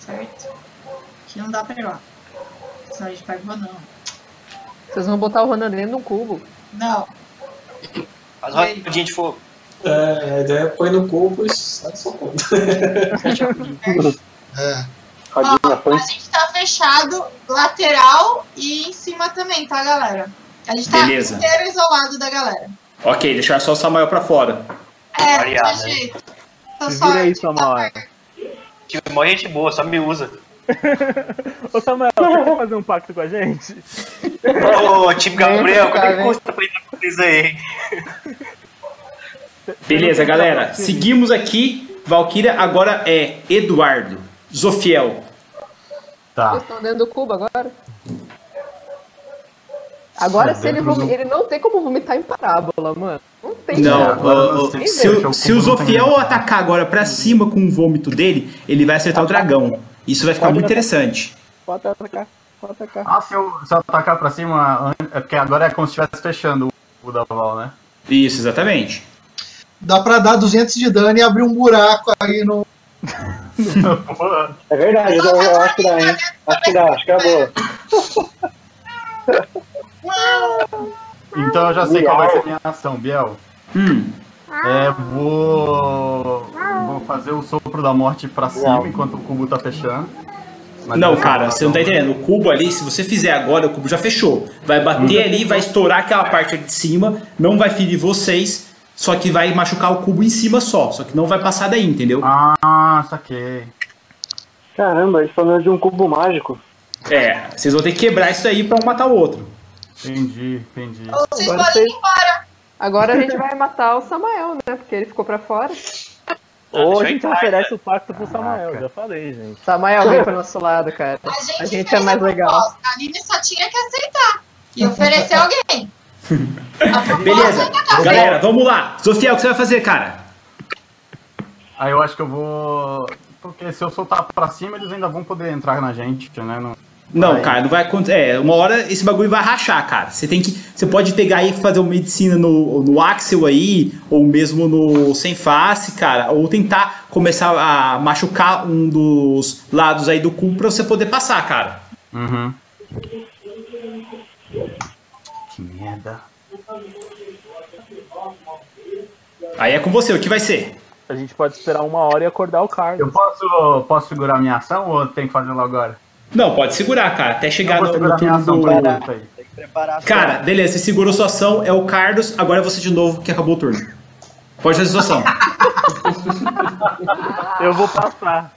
Certo? Aqui não dá pra ir lá. Senão a gente pega o Ronan.
Vocês vão botar o Ronan dentro de um cubo.
Não.
Faz uma rodinha de fogo.
É, a ideia é põe no cubo e sai só conta.
Ó, a gente tá fechado lateral e em cima também, tá, galera? A gente tá
Beleza.
inteiro isolado da galera.
Ok, deixar só o Samuel pra fora.
É,
Variado,
não
né?
tem jeito. Tá só
Samuel.
Tive mó gente boa, só me usa.
Ô Samuel, você quer fazer um pacto com a gente?
Ô, time Gabriel, quanto é que
Cara,
custa pra entrar com vocês aí? hein?
Beleza, galera. Seguimos aqui. Valkyria agora é Eduardo. Zofiel. Tá.
Tá.
Vocês estão dentro do cubo agora? Agora,
É,
se ele
dentro do-
vom- ele não tem como vomitar em parábola, mano. Não tem
É,
Não,
como.
ó, ó,
Nem
se,
ver.
o,
um
se o Zofiel atacar agora pra cima com o vômito dele, ele vai acertar o dragão. Isso vai ficar muito interessante.
Pode atacar, pode atacar.
Ah, se eu, se eu atacar pra cima, an- é porque agora é como se estivesse fechando o da Val, né?
Isso, exatamente.
Dá pra dar 200 de dano e abrir um buraco aí no.
É verdade, eu, eu acho que dá, hein? Acho que dá, acho que é boa.
Então eu já sei qual vai ser a minha ação, Biel.
Hum.
É, vou. Vou fazer o sopro da morte pra cima enquanto o cubo tá fechando. Mas
não,
eu-
cara, você não tá entendendo. O cubo ali, se você fizer agora, o cubo já fechou. Vai bater ali, vai estourar aquela parte ali de cima, não vai ferir vocês, só que vai machucar o cubo em cima só. Só que não vai passar daí, entendeu?
Ah, saquei.
Caramba, eles falando de um cubo mágico.
É, vocês vão ter que quebrar isso aí pra um matar o outro.
Entendi, entendi.
Agora, vocês- Agora a gente vai matar o Samael, né? Porque ele ficou pra fora.
Ou a gente então oferece o pacto pro Samuel, já falei, gente.
Samael vem pro nosso lado, cara. A gente, é mais legal.
A Aline só tinha que aceitar e oferecer alguém.
Beleza, galera, vamos lá. Zofiel, o que você vai fazer, cara?
Aí eu acho que eu vou. Porque se eu soltar pra cima, eles ainda vão poder entrar na gente, né? Não,
Não, cara, não vai acontecer. É, uma hora esse bagulho vai rachar, cara. Você tem que. Você pode pegar aí e fazer uma medicina no, no Axel aí, ou mesmo no Sem Face, cara. Ou tentar começar a machucar um dos lados aí do cubo pra você poder passar, cara.
Uhum. Que merda.
Aí é com você, o que vai ser?
A gente pode esperar uma hora e acordar o Carlos. Eu posso, posso segurar minha ação ou tem que fazer logo agora?
Não, pode segurar, cara, até chegar
Eu vou
no,
segurar
no
minha
turno
ação
do.
pra luta aí.
Cara, beleza, você segurou sua ação, é o Carlos, agora é você de novo que acabou o turno. Pode fazer sua ação.
Eu vou passar.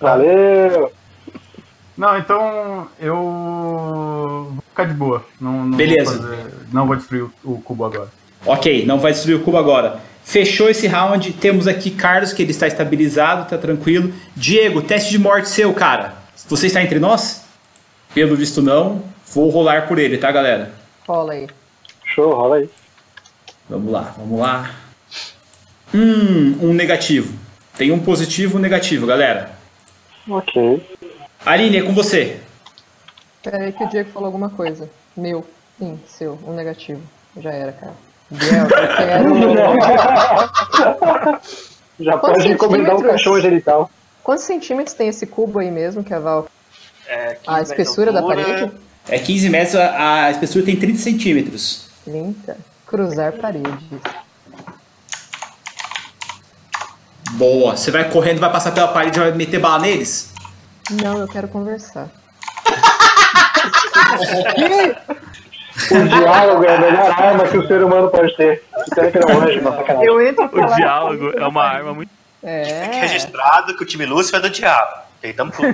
Valeu! Não, então eu vou ficar de boa. Não, não
Beleza.
Vou fazer- não vou destruir o, o cubo agora.
Ok, não vai destruir o cubo agora. Fechou esse round, temos aqui Carlos, que ele está estabilizado, tá tranquilo. Diego, teste de morte seu, cara. Você está entre nós? Pelo visto não. Vou rolar por ele, tá, galera?
Rola aí.
Show, rola aí. Vamos lá, vamos lá. Hum, um negativo. Tem um positivo e um negativo, galera.
Ok.
Aline, é com você.
Pera aí que o Diego falou alguma coisa. Meu. Sim, seu. Um negativo. Já era, cara. Biel, eu quero...
Já
Quantos
pode encomendar um
centímetros?
caixão genital.
Quantos centímetros tem esse cubo aí mesmo que a Val...
É,
a espessura da parede?
É 15 metros, a, a espessura tem 30 centímetros.
30. Cruzar parede.
Boa, você vai correndo, vai passar pela parede e vai meter bala neles?
Não, eu quero conversar.
O diálogo é a melhor é arma que o ser humano pode ter. Espero que não anjo, mas um sacanagem.
O diálogo é uma arma muito
É.
Fique registrado que o time Lúcifer é do diabo. Deitamos tudo.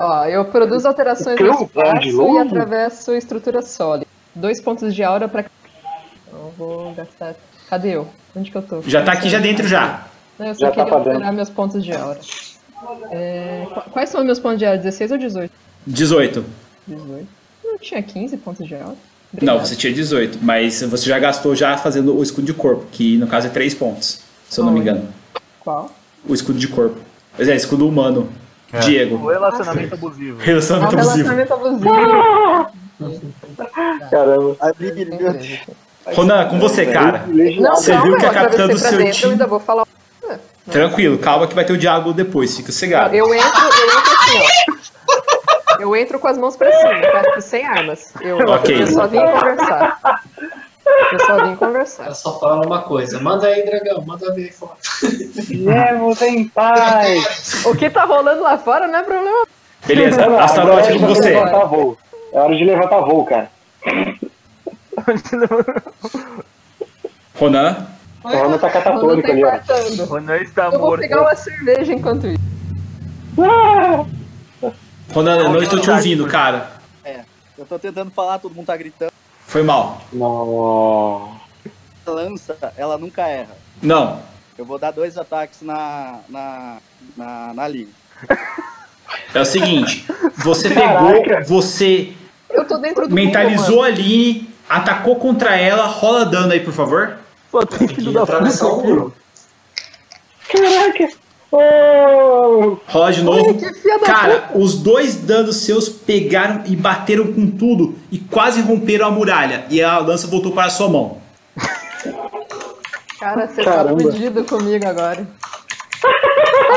Ó, eu produzo alterações no
Cão,
um
vai
espaço
de
e
novo?
atravesso estrutura sólida. Dois pontos de aura pra. Eu vou gastar. Cadê eu? Onde que eu tô?
Já tá aqui, já dentro, já.
Não, eu só
Já tá
queria
pra
alterar
dentro.
meus pontos de aura. É, qu- Quais são meus pontos de aura? 16 ou 18?
18.
18. Eu não tinha 15 pontos de aura.
Não, você tinha 18, mas você já gastou já fazendo o escudo de corpo, que no caso é 3 pontos, se eu não me engano.
Qual?
O escudo de corpo. Pois é, escudo humano.
O
Diego.
relacionamento abusivo.
Relacionamento abusivo.
Caramba.
Ronan, com você, cara.
Não,
você
calma,
viu que
eu
a capitã do
atravessei pra
seu
dentro, Eu
time.
ainda vou falar.
Tranquilo, calma que vai ter o Diago depois, fica sossegado.
Eu entro, eu entro assim, ó. Eu entro com as mãos pra cima, tá? Tipo, sem armas. Eu,
Ok.
eu só vim conversar. Eu só vim conversar.
Ela só fala uma coisa. Manda aí, dragão, manda ver aí fora.
Viemos em paz. O que tá rolando lá fora não é problema.
Beleza,
Agora
Astaroth,
é
com
hora de
você.
levantar voo. É hora de levantar voo, cara.
Ronan.
O Ronan tá
Ronan
catatônico
tá
ali, ó.
infartando.
Ronan está
Eu vou
morto.
pegar uma cerveja enquanto isso.
Ronan, eu não estou te ouvindo, cara.
É, eu tô tentando falar, todo mundo tá gritando.
Foi mal.
Não.
A lança, ela nunca erra.
Não.
Eu vou dar dois ataques na. na. na, na linha.
É o seguinte, você
Caraca.
pegou, você
Eu tô dentro do
mentalizou a
muro,
Aline, atacou contra ela, rola dano aí, por favor.
Pô, tem filho da
atravessar o muro.
Caraca! Oh.
Rola de novo.
que filha da
Cara, os dois danos seus pegaram e bateram com tudo e quase romperam a muralha. E a lança voltou para a sua mão.
Cara, você
Caramba.
tá fudido comigo agora.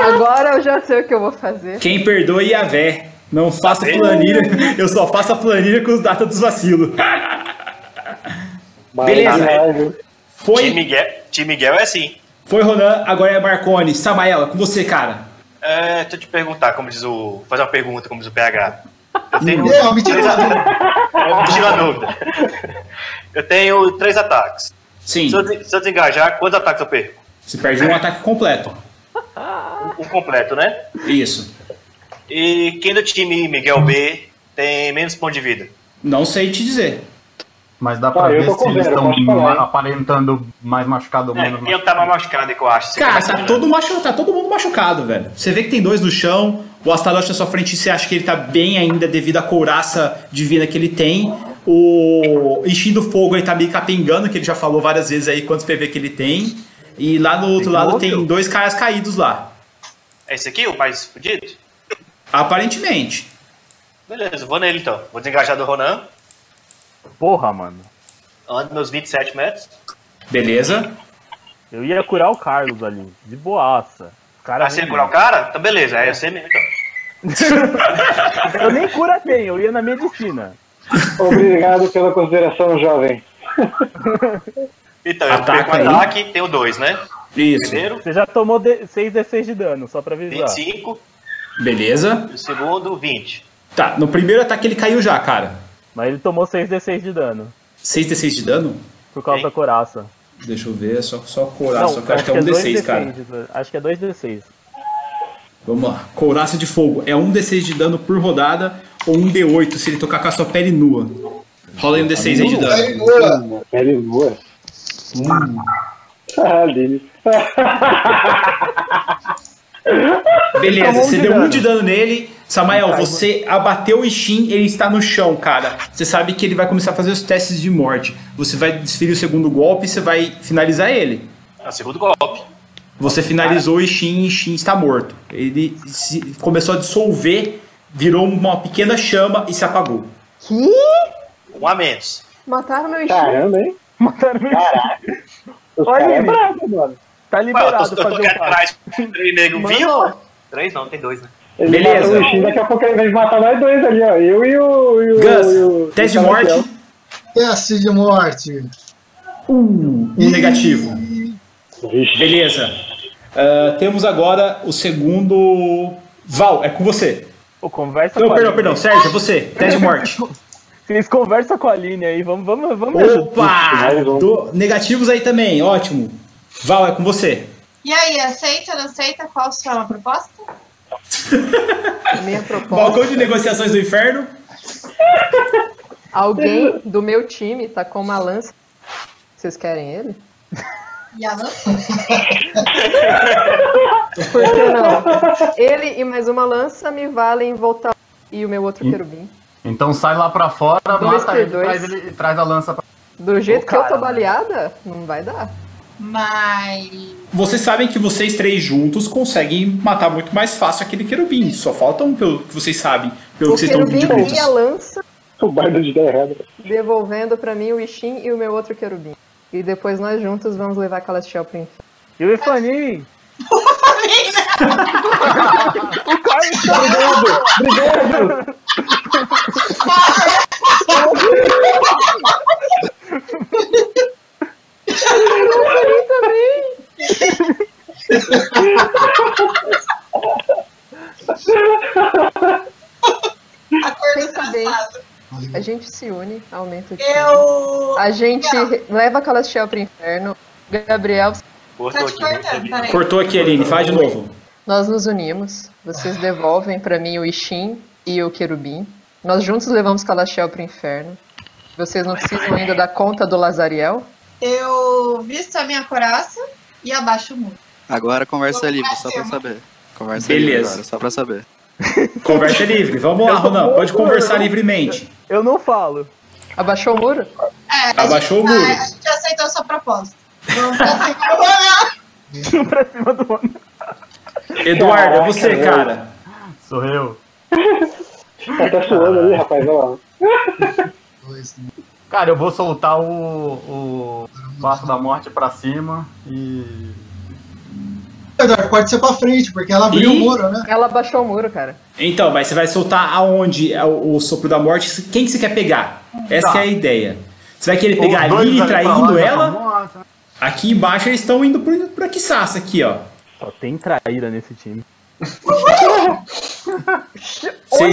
Agora eu já sei o que eu vou fazer.
Quem perdoa é a vé. Não faça planilha. Eu só faço a planilha com os datas dos vacilos. Beleza. Foi.
Time Miguel, time Miguel é assim.
Foi Ronan, agora é Marconi. Samael, é com você, cara.
É, deixa eu te perguntar, como diz o. Fazer uma pergunta, como diz o PH. Eu tenho.
Hum.
Não, me tira
três
da
a- É,
Tá,
me tira a dúvida. Eu tenho três ataques.
Sim.
Se eu, des- se eu desengajar, quantos ataques eu perco?
Você perde um ataque completo.
Um completo, né?
Isso.
E quem do time Miguel B tem menos ponto de vida?
Não sei te dizer.
Mas dá pra
Ah, eu
ver
tô
se
com
eles
zero,
estão
posso falar, hein?
aparentando mais machucado ou menos.
É, eu tava machucado, que eu acho. Você
Cara,
tá
tá todo, machu... tá todo mundo machucado, velho. Você vê que tem dois no chão, o Astaroth na sua frente, você acha que ele tá bem ainda devido à couraça divina que ele tem. O Enchim do Fogo, ele tá meio capengando, que ele já falou várias vezes aí quantos PV que ele tem. E lá no outro lado tem dois caras caídos lá.
É esse aqui, o mais fudido?
Aparentemente.
Beleza, vou nele então. Vou desengajar do Ronan.
Porra, mano.
Ando meus 27 metros.
Beleza.
Eu ia curar o Carlos ali, de boaça. Cara,
Pra segurar o cara? Então beleza, é você mesmo então.
Eu nem cura bem, eu ia na medicina.
Obrigado pela consideração, jovem.
Então, eu
Ataca
perco
aí.
o ataque, tenho dois, né?
Isso.
Primeiro,
Você já tomou de- 6d6 de dano, só pra avisar.
25.
Beleza.
O segundo, 20.
Tá, no primeiro ataque ele caiu já, cara.
Mas ele tomou 6d6 de dano,
6d6 de dano?
por causa da coraça.
Deixa eu ver, é só, só couraça, só que eu acho que é um
acho que é
D6,
2D6,
cara.
Acho que é 2d6.
Vamos lá. Couraça de fogo. É um D6 de dano por rodada ou um D8 se ele tocar com a sua pele nua. Rola aí um D6 aí de dano.
Hum, Pele boa. Hum. Ah, Lili.
Beleza,
Tomou um
você
de
deu um
dano.
de dano nele. Samael, você abateu o Ishin, ele está no chão, cara. Você sabe que ele vai começar a fazer os testes de morte. Você vai desferir o segundo golpe e você vai finalizar ele.
É o segundo golpe.
Você finalizou o Ishin e Ishin está morto. Ele se- começou a dissolver, virou uma pequena chama e se apagou.
Que?
Um a menos.
Mataram meu
Caramba, hein?
Mataram meu
Caraca. Os
Olha
caras é
aí.
brabo, mano.
Tá
Ué, eu
liberado
tô, eu tô
fazer
aqui
o passe.
atrás. Três nego
Mano.
vivo? Três não, tem dois, né?
Ele
Beleza.
matou o X, daqui a pouco ele vai matar nós dois ali, ó. Eu e o. E o
Gus,
e o-
teste
e o
de morte.
Samuel.
Teste de morte.
Um negativo. Beleza. Ah, temos agora o segundo. Val, é com você.
Ô, conversa
Não,
com a
perdão,
Aline.
perdão. Sérgio, é você. Teste de morte.
Vocês conversam com a Aline aí, vamos, vamos, vamos.
Opa! Do- Negativos aí também, ótimo. Val, é com você.
E aí, aceita, não aceita? Qual a sua proposta?
Minha proposta.
Balcão de negociações do inferno.
Alguém do meu time tá com uma lança. Vocês querem ele?
E a lança?
Por que não? Ele e mais uma lança me valem voltar. E o meu outro
Hum.
E-
querubim.
Então sai lá pra fora,
Dois por
mata ele,
dois.
traz, ele, traz a lança pra...
Do jeito
Ô,
que eu
cara,
tô baleada, não vai dar.
Mas.
Vocês sabem que vocês três juntos conseguem matar muito mais fácil aquele querubim. Só faltam, pelo que vocês sabem, pelo
O
que vocês estão de
querubim e a
brutos.
lança
O bardo de né? ideia errada.
devolvendo pra mim o Ishin e o meu outro querubim. E depois nós juntos vamos levar Calastiel pro inferno.
E o Ifani?
O cara
tá
Obrigado!
Pensa bem. A gente se une, aumenta o time.
Eu-
A gente leva Calastiel pro inferno. Gabriel,
Tá te cortando, peraí.
Cortou aqui, Aline, faz de novo.
nós nos unimos. Vocês devolvem pra mim o Ishin e o Querubim. Nós juntos levamos Calastiel pro inferno. Vocês não precisam ainda da conta do Lazariel.
Eu visto a minha coraça e abaixo o muro.
Agora a conversa é livre, só pra saber. Conversa
Beleza.
livre agora, só pra saber.
Conversa livre, vamos lá, Ronan. Pode conversar livremente.
Eu não falo.
Abaixou o muro?
É,
Abaixou o
a gente-
muro.
A, a gente aceitou a sua proposta. Vamos pra cima do Ronaldo.
Eduardo, é você,
Caraca,
cara.
Sou eu.
Tá até suando ali, rapaz, olha lá.
Cara, eu vou soltar o, o Passo da Morte pra cima e...
Eduardo, pode ser pra frente, porque ela abriu
Ih.
o muro, né?
Ela abaixou o muro, cara.
Então, mas você vai soltar aonde é o, o sopro da morte? Quem que você quer pegar? Essa
Tá.
que é a ideia. Você vai querer
Os
pegar
dois
ali,
ali pra lá,
traindo
já
ela?
tá morto, né?
Aqui embaixo eles estão indo por- pra Kissaça aqui, ó.
Só tem traíra nesse time.
Vocês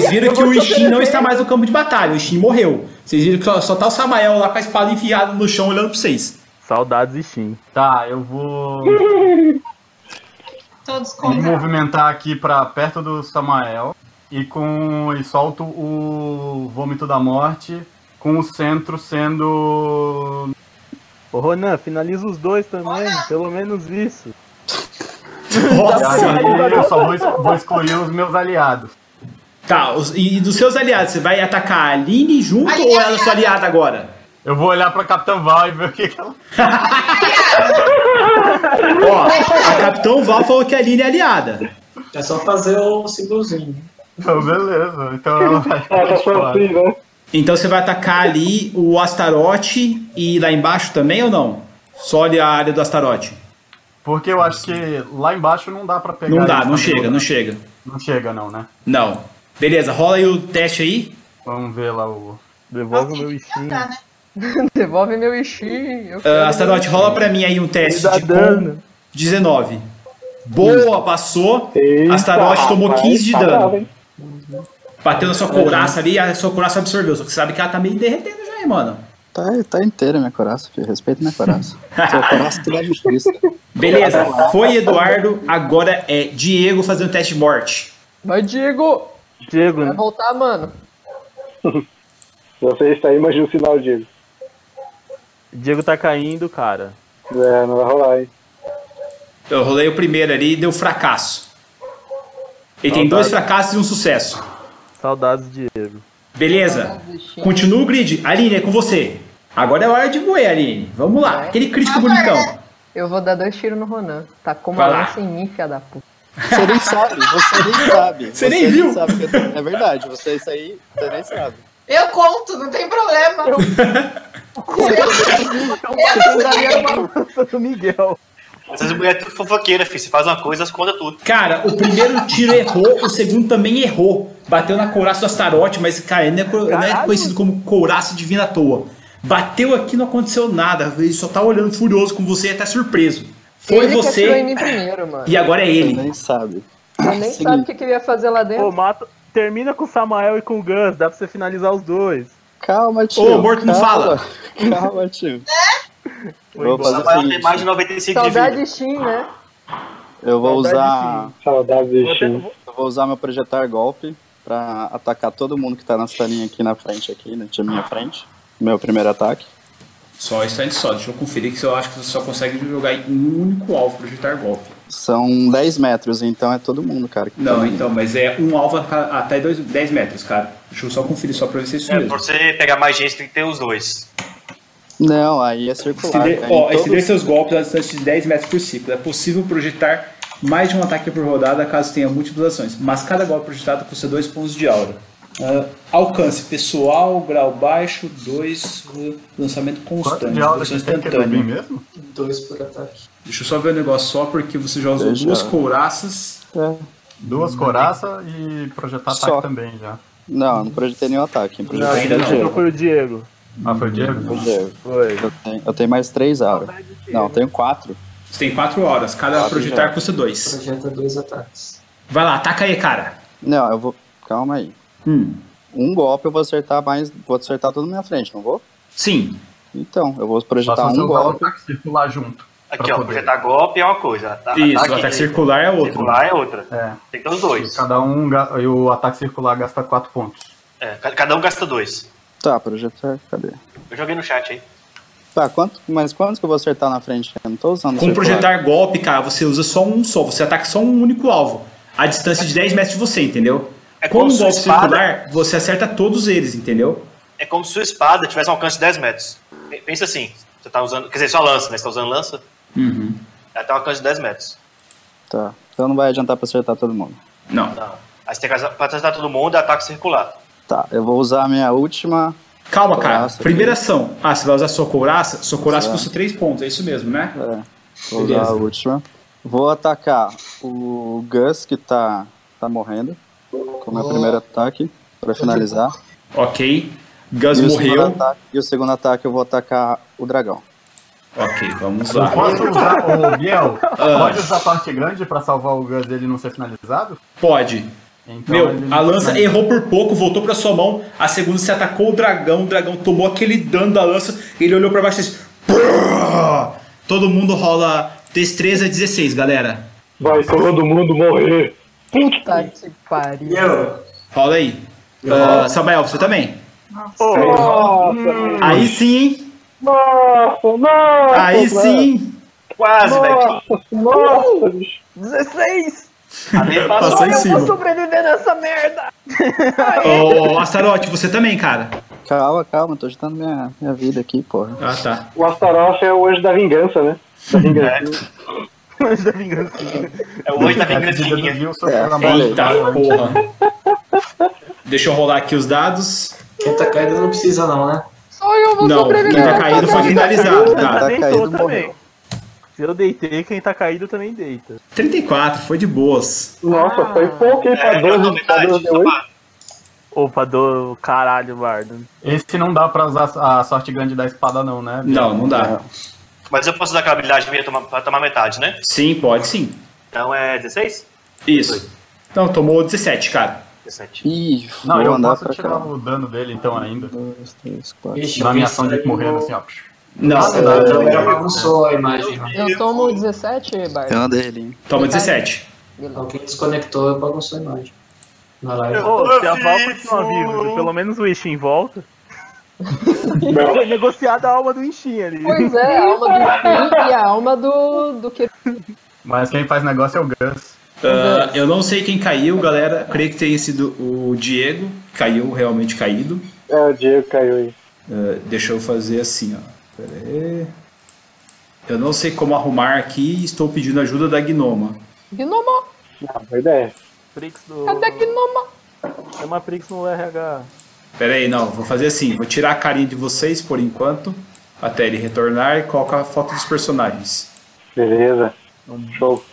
Olha,
viram
eu
que
vou
o
te
Ishin não
oferecer.
está mais no campo de batalha, o Ishin morreu. Vocês viram que só, só tá o Samael lá com a espada enfiada no chão olhando pra vocês.
Saudades Ishin.
Tá, eu vou...
Todos contra.
me movimentar aqui pra perto do Samael e com e solto o vômito da morte com o centro sendo
Ô Ronan, finaliza os dois também, pelo menos isso. Tá
E aí eu só vou, es- vou excluir os meus aliados.
Tá, os- e dos seus aliados, você vai atacar a Aline junto ou ela é sua aliada agora?
Eu vou olhar pra Capitã Val e ver o que que ela.
Ó, a Capitão Val falou que a Aline é aliada.
É só fazer o símbolozinho.
Então, beleza. Então ela vai.
Então você vai atacar ali o Astarote e lá embaixo também ou não? Só olha a área do Astarote.
Porque eu acho que lá embaixo não dá pra pegar.
Não dá,
eles
não
também,
chega,
né?
não chega.
Não chega, não, né?
Não. Beleza, rola aí o teste aí.
Vamos ver lá o.
Devolve o meu Ishin.
Devolve meu Ishin. eu quero
Ah, Astarote,
meu
rola pra mim aí um teste
dá
de com 19. Boa, passou. Astarote tomou
rapaz,
15 de
tá bravo,
dano.
hein?
Bateu na sua couraça ali, a sua couraça absorveu. Só que você sabe que ela tá meio derretendo já, hein, mano.
Tá, tá inteira minha coraça, filho. Respeita minha coraça. é Sua tá coraça que leva Cristo.
Beleza, foi Eduardo, agora é Diego fazendo teste de morte.
Vai, Diego! né?
Diego,
Vai voltar, mano.
Você está aí, imagina o sinal, Diego.
Diego tá caindo, cara.
É, não vai rolar, hein?
Eu rolei o primeiro ali e deu fracasso. Ele tem dois fracassos e um sucesso.
Saudades, Diego.
Beleza? Continua o grid. Aline, é com você. Agora é hora de moer, Aline. Vamos lá. Aquele crítico
é
bonitão.
né?
Eu vou dar dois tiros no Ronan. Tá com uma
Vai lá.
lança em mim, filha da puta.
Você nem sabe, você nem sabe.
Você nem viu.
sabe que eu tô- é verdade, você isso aí, você nem sabe.
Eu conto, não tem problema. Eu,
do Miguel.
Essas mulheres é tudo fofoqueira, filho. Você faz uma coisa, elas contam tudo.
Cara, o primeiro tiro errou, o segundo também errou. Bateu na couraça do Astarote, mas, cara, ele não é, co- não é conhecido como couraça divina à toa. Bateu aqui não aconteceu nada. Ele só tá olhando furioso com você e até surpreso. Foi
Ele que atirou em mim
você
primeiro, mano.
e agora é ele.
Nem sabe.
Eu nem sabe o que queria fazer lá dentro.
Pô, mata. Termina com o Samael e com o Gus, dá pra você finalizar os dois.
Calma, tio.
Ô, morto não
calma.
fala.
Calma, tio. Vou fazer
Samuel
o
tem
seguinte.
mais de 95 de
Saudade
vida.
Shin, né?
Eu vou
Saudade
usar.
Saudade,
Eu vou usar meu projetar golpe pra atacar todo mundo que tá nessa linha aqui na frente, aqui, na minha frente. Meu primeiro ataque.
Só instante só, deixa eu conferir que eu acho que você só consegue jogar em um único alvo projetar golpe.
São 10 metros, então é todo mundo, cara. que
Não,
tá
então, mas é um alvo a ca- até dois, 10 metros, cara. Deixa eu só conferir só pra ver se é isso
É, pra
mesmo.
você pegar mais gente, tem que ter os dois.
Não, aí é
Se
circular.
dê-
cara, em
Ó,
todos-
exceder seus golpes a distância de 10 metros por ciclo. É possível projetar mais de um ataque por rodada caso tenha múltiplas ações, mas cada golpe projetado custa 2 pontos de aura. Ah, alcance pessoal, grau baixo, 2, lançamento constante.
Quanto de aura
lançamento
que tem que
instantâneo.
cobrir Dois por ataque.
Deixa eu só ver o negócio só, porque você já usou
Deixa.
duas couraças.
Uhum.
Duas coraças e projetar ataque
Só.
também já.
Não, eu não projetei nenhum ataque. eu
Não,
Projetei
ainda
o
não.
Diego.
Foi
o Diego.
Ah, foi o Diego?
Foi o Diego. Eu tenho, eu tenho mais 3 auras. Não, eu tenho 4.
Você tem 4 horas, cada
Quatro
projetar
já.
custa 2.
Projeta dois ataques.
Vai lá, ataca aí, cara.
Não, eu vou. Calma aí.
Hum.
Um golpe eu vou acertar mais. Vou acertar tudo na minha frente, não vou?
Sim.
Então, eu vou projetar
Só se
um
eu usar o
golpe.
ataque circular junto.
Aqui, ó, projetar golpe é uma coisa. ata-
Isso, o ataque circular
é outro.
Circular é outra.
É.
Tem que ter os dois.
Cada um ga- e o ataque circular gasta 4 pontos.
É, ca- cada um gasta dois.
Tá, projetar. Cadê?
Eu joguei no chat aí.
Tá, quanto, mas quantos que eu vou acertar na frente? Eu não tô usando.
Com
circular.
Um projetar golpe, cara, você usa só um só, você ataca só um único alvo, a distância de 10 metros de você, entendeu? Com
É
como
o
sua
golpe
espada.
circular, você acerta todos eles, entendeu?
É como se sua espada tivesse um alcance de 10 metros. P- Pensa assim, você tá usando. Quer dizer, sua lança, né? Você tá usando lança,
Uhum.
ela tem um alcance de 10 metros.
Tá. Então não vai adiantar pra acertar todo mundo.
Não.
Aí você tem que asa- pra acertar todo mundo, é ataque circular.
Tá, eu vou usar a minha última.
Calma, cara.
Couraça.
Primeira ação. Ah, você vai usar sua couraça? Sua couraça
Tá.
custa 3 pontos, é isso mesmo, né?
Vou
Beleza.
usar a última. Vou atacar o Gus, que tá, tá morrendo. Com o meu
Oh.
primeiro ataque, pra finalizar.
Ok. Gus
E o segundo
morreu.
ataque- e o segundo ataque eu vou atacar o dragão.
Ok, vamos lá.
Posso usar o Biel?
Ah.
Pode usar a parte grande pra salvar o Gus dele não ser finalizado?
Pode.
Então ele
Meu,
não
a lança
finaliza.
errou por pouco, voltou pra sua mão. A segunda você atacou o dragão, o dragão tomou aquele dano da lança, ele olhou pra baixo e disse. "Prrr!" Todo mundo rola destreza 16, galera.
Vai todo mundo morrer.
Puta que pariu.
Rola aí.
Eu
Ah,
rolo.
Samael, você também?
Nossa,
Aí sim, hein?
nossa, nossa.
Aí sim.
Quase,
velho. Nossa, bicho.
16!
Passou em
eu vou
cima.
sobreviver nessa merda!
Ô, Astarote, você também, cara.
Calma, calma, tô ajudando minha, minha vida aqui, porra.
Ah, tá. É.
O Astaroth é o anjo da vingança, né? Da vingança.
Anjo da vingança.
É o
tá
anjo da
vingancinha.
Eita porra. Deixa eu rolar aqui os dados.
Quem tá caído não precisa não, né?
Só eu
vou Não, sobreviver quem tá nessa caído foi merda. finalizado, cara. Tá
Nem
caído,
todo também. Se eu deitei, quem tá caído também deita.
34, foi de boas.
Nossa, foi pouco,
É,
hein? Pra 12, pra 12 deu 8.
Opa, do caralho, Bardo.
Esse não dá pra usar a sorte grande da espada, não, né? Biel?
Não, não dá.
Mas eu posso usar aquela habilidade minha tomar- pra tomar metade, né?
Sim, pode sim.
Então é 16?
Isso. Então, tomou 17, cara.
17.
Ih,
Não,
vou
eu
andar
posso
pra
tirar
cá.
o dano dele então ainda.
Ixi,
Na minha
eu
ação de
pensei
morrendo
no-
assim, ó.
Não, é,
Ah, não, então já bagunçou a imagem.
Eu tomo 17, Bart.
ele.
Toma 17.
Alguém desconectou e bagunçou a imagem. Vai lá, eu-
Ô, se a Val continua viva, pelo menos o Ishin volta. Foi negociada a alma do Ishin ali.
Pois é, a alma do Fim e a alma do, do que.
Mas quem faz negócio é o Gus.
Ah, eu não sei quem caiu, galera. Creio que tenha sido o Diego. que Caiu, realmente caído.
É, o Diego caiu aí.
Ah, deixa eu fazer assim, ó. Pera aí. Eu não sei como arrumar aqui estou pedindo ajuda da Gnoma.
Gnomo!
Ah, boa ideia.
Prix do.
Cadê Gnomo?
É uma Prix no RH.
Pera aí, não. Vou fazer assim. Vou tirar a carinha de vocês por enquanto. Até ele retornar e colocar a foto dos personagens. Então,
Beleza. Show.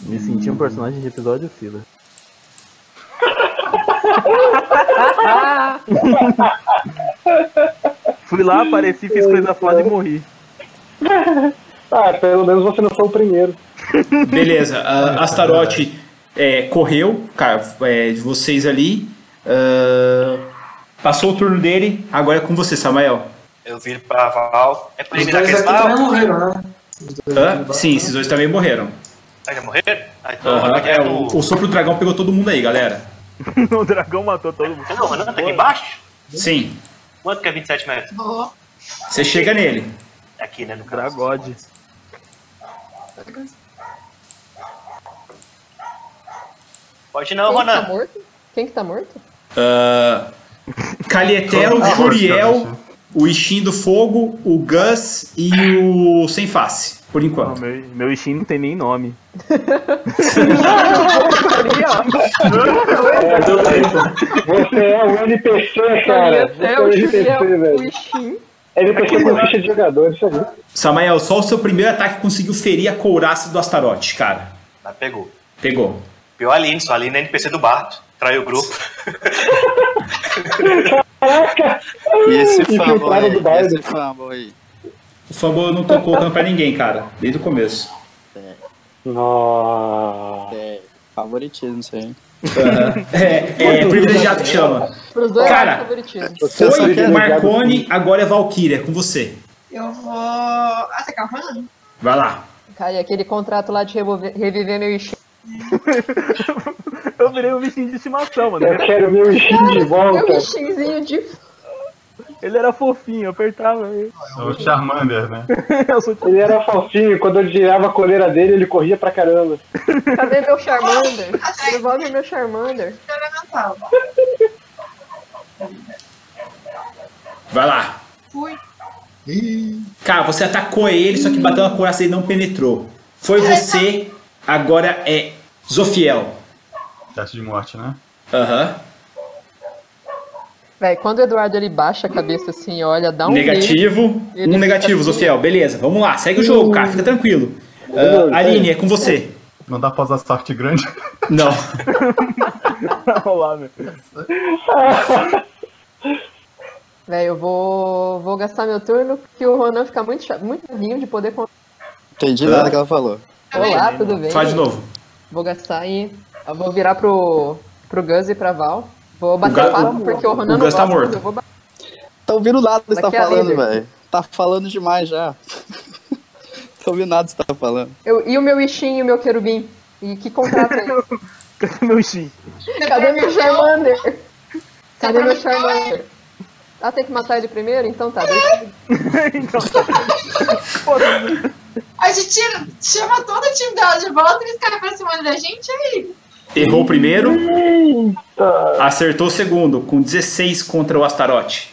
Me senti um personagem de episódio fila.
tá.
Fui lá, apareci, fiz coisa foda e morri.
Ah, pelo menos você não foi o primeiro.
Beleza, a Astarote é, correu, cara, é, de vocês ali. ah, passou o turno dele, agora é com você, Samael.
Eu viro pra Val. É pra
Os
eliminar
dois
aquele
aqui
mal?
também morreram, né?
Hã? Sim, esses dois também morreram.
Ah, já morreram? Ah, então
Aham,
eu
é,
quero-
o, o sopro do dragão pegou todo mundo aí, galera.
o dragão matou todo mundo.
Vocês estão rodando tá aqui embaixo?
Sim,
Quanto que é 27 metros?
você chega nele.
Aqui, né, no caso. Dragode. Pode não,
Quem que tá
Ronan.
morto? Quem que tá morto?
Ah, Calietel,
Ah,
Furiel, o Ishin do Fogo, o Gus e o Sem Face, por enquanto.
meu, meu Ishin não tem nem nome.
Você é um NPC, cara. Você é um NPC, velho. NPC com é ficha de jogador, isso aí.
Samael, só o seu primeiro ataque conseguiu ferir a couraça do Astaroth, cara.
Mas pegou.
Pegou.
Pior a Aline, só a Aline é NPC do Barto. Traiu o grupo.
E esse
fumble aí, esse
fumble aí? O fumble não tocou dano pra ninguém, cara, desde o começo.
Nossa. É, favoritismo isso aí.
É, é privilegiado que chama.
Pros
dois Cara, lados, Foi o Marconi, agora é Valkyria, é com você.
Eu vou atacar o Ronan.
Vai lá.
Cai aquele contrato lá de remover- reviver meu Ishin.
Eu virei um bichinho de estimação, mano.
Eu quero meu Ishin de volta.
Meu Ishinzinho de.
Ele era fofinho, eu apertava ele.
É O Charmander, né?
Ele era fofinho, quando eu girava a coleira dele, ele corria pra caramba.
Cadê meu Charmander? Devolve meu Charmander.
Vai lá.
Fui.
Cara, você atacou ele, só que bateu na couraça e ele não penetrou. Foi você,
tá.
agora é Zofiel.
Teste de morte, né?
Aham.
Véi, quando o Eduardo ele baixa a cabeça assim e olha, dá um.
negativo.
medo, ele
Um
fica
negativo,
assim.
Zofiel. Beleza, vamos lá. Segue o jogo, cara. Fica tranquilo. Ah, Aline, é com você.
Não dá pra usar sorte grande.
Não.
Olha lá, meu.
Véi, eu vou, vou gastar meu turno, que o Ronan fica muito chato, muito novinho de poder. con-
Entendi nada que ela falou.
Tá né?
Olá, tudo bem?
Faz de novo.
Vou gastar e. Eu vou virar pro, pro Gus e pra Val. Vou
Gus-
bater papo,
o-
porque o Ronan
o
não
Gus tá
gosta,
morto.
mas eu vou bater.
Tá ouvindo nada que você tá
Daqui a
falando,
líder.
velho. Tá falando demais já. Tô ouvindo nada que você tá falando.
Eu- e o meu Ishin e o meu querubim? E que contrato é esse?
Meu Ishin.
tá
Cadê meu Charmander? Cadê meu Charmander? Ah, tem que matar ele primeiro? Então tá. deixa eu-
A gente tira, chama todo o time dela de volta e eles caem pra cima da gente é aí.
Errou o primeiro. Acertou o segundo, com 16 contra o Astaroth.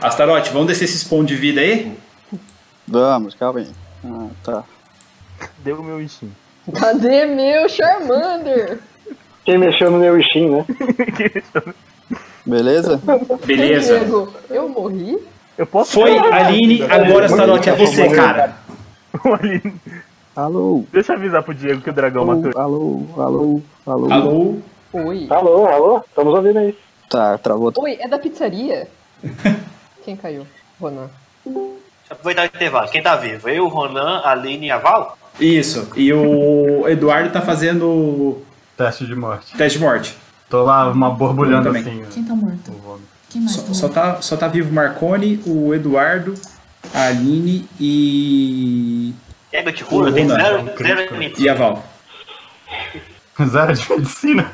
Astaroth, vamos descer esses pontos de vida aí?
Vamos, calma aí. Ah, tá.
Deu o meu Ishin.
Cadê meu Charmander?
Quem mexeu no meu Ishin, né?
Beleza?
Diego, eu morri?
Eu posso
Foi, Aline, agora Astaroth é você, cara.
Alô?
Deixa eu avisar pro Diego que o dragão matou ele.
Alô, alô, alô.
Alô?
Oi.
Alô, alô? Estamos ouvindo aí.
Tá, travou.
Oi, é da pizzaria? Quem caiu? Ronan.
Deixa eu aproveitar o intervalo. Quem tá vivo? Eu, o Ronan, a Aline e a Val?
Isso, e o Eduardo tá fazendo.
Teste de morte.
Teste de morte.
Tô lá, uma borbulhando
Também.
assim.
Quem tá morto? Quem mais?
Só, só tá, só tá vivo o Marconi, o Eduardo, a Aline e.
Quer que eu te cure? É, Eu tenho
Não,
zero,
não,
zero
crítico.
limite.
é E a Val.
Zero de medicina.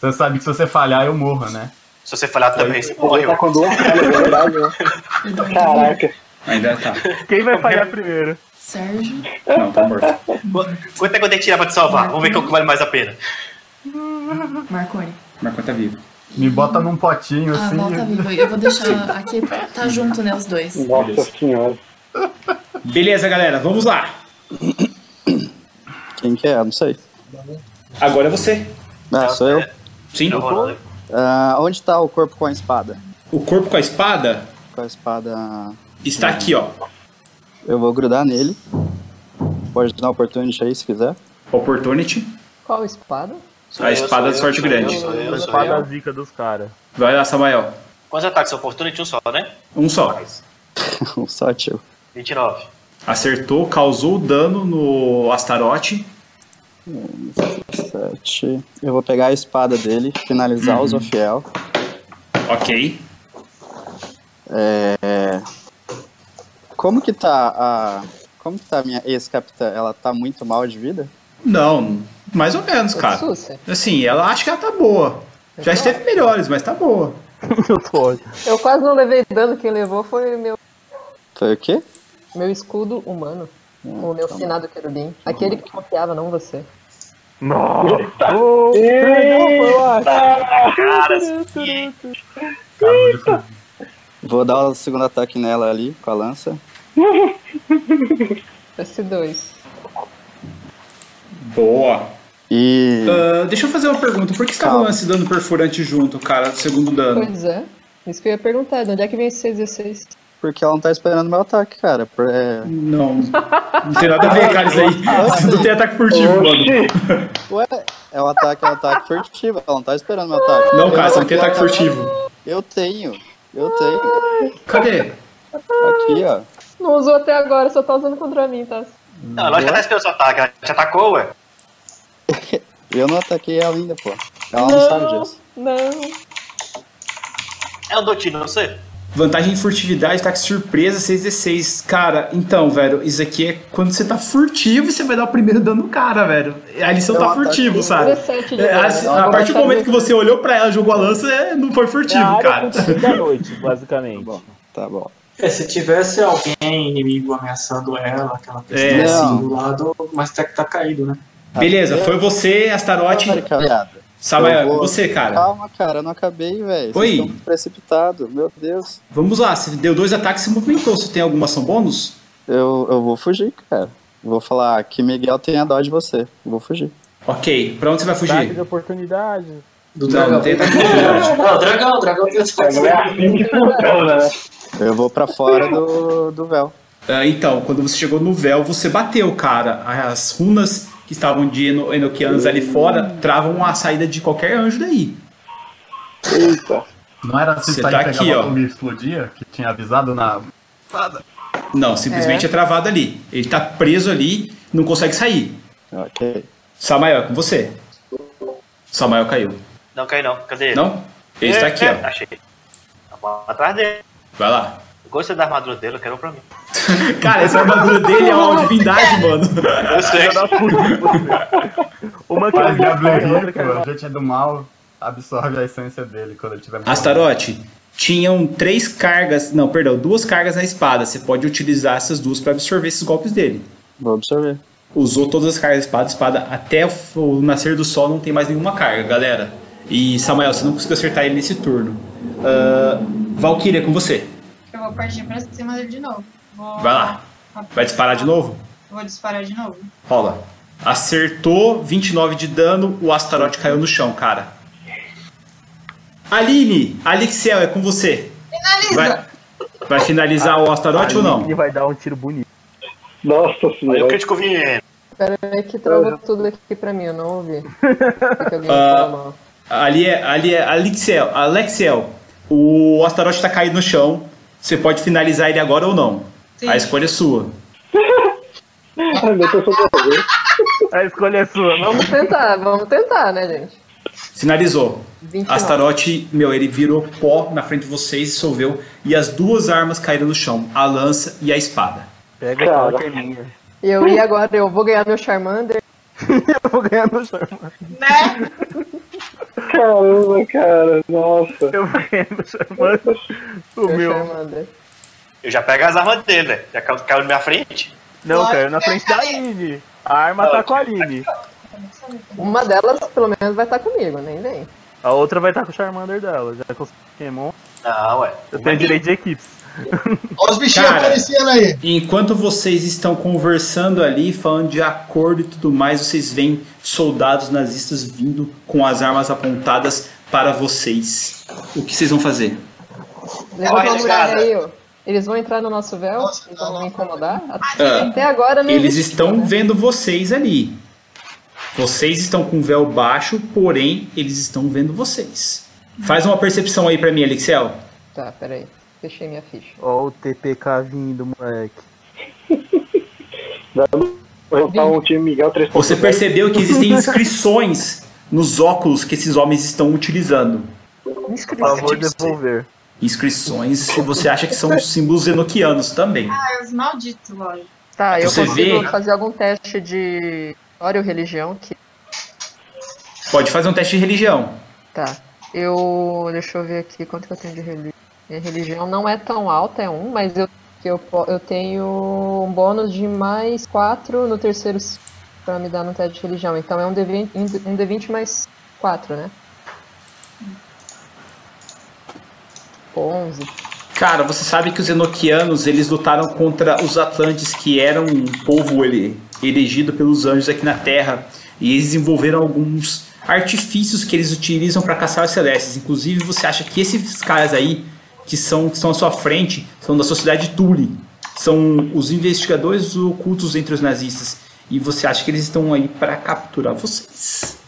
Você sabe que se você falhar, eu morro, né?
Se você falhar também, você morreu.
tá com duas falhas, na verdade, né,
Caraca.
Ainda tá.
Quem vai falhar primeiro?
Sérgio.
Não, tá morto.
Qu- Quanto é que eu tenho que tirar pra te salvar? Vamos ver qual que vale mais a pena.
Marconi.
Marconi tá vivo.
Me bota num potinho
Ah,
assim.
volta viva. Eu vou deixar aqui. Tá junto, né, os dois.
senhora.
Beleza, galera, vamos lá.
Quem que é? Não sei.
Agora é você.
Ah, sou eu?
Tá
Sim.
Tá
Ah, onde tá o corpo com a espada?
O corpo com a espada?
Com a espada.
Está aqui, ó.
Eu vou grudar nele. Pode dar opportunity aí se quiser.
Opportunity?
Qual espada?
A espada de sorte grande.
eu, sou
Espada
eu.
zica dos caras.
Vai lá, Samael.
Quantos ataques? São Opportunity um só, né?
Um só.
um só, tio.
29.
Acertou, causou dano no Astaroth.
Um, sete. Eu vou pegar a espada dele, finalizar
Uhum.
o Zofiel.
Ok.
É... Como que tá a. Como que tá a minha ex-capitã? Ela tá muito mal de vida?
Não, mais ou menos, cara. Assim, ela acha que ela tá boa. Já esteve melhores, mas tá boa.
Eu quase não levei dano, quem levou foi meu,
Foi o quê?
meu escudo humano. o meu finado querubim. Aquele que confiava, não você.
Nossa!
Cara,
Vou dar o segundo ataque nela ali com a lança.
S2.
Boa.
E.
Ah, deixa eu fazer uma pergunta. Por que você tá rolando esse dano perfurante junto, cara, do segundo dano?
Pois é. Isso que eu ia perguntar, de onde é que vem esse 16?
Porque ela não tá esperando meu ataque, cara. por- é-
Não. Não tem nada a ver, cara, isso aí. Não tem ataque furtivo, mano.
Ué, é um ataque, é um ataque furtivo. Ela não tá esperando meu ataque.
Não,
Eu
cara, você não tem
ataquei
ataque
ela-
furtivo.
Eu tenho. Eu tenho.
Cadê?
Aqui, ó.
Não usou até agora, só tá usando contra mim, tá?
Não, ela já tá esperando seu ataque, ela já atacou, ué.
Eu não ataquei ela ainda, pô. Ela não sabe disso.
Não.
É um dotinho, não sei.
Vantagem em furtividade, ataque surpresa, 6d6. Cara, então, velho, isso aqui é quando você tá furtivo e você vai dar o primeiro dano no cara, velho. A lição
É um
tá
ataque
furtivo,
de
sabe?
17 de
É,
dano.
assim,
Ela
a
vai
partir do
saber.
momento que você olhou pra ela, jogou a lança, é, não foi
É a
furtivo,
área
cara.
com o fim da noite, basicamente.
Tá bom.
É, se tivesse alguém inimigo ameaçando ela, aquela pessoa
É.
assim
Não.
do lado, mas até que tá caído, né?
Beleza,
Ah,
foi você, Astarote. Samuel,
Eu vou-
você, cara.
Calma, cara, eu não acabei, velho. Vocês
Oi.
estão muito precipitado, meu Deus.
Vamos lá, você deu dois ataques e se movimentou. Você tem alguma ação bônus?
Eu, eu vou fugir, cara. Vou falar que Miguel tem a dó de você. Eu Vou fugir.
Ok, pra onde você vai fugir?
Ataque de oportunidade.
Do não, não tem ataque de oportunidade.
Não, dragão, dragão tem as coisas.
Eu vou pra fora do, do véu.
Ah, então, quando você chegou no véu, você bateu, cara. As runas que estavam de eno enoquianos ali fora travam a saída de qualquer anjo daí.
Eita.
Não era se
Você
sair
tá
e
aqui,
pegar
ó.
o bombe e explodia, que tinha avisado na.
Não, simplesmente é.
É.
travado ali. Ele tá preso ali, não consegue sair.
Ok.
Samael, é com você. Samael caiu.
Não caiu não, cadê ele? É,
Não? Ele está aqui, ó.
Achei. Tá bom, atrás dele.
Vai lá.
Eu Gostei da armadura dele, eu quero um pra mim.
Cara, essa armadura dele é uma divindade, mano.
Eu sei.
Uma que
eu vou fazer, outra que eu
a gente é do mal, absorve a essência dele quando ele tiver
Assim,
morto.
Astarote, tinham três cargas. Não, perdão, duas cargas na espada. Você pode utilizar essas duas para absorver esses golpes dele.
Vou absorver.
Usou todas as cargas da espada, espada até o nascer do sol não tem mais nenhuma carga, galera. E Samael, você não conseguiu acertar ele nesse turno. Ah, Valkyria, é com você.
Eu vou partir pra cima dele de novo. Vou,
Vai lá. Vai disparar de novo?
vou disparar de novo.
Rola. Acertou 29 de dano, o Astarote caiu no chão, cara. Aline, Alixiel, é com você.
Finaliza!
Vai, vai finalizar o Astarote ou não?
Ele vai dar um tiro bonito.
Nossa senhora.
Aí o crítico é. vinha.
Pera aí que travou tudo aqui pra mim, eu não ouvi. É Que alguém falou mal.
Ah, ali é, ali é Alixiel, Alexiel. O Astaroth tá caído no chão. Você pode finalizar ele agora ou não.
Sim.
A escolha é sua.
Ah,
A escolha é sua.
Vamos tentar, vamos tentar, né, gente?
Finalizou.
29.
Astaroth, meu, ele virou pó na frente de vocês, dissolveu. E as duas armas caíram no chão: a lança e a espada.
Pega aquela que é minha.
E eu ia agora, eu vou ganhar meu Charmander.
Eu vou ganhar no Charmander.
Caramba, cara, nossa.
Eu vou ganhar no Charmander. O meu.
Eu já pego as armas dele, né? Já caiu, caiu na minha frente.
Não, caiu na frente da Aline. A arma tá com a Aline.
Uma delas, pelo menos, vai estar comigo, nem vem.
A outra vai estar com o Charmander dela. Já consegui Pokémon.
Não, ué.
Eu tenho direito de equipes.
Olha os bichinhos
Cara.
aparecendo aí.
Enquanto vocês estão conversando ali, falando de acordo e tudo mais, vocês veem soldados nazistas vindo com as armas apontadas para vocês. O que vocês vão fazer?
Levanta uma
Olha,
muralha
cara. tá
aí, ó. Eles vão entrar no nosso véu, eles vão me incomodar. Até,
Ah.
até agora não
Eles
existe,
estão
né?
vendo vocês ali. Vocês estão com o véu baixo, porém eles estão vendo vocês. Faz uma percepção aí pra mim, Alexel.
Tá, peraí. Fechei minha ficha.
Ó o TPK vindo, moleque.
Vou botar um time Miguel 3
Você percebeu que existem inscrições nos óculos que esses homens estão utilizando.
Por favor, devolver.
Inscrições, você acha que são os símbolos enoquianos também.
Ah, os malditos, lógico.
Tá, eu
Você
consigo
vê-
fazer algum teste de história ou religião que
Pode fazer um teste de religião.
Tá. Eu. Deixa eu ver aqui quanto que eu tenho de religião. Minha religião não é tão alta, é um, mas eu, eu, po- eu tenho um bônus de mais 4 no terceiro c- pra me dar no teste de religião. Então é um D20, um D20 mais 4, né? 11.
Cara, você sabe que os Enoquianos eles lutaram contra os Atlantes, que eram um povo ele, elegido pelos anjos aqui na Terra, e eles desenvolveram alguns artifícios que eles utilizam para caçar os celestes. Inclusive, você acha que esses caras aí que são que estão à sua frente são da sociedade Tulin, são os investigadores ocultos entre os nazistas, e você acha que eles estão aí para capturar vocês?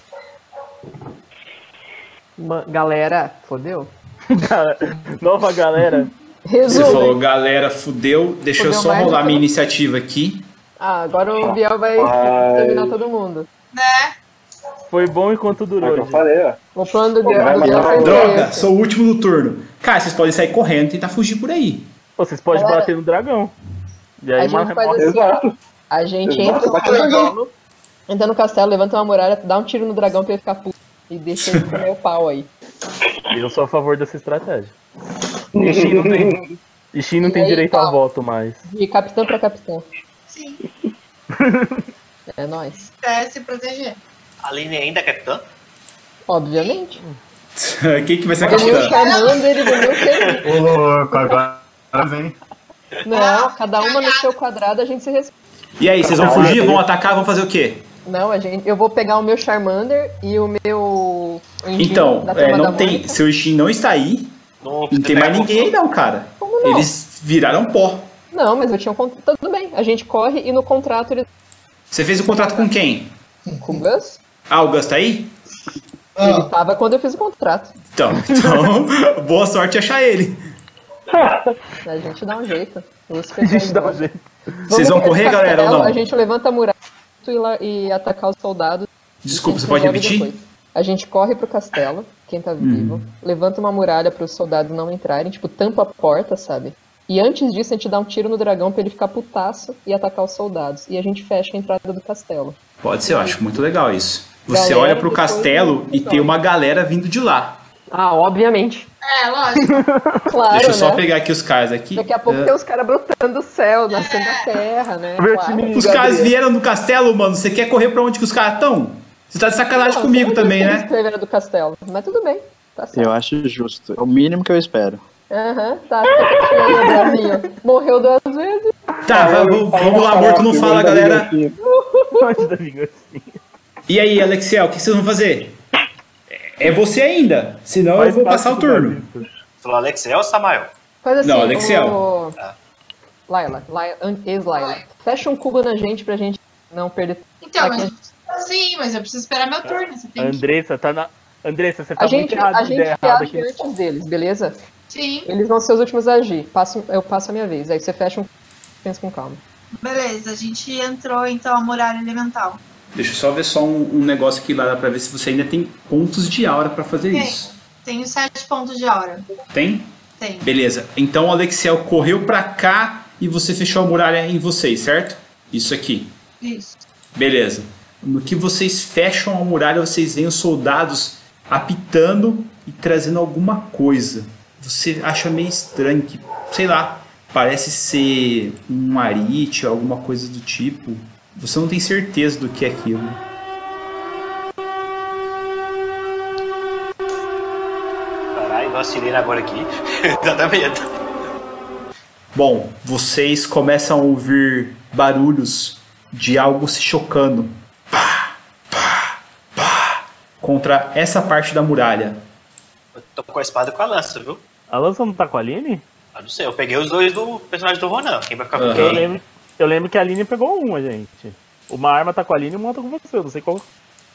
Ma- galera, fodeu?
Nova galera.
Você
Resumo.
falou, galera, fudeu. Deixa
Fudeu
eu só
mais então." do
rolar
que
minha
não-
iniciativa aqui.
Ah, agora o Biel vai
Ai.
terminar todo mundo.
Foi bom enquanto durou.
que eu
gente.
O plano do Biel é do Biel foi
Droga,
esse.
sou o último do turno. Cara, vocês podem sair correndo e tentar fugir por aí.
Vocês podem
Galera.
bater no dragão. E
A
aí,
gente
mano,
faz
remorso.
assim, A gente
Exato,
entra no
bate no
castelo, entra no castelo, levanta uma muralha, dá um tiro no dragão pra ele ficar puto. E deixa ele comer o pau aí.
Eu sou a favor dessa estratégia. Ixi não tem, Ixi não
E
tem
aí,
direito a voto mais.
De capitão pra capitão.
Sim.
É nóis.
É se proteger.
A Aline ainda é capitã?
Obviamente.
Quem que vai ser a
Todo mundo
capitã?
chamando ele do meu querido.
Ô, louco, agora vem.
Não, cada uma no seu quadrado, a gente se respeita.
E aí, vocês vão fugir? Vão atacar? Vão fazer o quê?
Não, a gente, eu vou pegar o meu Charmander e o meu. o Indinho
Então,
da
é,
turma
não
da
tem.
Mônica.
Seu Steam não está aí. Não, tem mais ninguém aí, não, cara.
não?
Eles viraram pó.
Não, mas eu tinha um contrato. Tudo bem, a gente corre e no contrato ele.
Você fez o contrato com quem?
Com o Gus?
Ah, o Gus tá aí?
Ele tava quando eu fiz o contrato.
Então, então boa sorte em achar ele.
A gente dá um jeito. A gente dá um
jeito.
Vocês vão correr, galera, ou não?
A gente levanta a muralha e, lá- e atacar os soldados.
Desculpa,
E
você pode
resolve
repetir? Uhum.
depois. A gente corre pro castelo, quem tá vivo, levanta uma muralha pros soldados não entrarem, tipo, tampa a porta, sabe? E antes disso, a gente dá um tiro no dragão pra ele ficar putaço e atacar os soldados. E a gente fecha a entrada do castelo.
Pode ser, eu acho muito legal isso. Você
Galera,
olha pro
depois-
castelo e tem uma galera vindo de lá.
Ah, obviamente.
É, lógico.
Claro,
Deixa eu só
né?
pegar aqui os caras aqui.
Daqui a pouco
Ah.
tem os caras brotando do céu, nascendo da terra, né? Claro.
Os caras vieram do castelo, mano. Você quer correr pra onde que os caras estão? Você tá de sacanagem
Não,
comigo
eu sei
também,
que
né?
eles escreveram do castelo, mas tudo bem. Tá certo.
Eu acho justo. É o mínimo que eu espero.
Aham, tá. tá certo, meu bravinho. Morreu duas vezes.
Tá, vamos, vamos lá, morto não fala, galera. E aí, Alexiel, o que vocês vão fazer? É você ainda, senão eu vou passar o turno.
Falou Alexel ou Samael?
Faz assim,
Não, Alexiel.
o- Ah. Laila, Laila, an- ex-Laila. Fecha um cubo na gente pra gente não perder.
Então, mas, sim, mas eu preciso esperar meu turno. Você tem que...
Andressa, tá na. Andressa, você tá
A
muito
gente,
errado
a
de ideia
gente
errada
age
aqui.
antes deles, beleza?
Sim,
Eles vão ser os últimos a agir. Passo, eu passo a minha vez. Aí você fecha um cubo pensa com calma.
beleza. A gente entrou, então, a muralha elemental.
Deixa eu só ver só um, um negócio aqui lá pra ver se você ainda tem pontos de aura pra fazer
Tem.
isso.
Tenho sete pontos de aura.
Tem?
Tem.
Beleza. Então o Alexiel correu pra cá e você fechou a muralha em vocês, certo? Isso aqui.
Isso.
Beleza. No que vocês fecham a muralha, vocês veem os soldados apitando e trazendo alguma coisa. Você acha meio estranho que, sei lá, parece ser um arite, alguma coisa do tipo. Você não tem certeza do que é aquilo.
Caralho, igual a sirene agora aqui. Dá até medo.
Bom, vocês começam a ouvir barulhos de algo se chocando. Pá, pá, pá, contra essa parte da muralha.
Eu tô com a espada e com a lança, viu?
A lança não tá com a Aline?
Eu não sei, eu peguei os dois do personagem do Ronan. Quem vai ficar com
Eu,
quem?
lembro, eu lembro que a Aline pegou uma, gente. Uma arma tá com a Aline e uma outra com você. Eu não sei qual.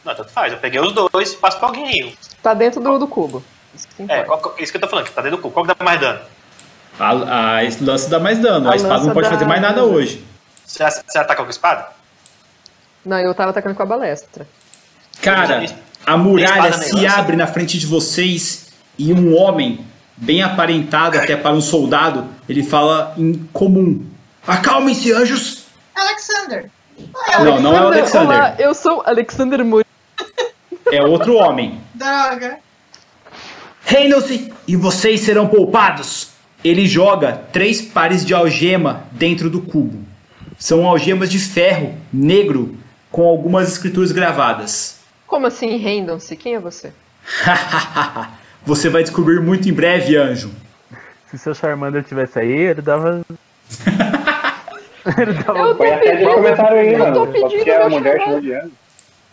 Não, tanto faz. Eu peguei os dois, passo pra alguém aí.
Tá dentro do, do cubo. Isso que
É,
importa.
qual- qual- isso que eu tô falando, que tá dentro do cu. Qual que dá mais dano?
A, a lança dá mais dano, a,
A
espada não
lança
pode
dá-
fazer mais nada hoje.
Você, você ataca com a espada?
Não, eu tava atacando com a balestra.
Cara, a
Tem
muralha
espada
se
nem lança?
abre na frente de vocês e um homem, bem aparentado até para um soldado, ele fala em comum: Acalmem-se, anjos!
Alexander.
Não, não é o Alexander.
Olá, eu sou Alexander Muri.
É outro homem.
Droga.
Rendam-se e vocês serão poupados. Ele joga três pares de algema dentro do cubo. São algemas de ferro negro com algumas escrituras gravadas.
Como assim, rendam-se? Quem é você?
Você vai descobrir muito em breve, anjo.
Se seu Charmander tivesse aí, ele dava. ele dava
Eu tô
bafo.
pedindo-
Eles comentaram aí,
Eu tô
mano. Só porque
pedindo
a
meu
mulher tá
chamado.
chamou de ano.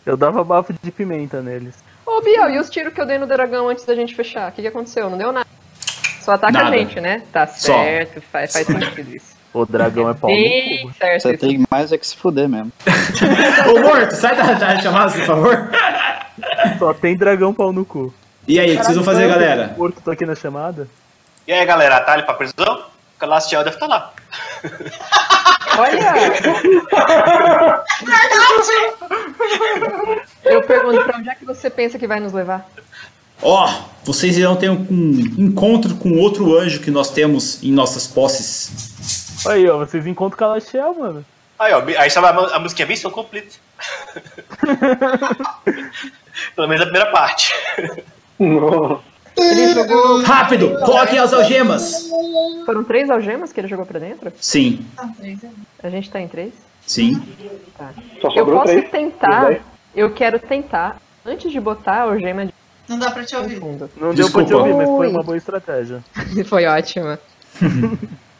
Eu dava bafo de pimenta neles.
Ô, Biel, e os tiros que eu dei no dragão antes da gente fechar? O que, que aconteceu? Não deu nada. Só ataca
Nada.
a gente, né? Tá
Só.
certo, faz, faz sentido isso.
O dragão é pau.
Bem certo.
Você tem mais é que se fuder mesmo.
Ô, morto, sai da, da chamada, por favor.
Só tem dragão pau no cu.
E aí, o que vocês vão fazer,
Caralho,
galera?
Porco, tô aqui na chamada.
E aí, galera, atalho pra prisão? Porque lá Celestial deve estar tá lá.
Olha! eu pergunto pra onde é que você pensa que vai nos levar?
Ó, vocês irão ter um, um encontro com outro anjo que nós temos em nossas posses.
Aí, ó, vocês encontram o Kalashel, mano.
Aí, ó, aí sabe a, mu- a musiquinha Missão Complete. Pelo menos a primeira parte.
Ele jogou.
Rápido, coloquem as algemas.
Foram três algemas que ele jogou pra dentro?
Sim,
Tá,
A gente tá em três?
sim.
Tá.
Só
Eu
sobrou
posso
três.
tentar.
Tudo
Eu quero tentar. Antes de botar a algema de.
Não dá pra te ouvir.
Não deu pra te
Desculpa.
ouvir, mas foi
Oi.
uma boa estratégia.
Foi ótima.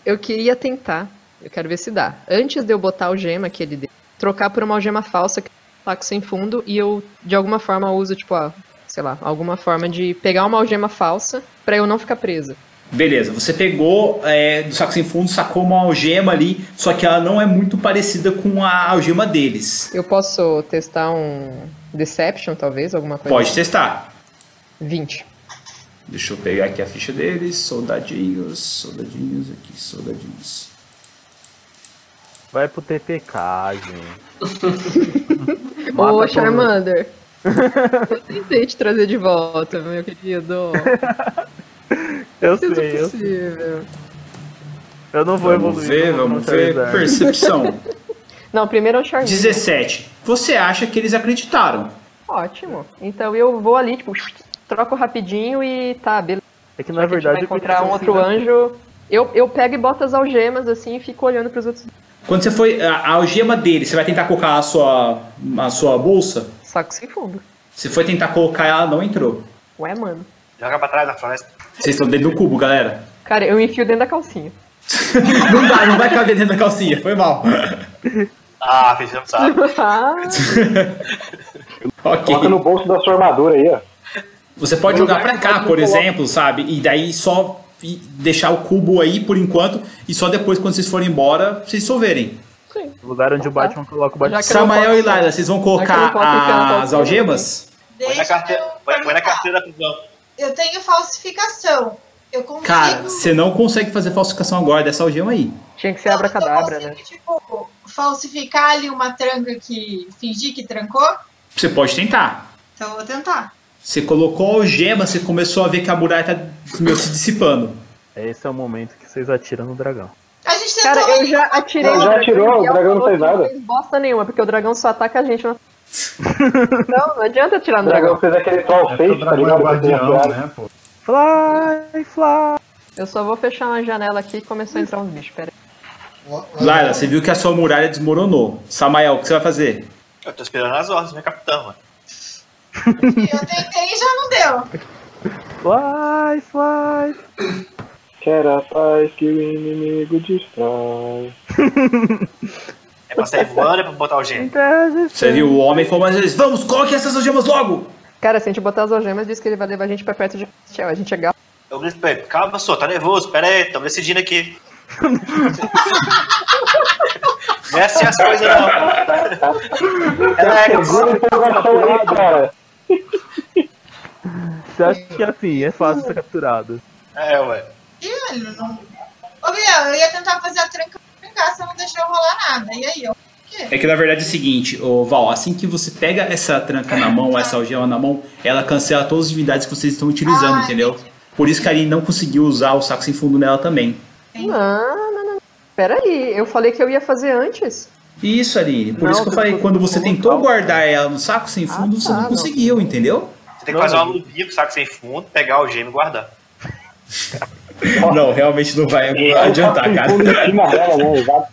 eu queria tentar. Eu quero ver se dá. Antes de eu botar a algema que ele deu, trocar por uma algema falsa que eu taco sem fundo e eu, de alguma forma, uso, tipo, ah, sei lá, alguma forma de pegar uma algema falsa pra eu não ficar presa.
Beleza, você pegou é, do saco sem fundo, sacou uma algema ali, só que ela não é muito parecida com a algema deles.
Eu posso testar um Deception, talvez, alguma coisa?
Pode testar.
20.
Deixa eu pegar aqui a ficha deles, soldadinhos, soldadinhos aqui, soldadinhos.
Vai pro TPK, gente. Mata
Ô,
todo
Charmander. Eu tentei te trazer de volta, meu querido.
Eu
Isso é
sei, eu,
possível.
eu não vou
Vamos
evoluir.
ver,
eu vou
vamos
continuar
ver.
usando.
Percepção.
Não, primeiro é o Charmander.
17. Você acha que eles acreditaram?
Ótimo. Então eu vou ali, tipo, troco rapidinho e tá, beleza.
É que na
a gente vai
verdade
encontrar um
eu assim, né?
outro
preciso-
anjo. Eu, eu pego e boto as algemas assim e fico olhando pros outros.
Quando você foi. A, a algema dele, você vai tentar colocar a sua, a sua bolsa?
Saco sem fundo.
Você foi tentar colocar ela, não entrou.
Ué, mano.
Joga pra trás da floresta.
Vocês estão dentro do cubo, galera.
Cara, eu enfio dentro da calcinha.
Não dá, não vai caber dentro da calcinha, foi mal.
Ah,
um
fizemos
Tá.
sabe.
Ah,
Ok.
Coloca no bolso da sua armadura aí, ó.
Você pode
No
jogar
lugar
pra
que
cá,
você
por
um
coloca.
exemplo, sabe? E daí só e deixar o cubo aí por enquanto e só depois quando vocês forem embora, vocês solverem.
Sim. Então tá.
Lugar onde o Batman coloca o Batman.
Samael e Laila, vocês vão colocar as
né?
algemas?
Põe na carteira, põe, põe na carteira da prisão.
Eu tenho falsificação. Eu consigo.
Cara, você não consegue fazer falsificação agora dessa algema aí.
Tinha que ser abracadabra, né?
tipo, falsificar ali uma tranca que fingir que trancou.
Você pode tentar.
Então eu vou tentar.
Você colocou a algema, você começou a ver que a muralha tá meio se dissipando.
Esse é o momento que vocês atiram no dragão.
A gente tentou.
Cara, eu já atirei.
Não,
no
né? já
dragão,
atirou,
e
o
ela
dragão não
falou
fez
que
nada.
Não fez bosta nenhuma, porque o dragão só ataca a gente. Não, não, não adianta atirar
O
no
dragão
dragão.
fez aquele troll face, tá ligado?
né, pô?
Fly, fly. Eu só vou fechar uma janela aqui e começou a entrar uns bichos, pera
Laila, você viu que a sua muralha desmoronou. Samael, o que você vai fazer?
Eu tô esperando as ordens, né, capitão, mano?
Eu tentei e já não deu.
Fly, fly.
Quero a paz que o inimigo destrói.
É pra sair voando, é pra botar o gênio.
Você viu o homem falou mais vezes, vamos, coloque essas algemas logo!
Cara, se a gente botar as algemas, diz que ele vai levar a gente pra perto de Castiel. A gente é gato.
Eu grito pra ele, calma, só, tá nervoso, pera aí, tamo decidindo aqui. não é assim as coisas, não. É,
Segura um a empolgação aí, cara.
Você acha que assim, é fácil ser capturado?
É, ué.
Ih, velho, não. Ô, Biel, eu ia tentar fazer a tranca trancar, você não deixou rolar nada. E aí, eu.
É que na verdade é o seguinte, ô Val, assim que você pega essa tranca na mão, essa algema na mão, ela cancela todas as divindades que vocês estão utilizando, entendeu? Por isso que a Aline não conseguiu usar o saco sem fundo nela também.
Não, não, não. Pera aí, eu falei que eu ia fazer antes.
Isso, Aline. Por
Não,
isso que eu
tem
falei,
que-
quando você tentou guardar ela no saco sem fundo, você não conseguiu, entendeu?
Você tem que fazer uma luvinha com o saco sem fundo, pegar o gêmeo e guardar.
Não, realmente É, não vai adiantar, cara.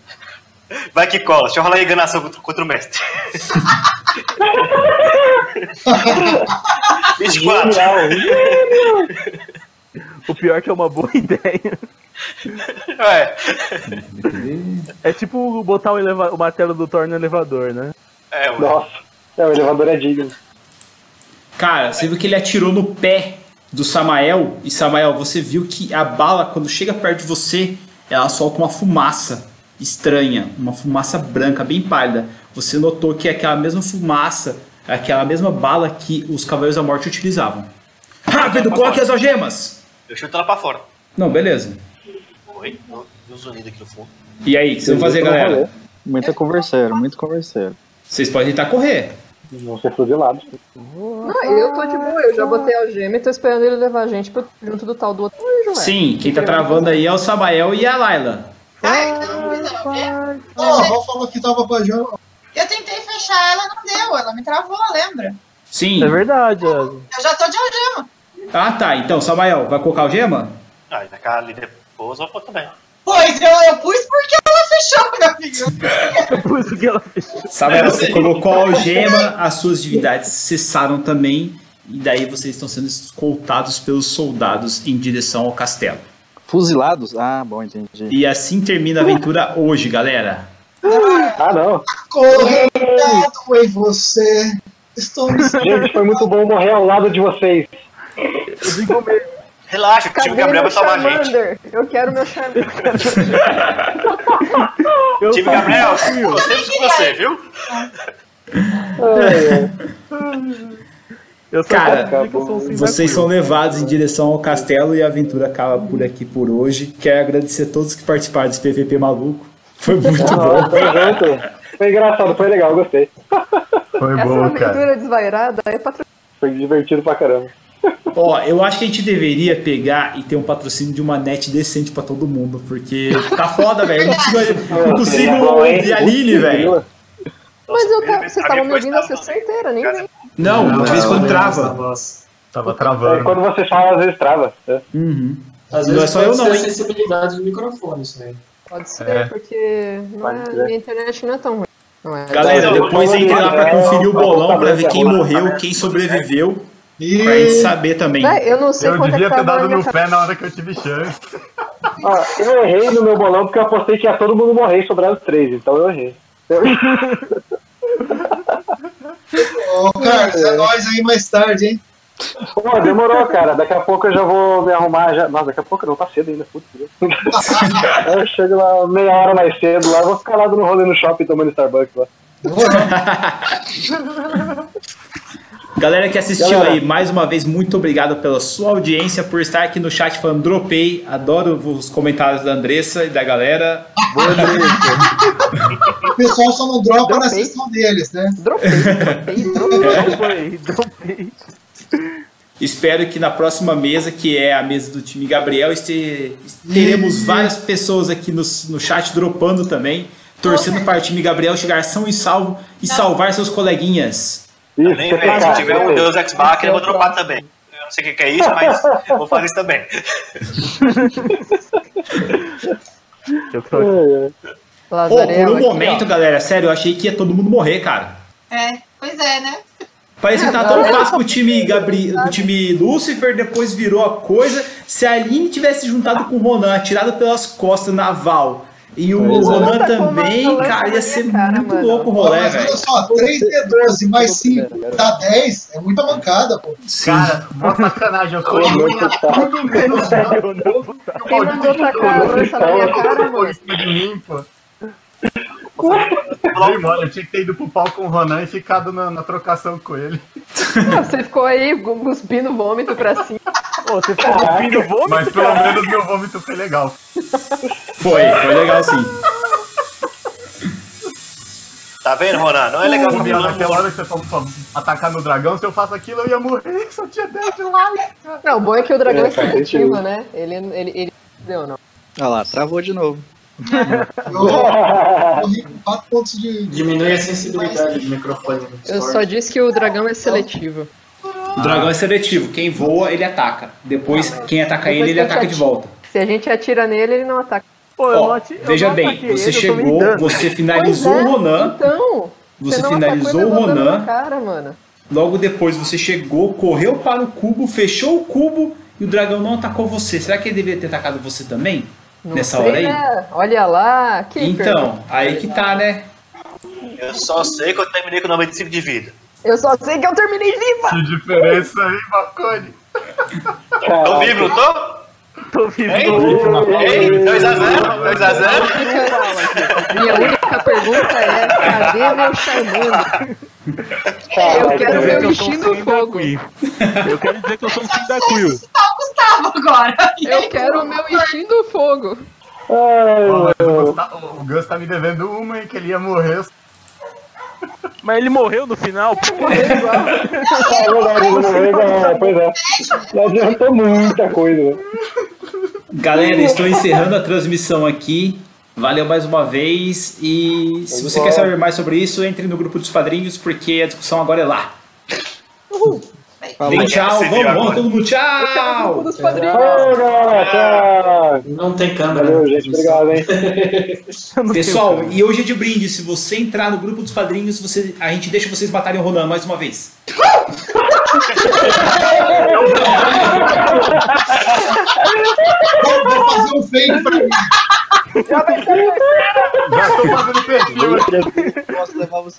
Vai que cola. Deixa eu rolar a enganação contra, contra o mestre. 24.
O pior é que é uma boa ideia.
É.
É tipo botar o, eleva- o martelo do Thor no elevador, né?
É,
Nossa, é, o elevador é digno.
Cara, você viu que ele atirou no pé do Samael. E Samael, você viu que a bala, quando chega perto de você, ela solta uma fumaça estranha, uma fumaça branca, bem pálida. Você notou que é aquela mesma fumaça, é aquela mesma bala que os Cavaleiros da Morte utilizavam. Rápido, coloque as algemas!
Eu chuto ela pra fora.
Não, beleza.
Oi? Deu um zunido aqui no fundo.
E aí, o que vocês vão fazer, galera?
Então, Muito converseiro, muito converseiro.
Vocês podem tentar correr.
Vão ser fuzilados.
Não, eu tô de boa, eu já botei a algema e tô esperando ele levar a gente pro- junto do tal do outro anjo, ué.
Sim, quem tá travando aí é o Samael e a Laila.
Ah,
Não, a Val falou que tava bajando.
Eu tentei fechar ela, não deu. Ela me travou, lembra?
Sim.
É verdade, Wesley.
Eu já tô de algema.
Ah, tá. Então, Samael, vai colocar o gema?
Ah, e naquela ali depois eu vou também.
Pois eu, eu pus porque ela fechou, meu filho.
Sabe, você colocou a algema, as suas atividades cessaram também, e daí vocês estão sendo escoltados pelos soldados em direção ao castelo.
Fuzilados? Ah, bom, entendi.
E assim termina a aventura hoje, galera.
Ah, não.
Correndo, foi você. Estou me
Gente, foi muito bom morrer ao lado de vocês.
Relaxa, que o
Cadê
time Gabriel
meu
vai salvar a gente.
Charmander? Eu quero meu Charmander.
Time Gabriel, gostamos de você, viu?
É, Eu
Cara,
que eu sou um cinza
vocês são levados em direção ao castelo e a aventura acaba por aqui por hoje. Quero agradecer a todos que participaram desse PVP maluco. Foi muito
Ah,
bom.
Foi junto. Foi engraçado, foi legal, eu gostei. Foi
Essa
é
aventura desvairada é patrocínio.
Foi divertido pra caramba.
Ó, eu acho que a gente deveria pegar e ter um patrocínio de uma net decente pra todo mundo, porque tá foda, velho. Eu não consigo, não consigo ouvir a Lili, velho.
Mas eu tava,
tá
vocês estavam me ouvindo a sessão
né?
inteira, nem vem.
Não, de vez em quando trava.
Tava travando.
É, quando você fala, às vezes trava. É.
Às
Não
vezes
é só
pode
eu não,
ser a
hein?
sensibilidade do microfone, isso daí.
Pode ser,
É.
porque não é-
crer.
minha internet não é tão ruim. Não
Tá,
é.
Então,
Galera, depois entrem lá pra conferir o bolão, pra ver quem morreu, quem sobreviveu. Pra gente saber também.
Véi, eu não sei
Eu
quanto é
devia
que
ter
tá
dado
na minha
no pé
cabeça.
na hora que eu tive chance.
Ah, eu errei no meu bolão porque eu apostei que ia todo mundo morrer e sobraram três, então eu errei. Eu-
Ô, Carlos, é nóis aí mais tarde, hein?
Pô, demorou, cara. Daqui a pouco eu já vou me arrumar. Já... Nossa, daqui a pouco não, tá cedo ainda, putz. viu? eu chego lá meia hora mais cedo lá, eu vou ficar lá no rolê no shopping tomando Starbucks lá.
Galera que assistiu
Galera.
aí, mais uma vez, muito obrigado pela sua audiência, por estar aqui no chat falando dropei. Adoro os comentários da Andressa e da galera.
O pessoal só não dropa na sessão deles, né?
Dropei,
dropei,
dropei.
Espero que na próxima mesa, que é a mesa do time Gabriel, este- teremos várias pessoas aqui no, no chat dropando também, torcendo para o time Gabriel chegar são e salvo e salvar seus coleguinhas.
Nem vem. Tá
tá
Se tiver um Deus Ex Machina, eu vou dropar também. Eu não sei o que que é isso, mas eu vou fazer isso também.
Pô, por um momento, galera, sério, eu achei que ia todo mundo morrer, cara.
É, pois é, né?
Parecia que
É,
tava tão fácil com o time Gabri... o time Lucifer, depois virou a coisa. Se a Aline tivesse juntado com o Ronan, atirado pelas costas naval. E o
Pois é.
Ronan
Puta, como
também, cara, ia ser muito louco o rolê,
Mas
né, velho.
olha só, 3D12 mais 5 dá 10, é muita mancada, pô.
Cara, mó sacanagem, eu sou eliminado. Todo mundo
Quem mandou tacar a lança na minha cara, mano?
Falei, mano, eu tinha que ter ido pro pau com o Ronan e ficado na, na trocação com ele.
Ah, Você ficou aí gu- cuspindo vômito pra cima.
você
Mas pelo menos meu vômito foi legal.
Foi, foi legal sim.
Tá vendo, Ronan? Não é legal
Pô,
pra mim,
Biel,
não.
Naquela hora que você falou pra atacar no dragão, se eu faço aquilo, eu ia morrer. Só tinha 10 de life.
Não, o bom é que o dragão
É,
é
faz
seletivo,
sentido.
né? Ele, ele, ele deu, não.
Olha lá, travou de novo.
Eu corri com 4 pontos de.
Diminui a sensibilidade do microfone. no
Eu
Discord.
só disse que o dragão é seletivo.
O dragão é seletivo. Quem voa, ele ataca. Depois, quem ataca ele, ele ataca de volta.
Se a gente atira nele, ele não ataca.
Pô,
Ó, veja bem, você chegou, você finalizou
é,
o Ronan.
Então,
Você
não
finalizou
atacou,
o
ele mandou
Ronan.
na Cara, mano.
Logo depois você chegou, correu para o cubo, fechou o cubo e o dragão não atacou você. Será que ele deveria ter atacado você também? nessa
Sei,
hora aí?
né? Olha lá. Que
Então, aí que tá, né?
Eu só sei que eu terminei com 95 de vida.
Eu só sei que eu terminei viva.
Que diferença, hein, Marconi?
Tô vivo, não tô?
Tô
vivo. Ei, 2x0,
Ah,
2x0.
Minha única pergunta é: cadê meu Charmander? eu um quero ver o bichinho do fogo.
Eu quero dizer que eu sou um fim da Quill.
Gustavo agora. Eu quero o meu Ishin do fogo.
Ó, mas o Gus tá- o Gus tá me devendo uma, hein, que ele ia morrer.
Mas ele morreu no final.
É verdade, ele morreu, galera. Pois é. Não adiantou muita coisa. né?
Galera, estou encerrando a transmissão aqui. Valeu mais uma vez. E se você quer saber mais sobre isso, entre no grupo dos padrinhos, porque a discussão agora é lá. Vem, tchau, vamos, vamos, todo mundo, tchau!
Valeu, galera. Tchau.
Não tem câmera.
Valeu, gente. Obrigado, hein.
Pessoal, e hoje é de brinde. Se você entrar no grupo dos padrinhos, você- a gente deixa vocês matarem o Ronan mais uma vez.
Eu vou fazer um fake pra mim.
Já tô fazendo perfil.
Posso levar você